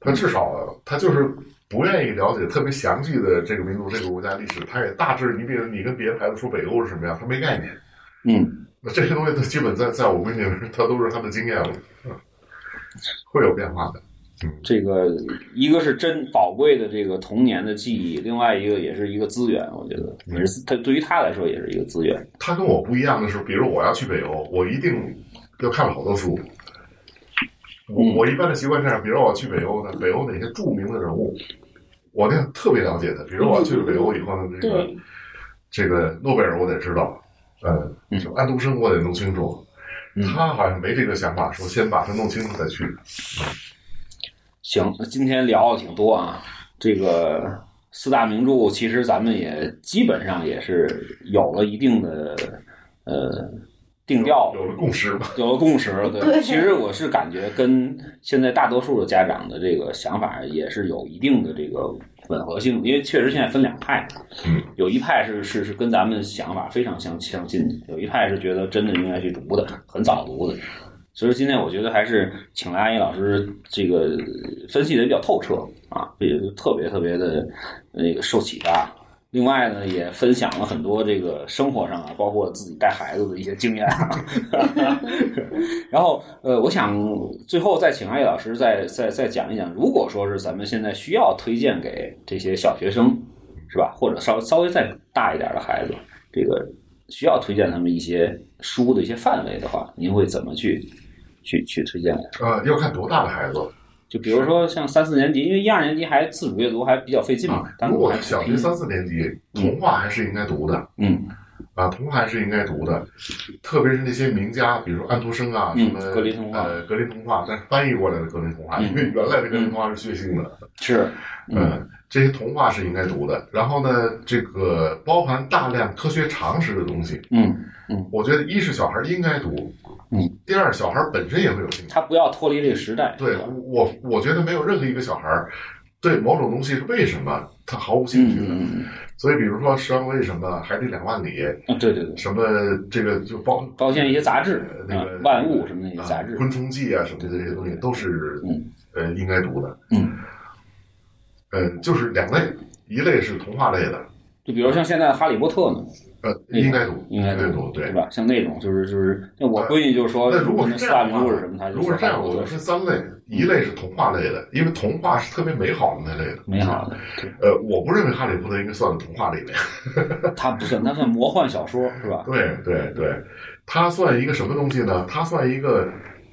Speaker 3: 他至少他就是不愿意了解特别详细的这个民族、这个国家历史，他也大致你比如你跟别的孩子说北欧是什么样，他没概念。
Speaker 2: 嗯，
Speaker 3: 那这些东西，他基本在在我闺女那儿，他都是他的经验了，嗯会有变化的。
Speaker 2: 这个一个是真宝贵的这个童年的记忆，另外一个也是一个资源，我觉得也是他对于他来说也是一个资源。
Speaker 3: 他跟我不一样的是，比如我要去北欧，我一定要看好多书。我
Speaker 2: 嗯
Speaker 3: 我一般的习惯是这样，比如我要去北欧呢，北欧哪些著名的人物，我得特别了解他。比如我要去了北欧以后呢，这个
Speaker 4: 对
Speaker 3: 这个诺贝尔我得知道，
Speaker 2: 嗯
Speaker 3: 嗯，什么安徒生我得弄清楚
Speaker 2: 嗯。
Speaker 3: 他好像没这个想法，说先把它弄清楚再去。
Speaker 2: 行，今天聊的挺多啊，这个四大名著其实咱们也基本上也是有了一定的呃定调了
Speaker 3: 有了共识嘛？
Speaker 2: 有了共识了，对。
Speaker 4: 对
Speaker 2: 其实我是感觉跟现在大多数的家长的这个想法也是有一定的这个吻合性，因为确实现在分两派，
Speaker 3: 嗯，
Speaker 2: 有一派是是是跟咱们想法非常相相近的，有一派是觉得真的应该去读的，很早读的。所以说今天我觉得还是请了阿姨老师这个分析的比较透彻啊，也就特别特别的那个受启发。另外呢，也分享了很多这个生活上啊，包括自己带孩子的一些经验啊。然后，呃，我想最后再请艾老师再再再讲一讲，如果说是咱们现在需要推荐给这些小学生，是吧？或者稍稍微再大一点的孩子，这个需要推荐他们一些书的一些范围的话，您会怎么去去去推荐？
Speaker 3: 啊，要看多大的孩子。
Speaker 2: 就比如说像三四年级，因为一二年级还自主阅读还比较费劲嘛，但
Speaker 3: 如
Speaker 2: 我
Speaker 3: 果
Speaker 2: 还
Speaker 3: 是啊小学三四年级，
Speaker 2: 嗯
Speaker 3: 童话还是应该读的。
Speaker 2: 嗯
Speaker 3: 啊，童话还是应该读的，特别是那些名家，比如说安徒生啊，
Speaker 2: 嗯
Speaker 3: 什么
Speaker 2: 格林童话
Speaker 3: 呃，格林童话，但是翻译过来的格林童话，
Speaker 2: 嗯
Speaker 3: 因为原来的格林童话是血腥的，
Speaker 2: 是嗯
Speaker 3: 嗯，这些童话是应该读的。然后呢，这个包含大量科学常识的东西，
Speaker 2: 嗯，
Speaker 3: 我觉得一是小孩应该读，
Speaker 2: 嗯，
Speaker 3: 第二小孩本身也会有兴趣。
Speaker 2: 他不要脱离这个时代。
Speaker 3: 对啊我，我觉得没有任何一个小孩儿对某种东西是为什么他毫无兴
Speaker 2: 嗯
Speaker 3: 趣的。
Speaker 2: 嗯
Speaker 3: 所以，比如说《十万个为什么》《海底两万里》
Speaker 2: 嗯，啊，对对对，
Speaker 3: 什么这个就包
Speaker 2: 包括现在一些杂志
Speaker 3: 呃，那
Speaker 2: 啊
Speaker 3: 个，
Speaker 2: 万物什么那些杂
Speaker 3: 啊
Speaker 2: 志，
Speaker 3: 昆虫记啊什么的这些东西都是
Speaker 2: 嗯
Speaker 3: 呃应该读的。
Speaker 2: 嗯，
Speaker 3: 呃，就是两类，一类是童话类的，
Speaker 2: 就比如像现在的《哈利波特》呢，
Speaker 3: 呃，
Speaker 2: 那个
Speaker 3: 应该读，
Speaker 2: 嗯应
Speaker 3: 应
Speaker 2: 该
Speaker 3: 读，
Speaker 2: 对
Speaker 3: 对。
Speaker 2: 吧？像那种就是就是，那我闺女就说，
Speaker 3: 呃那如果是
Speaker 2: 哦那
Speaker 3: 这
Speaker 2: 四
Speaker 3: 样
Speaker 2: 大
Speaker 3: 的
Speaker 2: 名
Speaker 3: 话
Speaker 2: 著是什么，她，就
Speaker 3: 如果
Speaker 2: 说哎
Speaker 3: 是这样，
Speaker 2: 哈利波
Speaker 3: 我就
Speaker 2: 特
Speaker 3: 分三类，一类是童话类的，因为童话是特别美好的那类的。
Speaker 2: 美好的，
Speaker 3: 呃，我不认为《哈利波特》应该算是童话类的。
Speaker 2: 它不算，它算魔幻小说是吧？
Speaker 3: 对对对，它算一个什么东西呢？它算一个，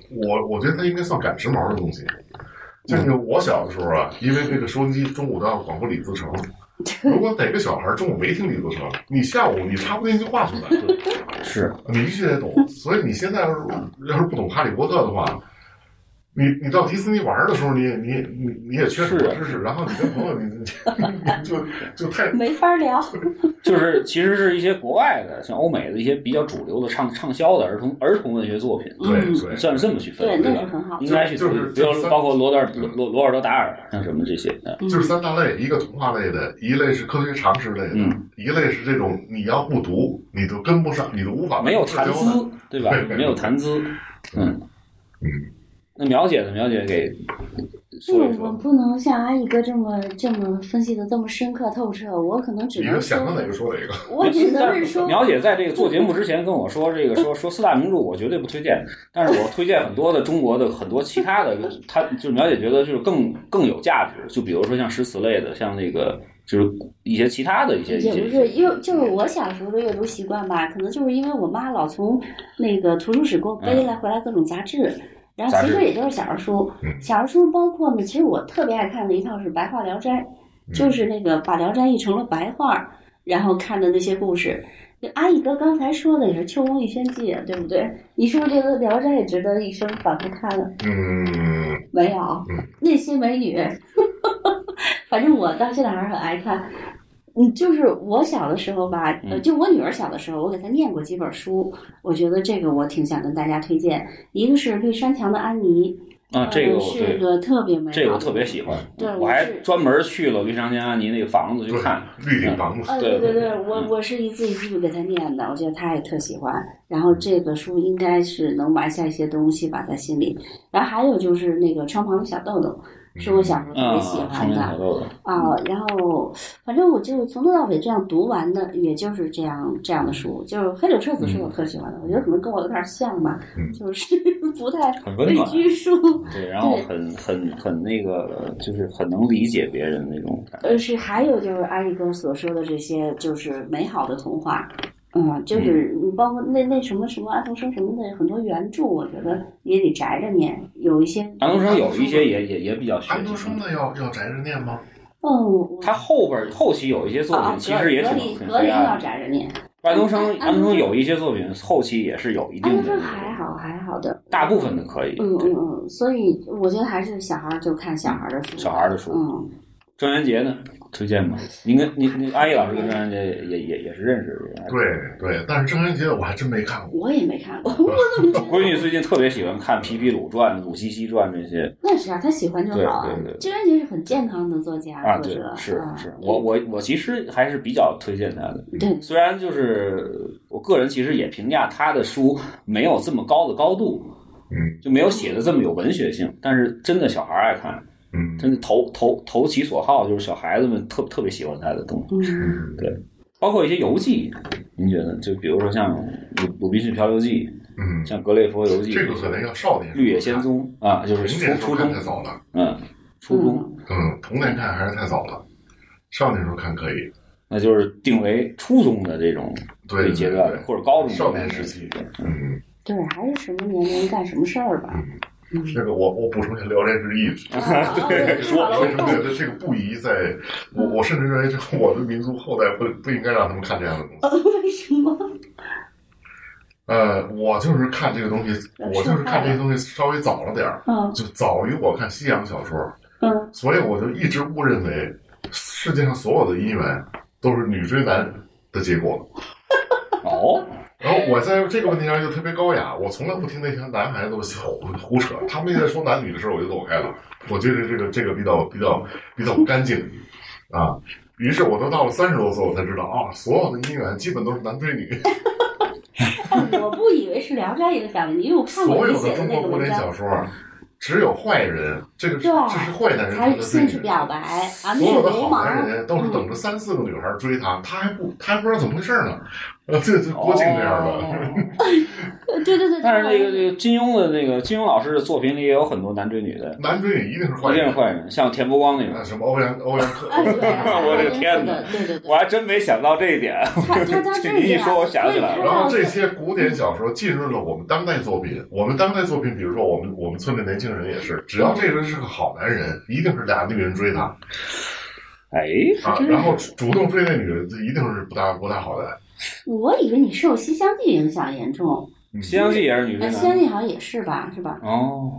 Speaker 3: 我我觉得它应该算赶时髦的东西。
Speaker 2: 嗯
Speaker 3: 就是我小的时候啊，因为这个收音机中午都要广播李自成，如果哪个小孩中午没听李自成，你下午你插不进一句话出来，
Speaker 2: 是，
Speaker 3: 你必须得懂。 所以你现在要是要是不懂哈利波特的话，你你到迪士尼玩的时候，你也你也你你也缺少
Speaker 2: 是嗯
Speaker 3: 知识，然后你跟朋友你 你就就太
Speaker 4: 没法聊。
Speaker 2: 就是其实是一些国外的，像欧美的一些比较主流的畅畅销的儿童儿童文学作品，
Speaker 3: 对
Speaker 4: 嗯
Speaker 3: 对
Speaker 2: 算是这么去分
Speaker 4: 对，那是
Speaker 2: 吧？
Speaker 4: 很好。
Speaker 2: 应该去
Speaker 3: 就
Speaker 2: 分
Speaker 3: 就是
Speaker 2: 比如
Speaker 3: 就是
Speaker 2: 说包括罗德尔
Speaker 3: 嗯
Speaker 2: 罗罗尔多达尔像什么这些，嗯
Speaker 3: 就是三大类，一个童话类的，一类是科学常识类的，
Speaker 2: 嗯
Speaker 3: 一类是这种你要不读，你都跟不上，你都无法
Speaker 2: 没有
Speaker 3: 社交
Speaker 2: 谈
Speaker 3: 的
Speaker 2: 资，对吧？没有谈资，嗯
Speaker 3: 嗯。
Speaker 2: 那苗姐呢？苗姐给说一
Speaker 4: 嗯，我
Speaker 2: 说，
Speaker 4: 不能像阿姨哥这么这么分析的这么深刻透彻，我可能只
Speaker 3: 你
Speaker 4: 能
Speaker 3: 就
Speaker 4: 说
Speaker 3: 想到哪个说哪个。
Speaker 4: 我只能 是说，
Speaker 2: 苗姐在这个做节目之前跟我说，这个说说四大名著我绝对不推荐，但是我推荐很多的中国的很多其他的，她就是苗姐觉得就是更更有价值，就比如说像诗词类的，像那个就是一些其他的一些一
Speaker 4: 也
Speaker 2: 些
Speaker 4: 不是，因为就是我小时候的阅读习惯吧，可能就是因为我妈老从那个图书室给我背来回来各种杂志，然后
Speaker 2: 杂
Speaker 4: 其
Speaker 2: 志
Speaker 4: 实也就是小人书
Speaker 3: 嗯，
Speaker 4: 小人书包括呢，其实我特别爱看的一套是白话聊斋，
Speaker 3: 嗯
Speaker 4: 就是那个把聊斋译成了白话，然后看的那些故事。就阿义哥刚才说的也是《秋风一轩记》，对不对？你是不是觉得《聊斋》也值得一生反复看呢？
Speaker 3: 嗯，
Speaker 4: 没有
Speaker 3: 嗯，
Speaker 4: 那些美女， 反正我到现在还是很爱看。嗯，就是我小的时候吧，呃，
Speaker 2: 嗯
Speaker 4: 就我女儿小的时候，我给她念过几本书，我觉得这个我挺想跟大家推荐。一个是绿山墙的安妮，
Speaker 2: 啊，这个
Speaker 4: 呃
Speaker 2: 我
Speaker 4: 是
Speaker 2: 对
Speaker 4: 个特别美好，
Speaker 2: 这个我特别喜欢，
Speaker 4: 对
Speaker 2: 我
Speaker 4: 我
Speaker 2: 还
Speaker 4: 是
Speaker 2: 专门去了绿商江安妮那个房子去看，
Speaker 3: 绿顶房子
Speaker 4: 呃，
Speaker 2: 对对
Speaker 4: 对
Speaker 2: 嗯
Speaker 4: 对对，我我是一字一句给他念的，我觉得他也特喜欢。然后这个书应该是能埋下一些东西吧，在心里。然后还有就是那个窗旁的小豆豆，是我小时候特
Speaker 2: 啊
Speaker 4: 别，喜
Speaker 2: 窗
Speaker 4: 欢
Speaker 2: 边
Speaker 4: 的。
Speaker 2: 小豆豆，
Speaker 4: 啊，
Speaker 2: 嗯
Speaker 4: 然后反正我就从头到尾这样读完的，也就是这样这样的书，就是《黑柳彻子》是我
Speaker 2: 嗯
Speaker 4: 特喜欢的，我觉得可能跟我有点像吧，
Speaker 3: 嗯
Speaker 4: 就是不太
Speaker 2: 很温
Speaker 4: 畏
Speaker 2: 暖
Speaker 4: 拘束，
Speaker 2: 对，然后很很很那个，就是很能理解别人那种感觉。
Speaker 4: 呃，是还有就是阿姨哥所说的这些，就是美好的童话，嗯，就是你包括那那什么什么安徒生什么的很多原著，我觉得也得宅着念，有一些，
Speaker 2: 安徒生有一些也也也比较学
Speaker 3: 安徒
Speaker 2: 术
Speaker 3: 生，的要要宅着念吗？
Speaker 4: 嗯，我
Speaker 2: 他后边后期有一些作
Speaker 4: 啊
Speaker 2: 品其实也
Speaker 4: 格格
Speaker 2: 挺啊
Speaker 4: 林
Speaker 2: 很
Speaker 4: 格林
Speaker 2: 黑
Speaker 4: 要
Speaker 2: 暗的。
Speaker 4: 宅着念，
Speaker 2: 安徒生
Speaker 4: 安
Speaker 2: 安徒生有一些作品后期也是有一
Speaker 4: 安
Speaker 2: 定
Speaker 4: 徒
Speaker 2: 的
Speaker 4: 生，还好还好的，
Speaker 2: 大部分的可以。
Speaker 4: 嗯
Speaker 2: 对
Speaker 4: 嗯嗯，所以我觉得还是小孩儿就看小孩儿的书，
Speaker 2: 小孩儿的书
Speaker 4: 嗯，
Speaker 2: 郑渊洁呢，推荐吗？您跟您您阿姨老师跟郑渊洁也也也也是认识的。
Speaker 3: 对对，但是郑渊洁我还真没看过。
Speaker 4: 我也没看过， 我怎么知道？
Speaker 2: 闺女最近特别喜欢看《皮皮鲁传》《鲁西西传》这些
Speaker 4: 那是啊，他喜欢就好啊
Speaker 2: 对对对。
Speaker 4: 郑渊洁是很健康的作家、
Speaker 2: 啊，
Speaker 4: 作
Speaker 2: 对
Speaker 4: 者，，
Speaker 2: 是
Speaker 4: 嗯
Speaker 2: 是，我我我其实还是比较推荐他的，
Speaker 4: 对
Speaker 2: 虽然就是我个人其实也评价他的书没有这么高的高度，
Speaker 3: 嗯，
Speaker 2: 就没有写的这么有文学性，但是真的小孩儿爱看，
Speaker 3: 嗯，
Speaker 2: 真的投投投其所好，就是小孩子们特特别喜欢他的东西，
Speaker 4: 嗯，
Speaker 3: 嗯
Speaker 2: 包括一些游记，您觉得就比如说像鲁鲁滨逊漂流记，
Speaker 3: 嗯，
Speaker 2: 像格列佛游记，
Speaker 3: 这个可能要少年时候看
Speaker 2: 绿野仙，踪啊，就是
Speaker 3: 童年时
Speaker 2: 初初
Speaker 3: 候看
Speaker 2: 中
Speaker 3: 太，早了。
Speaker 2: 嗯，初中，
Speaker 3: 嗯，童年看还是太早了，少年时候看可以。
Speaker 2: 那就是定为初中的这种
Speaker 3: 对
Speaker 2: 这阶段
Speaker 3: 对对
Speaker 2: 或者高中的
Speaker 3: 少年时期
Speaker 2: 对
Speaker 3: 嗯，
Speaker 4: 对，还是什么年龄干什么事儿吧。嗯
Speaker 3: 这个我我补充一下《聊斋志异》，
Speaker 4: 啊 对
Speaker 3: 说
Speaker 4: 好了
Speaker 3: 为什么
Speaker 4: 我
Speaker 3: 觉得这个不宜在？我我甚至认为，这个我的民族后代不不应该让他们看这样的东西。
Speaker 4: 为什么？
Speaker 3: 呃，我就是看这个东西，我就是看这个东西稍微早了点儿，
Speaker 4: 嗯
Speaker 3: 就早于我看西洋小说，
Speaker 4: 嗯
Speaker 3: 所以我就一直误认为。世界上所有的姻缘都是女追男的结果。
Speaker 2: 哦，
Speaker 3: 然后我在这个问题上就特别高雅，我从来不听那些男孩子的胡胡扯，他们一在说男女的时候，我就走开了。我觉得这个这个比较比较比较干净啊。于是我都到了三十多岁，我才知道啊，所有的姻缘基本都是男 追女。
Speaker 4: 但我不以为是《聊斋》一个小问题，因为我看过
Speaker 3: 所
Speaker 4: 你
Speaker 3: 有
Speaker 4: 写
Speaker 3: 的中
Speaker 4: 的那
Speaker 3: 国
Speaker 4: 个
Speaker 3: 古
Speaker 4: 文
Speaker 3: 典小
Speaker 4: 章，
Speaker 3: 说，只有坏人，这个是
Speaker 4: 对
Speaker 3: 这是坏男人
Speaker 4: 还
Speaker 3: 他
Speaker 4: 有
Speaker 3: 的追
Speaker 4: 兴趣
Speaker 3: 女。
Speaker 4: 表白啊，那
Speaker 3: 所有
Speaker 4: 是
Speaker 3: 的
Speaker 4: 流
Speaker 3: 好男
Speaker 4: 氓。嗯
Speaker 3: 人都是等着三四个女孩追他，他还不他还不知道怎么回事呢。 呃，这这 郭靖这样的，
Speaker 2: 哦
Speaker 4: 呃对对对，
Speaker 2: 但是那个
Speaker 4: 对
Speaker 2: 那个金庸的那个金庸老师的作品里也有很多男追女的，
Speaker 3: 男追女一定是
Speaker 2: 一
Speaker 3: 坏
Speaker 2: 定是
Speaker 3: 人。嗯
Speaker 2: 坏人，像田伯光那
Speaker 3: 那
Speaker 2: 种。
Speaker 3: 什么欧阳欧阳克，
Speaker 4: 哎对啊
Speaker 2: 我的天哪
Speaker 4: 对对 对对，
Speaker 2: 我还真没想到这一点。
Speaker 4: 他他他这
Speaker 2: 你一说我想起来了
Speaker 3: 然后这些古典小说浸润了我们当代作品。我们当代作品，比如说我们我们村的年轻人也是，只要这个人是个好男人，一定是俩女人追他
Speaker 2: 哎，还
Speaker 3: 啊
Speaker 2: 真，是
Speaker 3: 然后主动追那女人，一定是不大不大好的。
Speaker 4: 我以为你受《西厢记》影响严重，
Speaker 3: 嗯
Speaker 2: 《西厢记》也是女追
Speaker 4: 那哎《西厢
Speaker 2: 男。
Speaker 4: 记》好像也是吧，是吧？
Speaker 2: 哦，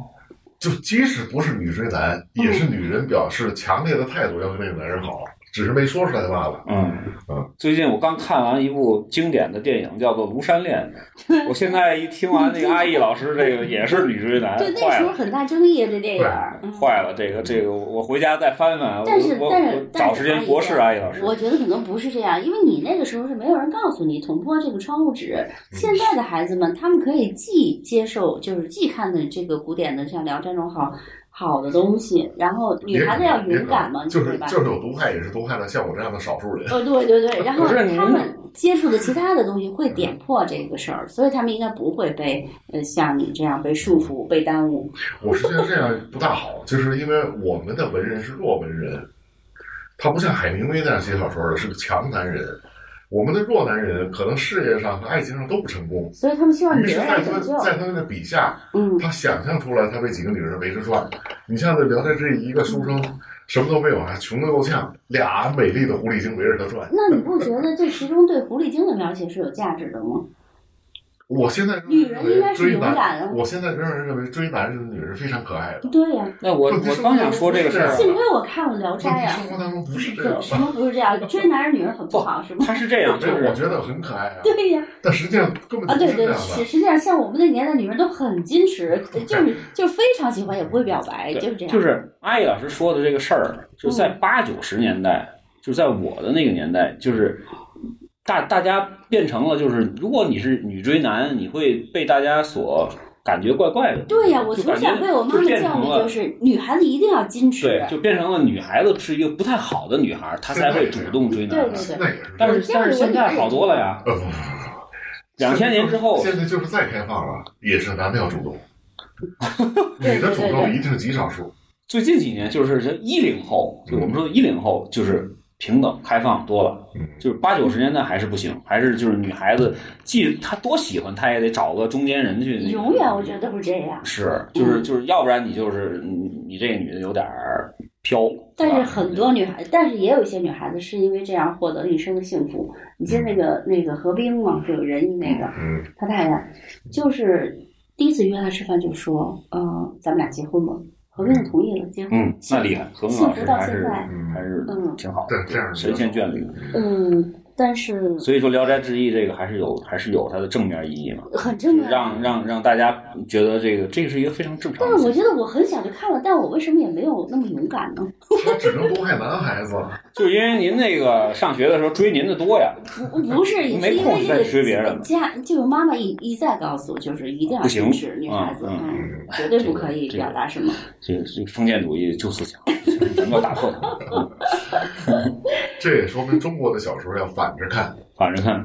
Speaker 3: 就即使不是女追男，也
Speaker 2: 嗯
Speaker 3: 是女人表示强烈的态度要对那个男人好，只是没说出来罢了。
Speaker 2: 嗯
Speaker 3: 嗯，
Speaker 2: 最近我刚看完一部经典的电影，叫做《庐山恋》。 我现在一听完那个阿义老师这个也是女追男，
Speaker 4: 对，那
Speaker 2: 哎坏
Speaker 4: 时候
Speaker 2: 了，
Speaker 4: 很大争议啊，这电影儿。嗯
Speaker 2: 坏了，这个这个我回家再翻啊翻，我
Speaker 4: 但是
Speaker 2: 我
Speaker 4: 但
Speaker 2: 我
Speaker 4: 是
Speaker 2: 找时间博士阿义老师。
Speaker 4: 我觉得可能不是这样，因为你那个时候是没有人告诉你捅破这个窗户纸。
Speaker 2: 嗯
Speaker 4: 现在的孩子们，他们可以既接受，就是既看的这个古典的，像《聊斋》这种好好的东西，然后女孩子要勇敢嘛，
Speaker 3: 就
Speaker 4: 对
Speaker 3: 是
Speaker 4: 吧？
Speaker 3: 就是有毒害，也是毒害了像我这样的少数人。
Speaker 4: 哦，对对对，然后
Speaker 2: 不是您
Speaker 4: 他们接触的其他的东西会点破这个事儿，所以他们应该不会被呃像你这样被束缚、被耽误。
Speaker 3: 我是觉得这样不大好，就是因为我们的文人是弱文人，他不像海明威那样写小说的，是个强男人。我们的弱男人可能事业上和爱情上都不成功，
Speaker 4: 所以他们希望
Speaker 3: 于
Speaker 4: 别
Speaker 3: 是，
Speaker 4: 人
Speaker 3: 在
Speaker 4: 来
Speaker 3: 他
Speaker 4: 拯救。
Speaker 3: 在他的笔下，
Speaker 4: 嗯，
Speaker 3: 他想象出来他被几个女人围着转。你像这聊斋这一个书生，什么都没有，还穷得够呛，俩美丽的狐狸精围着他转。
Speaker 4: 那你不觉得这其中对狐狸精的描写是有价值的吗？
Speaker 3: 我现在
Speaker 4: 女人应该是
Speaker 3: 追
Speaker 4: 勇敢啊
Speaker 3: 男，我现在仍然认为追男人的女人非常可爱的。
Speaker 4: 对呀、
Speaker 2: 那我
Speaker 3: 问题
Speaker 2: 我
Speaker 3: 是
Speaker 2: 刚想说这个事儿啊，
Speaker 4: 幸亏我看了《聊斋
Speaker 3: 问》题
Speaker 4: 啊
Speaker 3: 生，活当中不是这样
Speaker 4: 怎什
Speaker 3: 的，
Speaker 4: 么不是这样？追男人女人很不好是吗？
Speaker 2: 他是这样，就
Speaker 3: 这我
Speaker 2: 是
Speaker 3: 觉得很可爱啊。
Speaker 4: 对呀、
Speaker 3: 但实际上根本
Speaker 4: 啊
Speaker 3: 就不
Speaker 4: 对
Speaker 3: 是这
Speaker 4: 对，
Speaker 3: 样
Speaker 4: 实
Speaker 3: 的。
Speaker 4: 实际上像我们那年代，女人都很 矜持，就是就是非常喜欢，也不会表白，哎就是这
Speaker 2: 对，
Speaker 4: 样。嗯
Speaker 2: 就是阿义老师说的这个事儿，就是在八九十年代，就是在我的那个年代，就是大大家变成了就是，如果你是女追男，你会被大家所感觉怪怪的。
Speaker 4: 对呀、我
Speaker 2: 就
Speaker 4: 从
Speaker 2: 感觉
Speaker 4: 小被我妈妈
Speaker 2: 就变
Speaker 4: 教
Speaker 2: 成
Speaker 4: 育
Speaker 2: 了
Speaker 4: 就是女孩子一定要矜持。
Speaker 2: 对，就变成了女孩子是一个不太好的女孩，她才会主动追男
Speaker 4: 对
Speaker 2: 的。
Speaker 4: 对对。
Speaker 3: 那也是这
Speaker 2: 但
Speaker 3: 样，
Speaker 2: 是但是现在好多了呀，
Speaker 3: 呃，不不不不不
Speaker 2: 两千年之后，
Speaker 3: 现在就是再开放了，也是男的要主动，女的主动一定是极少数。
Speaker 2: 最近几年就是一零后，就我们说一零后就是平等开放多了。
Speaker 3: 嗯，
Speaker 2: 就是八九十年代还是不行，还是就是女孩子，既她多喜欢，她也得找个中间人去。
Speaker 4: 永远我觉得嗯都是这样，
Speaker 2: 是，就是就是要不然你就是你你这个女的有点儿飘。
Speaker 4: 但是
Speaker 2: 吧
Speaker 4: 很多女孩，但是也有一些女孩子是因为这样获得了一生的幸福。你记得那个那个何冰嘛，就有仁义那个，
Speaker 3: 嗯，
Speaker 4: 他太太就是第一次约他吃饭就说，呃，咱们俩结婚吧。何冰就同意了，结婚。
Speaker 2: 嗯，那厉害，何文
Speaker 4: 幸
Speaker 2: 老
Speaker 4: 福
Speaker 2: 师
Speaker 4: 到
Speaker 2: 还
Speaker 4: 现
Speaker 2: 是
Speaker 4: 在
Speaker 3: 嗯
Speaker 2: 还是
Speaker 4: 嗯
Speaker 2: 挺好的，
Speaker 3: 对这样
Speaker 2: 神仙眷侣。
Speaker 4: 嗯，但是
Speaker 2: 所以说《聊斋志异》这个还是有还是有它的正面意义嘛，
Speaker 4: 很
Speaker 2: 就
Speaker 4: 正
Speaker 2: 是
Speaker 4: 面。
Speaker 2: 让让让大家觉得这个这个是一个非常正常
Speaker 4: 但
Speaker 2: 的
Speaker 4: 是我
Speaker 2: 事情。
Speaker 4: 觉得我很小就看了，但我为什么也没有那么勇敢呢？
Speaker 3: 他只能毒害男孩子。
Speaker 2: 就是因为您那个上学的时候追您的多呀，
Speaker 4: 不 不是，也是
Speaker 2: 没
Speaker 4: 因
Speaker 2: 空
Speaker 4: 为这
Speaker 2: 再
Speaker 4: 个
Speaker 2: 学别人了
Speaker 4: 家就是妈妈一一再告诉我，就是一定要
Speaker 2: 不行
Speaker 4: 矜持，女孩子
Speaker 2: 嗯
Speaker 4: 嗯，绝对不可以
Speaker 2: 这个这个
Speaker 4: 表达什么。
Speaker 2: 这个这个封建主义就此强，咱们要打破它。嗯
Speaker 3: 这也说明中国的小说要反着看，
Speaker 2: 反正看，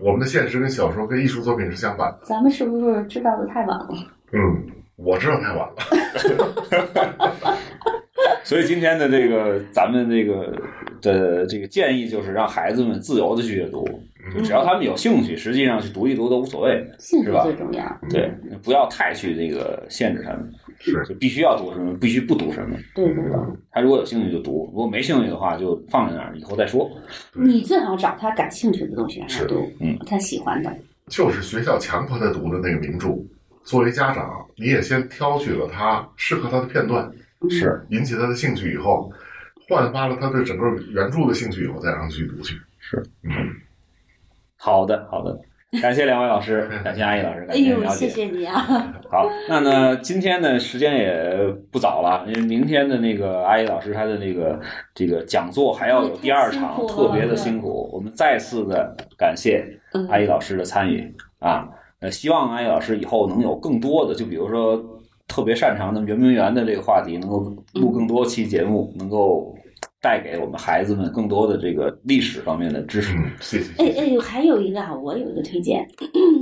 Speaker 3: 我们的现实跟小说跟艺术作品是相反的。
Speaker 4: 咱们是不是知道的太晚了？
Speaker 3: 嗯，我知道太晚了。
Speaker 2: 所以今天的这个咱们这个的这个建议就是让孩子们自由的去阅读，就只要他们有兴趣，实际上去读一读都无所谓。
Speaker 4: 幸福
Speaker 2: 是吧
Speaker 4: 最重要。
Speaker 2: 对，
Speaker 3: 嗯
Speaker 2: 不要太去那个限制他们，
Speaker 3: 是
Speaker 2: 就必须要读什么，必须不读什么。
Speaker 4: 对对对，
Speaker 2: 他如果有兴趣就读，如果没兴趣的话就放在那儿，以后再说。
Speaker 4: 你最好找他感兴趣的东西让他
Speaker 3: 是
Speaker 4: 读，
Speaker 2: 嗯
Speaker 4: 他喜欢的。
Speaker 3: 就是学校强迫他读的那个名著。作为家长，你也先挑取了他适合他的片段，
Speaker 4: 嗯，
Speaker 2: 是，
Speaker 3: 引起他的兴趣以后，焕发了他对整个原著的兴趣以后，再让他去读去。
Speaker 2: 好的，好的，感谢两位老 师，感谢阿姨老师，
Speaker 4: 哎
Speaker 2: 感谢
Speaker 4: 呦，
Speaker 2: 了
Speaker 4: 谢
Speaker 2: 解。
Speaker 4: 谢你啊！
Speaker 2: 好，那呢，今天呢时间也不早了，因为明天的那个阿姨老师她的那个这个讲座还要有第二场，
Speaker 4: 对太辛苦
Speaker 2: 特
Speaker 4: 了
Speaker 2: 别的辛苦。我们再次的感谢
Speaker 4: 嗯
Speaker 2: 阿姨老师的参与啊，呃，希望阿姨老师以后能有更多的，就比如说特别擅长的圆明园的这个话题，能够录更多期节目，能够带给我们孩子们更多的这个历史方面的知识。
Speaker 3: 嗯，谢谢
Speaker 4: 哎
Speaker 3: 谢谢。
Speaker 4: 哎，还有一个啊，我有一个推荐，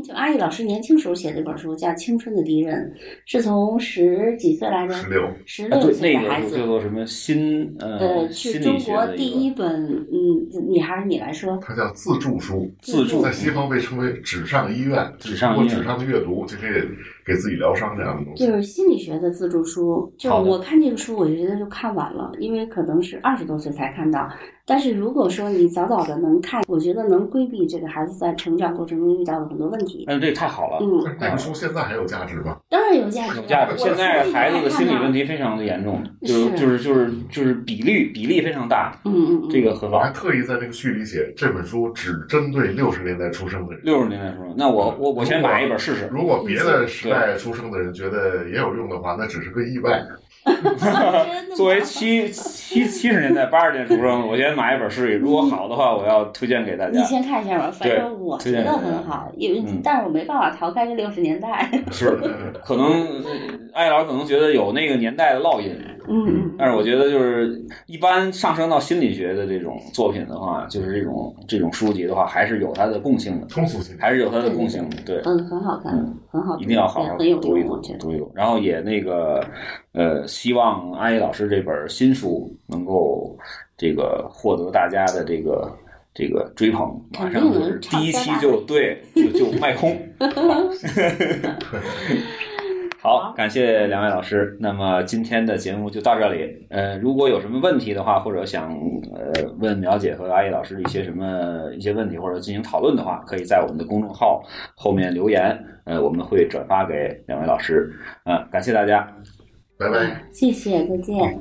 Speaker 4: 就阿毅老师年轻时候写的一本书，叫《青春的敌人》，是从十几岁来着，
Speaker 3: 十六，
Speaker 4: 十
Speaker 2: 啊，
Speaker 4: 六
Speaker 2: 对，
Speaker 4: 岁
Speaker 2: 那
Speaker 4: 的孩
Speaker 2: 个
Speaker 4: 子，
Speaker 2: 叫做什么新
Speaker 4: 呃，
Speaker 2: 呃
Speaker 4: 是
Speaker 2: 心
Speaker 4: 中
Speaker 2: 理学
Speaker 4: 国
Speaker 2: 的
Speaker 4: 第
Speaker 2: 一个
Speaker 4: 一本，嗯，你还是你来说，
Speaker 3: 它叫自助书，
Speaker 2: 自助
Speaker 3: 在西方被称为纸上医院，
Speaker 2: 纸上医
Speaker 3: 通
Speaker 2: 院
Speaker 3: 过纸上的阅读就可以给自己疗伤这样的东西
Speaker 4: 就。是心理学的自助书，就是
Speaker 2: 好的
Speaker 4: 我看这个书，我觉得就看晚了，因为可能是二十多岁才看到。但是如果说你早早的能看，我觉得能规避这个孩子在成长过程中遇到的很多问题。
Speaker 2: 但是哎这太好了，
Speaker 4: 嗯，
Speaker 3: 但是那个书现在还有价值吗？
Speaker 4: 当然有价值
Speaker 2: 有
Speaker 4: 了。
Speaker 2: 价值。
Speaker 4: 我
Speaker 2: 现在
Speaker 4: 所以
Speaker 2: 孩子的
Speaker 4: 才看
Speaker 2: 心理
Speaker 4: 到
Speaker 2: 问，题非常的严重，就是是就是就是就是比率比例非常大，
Speaker 4: 嗯嗯嗯，
Speaker 2: 这个很
Speaker 3: 我还
Speaker 2: 好。
Speaker 3: 特意在这个序里写，这本书只针对六十年代出生的人。
Speaker 2: 六十年代初，那我我我先买一本试试。
Speaker 3: 如果别的时代出生的人觉得也有用的话，那只是个意外。
Speaker 4: 真的吗
Speaker 2: 作为七七七十年代八十年代出生，我先买一本试试。如果好的话，我要推荐给大
Speaker 4: 嗯你
Speaker 2: 家。
Speaker 4: 先看一下吧，反正我觉得很好，因为
Speaker 2: 嗯
Speaker 4: 但是我没办法逃开这六十年代。
Speaker 2: 是，可能艾老师可能觉得有那个年代的烙印，
Speaker 4: 嗯嗯
Speaker 2: 但是我觉得就是一般上升到心理学的这种作品的话，就是这种这种书籍的话，还是有它的共性的，
Speaker 3: 通俗性
Speaker 2: 还是有它的共性的。对，
Speaker 4: 嗯，很好看，很好读，
Speaker 2: 一定要好
Speaker 4: 也
Speaker 2: 好
Speaker 4: 很有
Speaker 2: 读一
Speaker 4: 用，
Speaker 2: 读
Speaker 4: 我觉，得。
Speaker 2: 读一读。然后也那个，呃，希望阿姨老师这本新书能够这个获得大家的这个这个追捧，马
Speaker 4: 肯定
Speaker 2: 上
Speaker 4: 能
Speaker 2: 就是第一
Speaker 4: 唱
Speaker 2: 期
Speaker 4: 三大
Speaker 2: 就对就就卖 空。好，感谢两位老师。那么今天的节目就到这里。呃，如果有什么问题的话，或者想呃问苗姐和阿姨老师一些什么一些问题，或者进行讨论的话，可以在我们的公众号后面留言，呃，我们会转发给两位老师。啊、感谢大家。
Speaker 3: 拜拜。
Speaker 4: 谢谢，再见。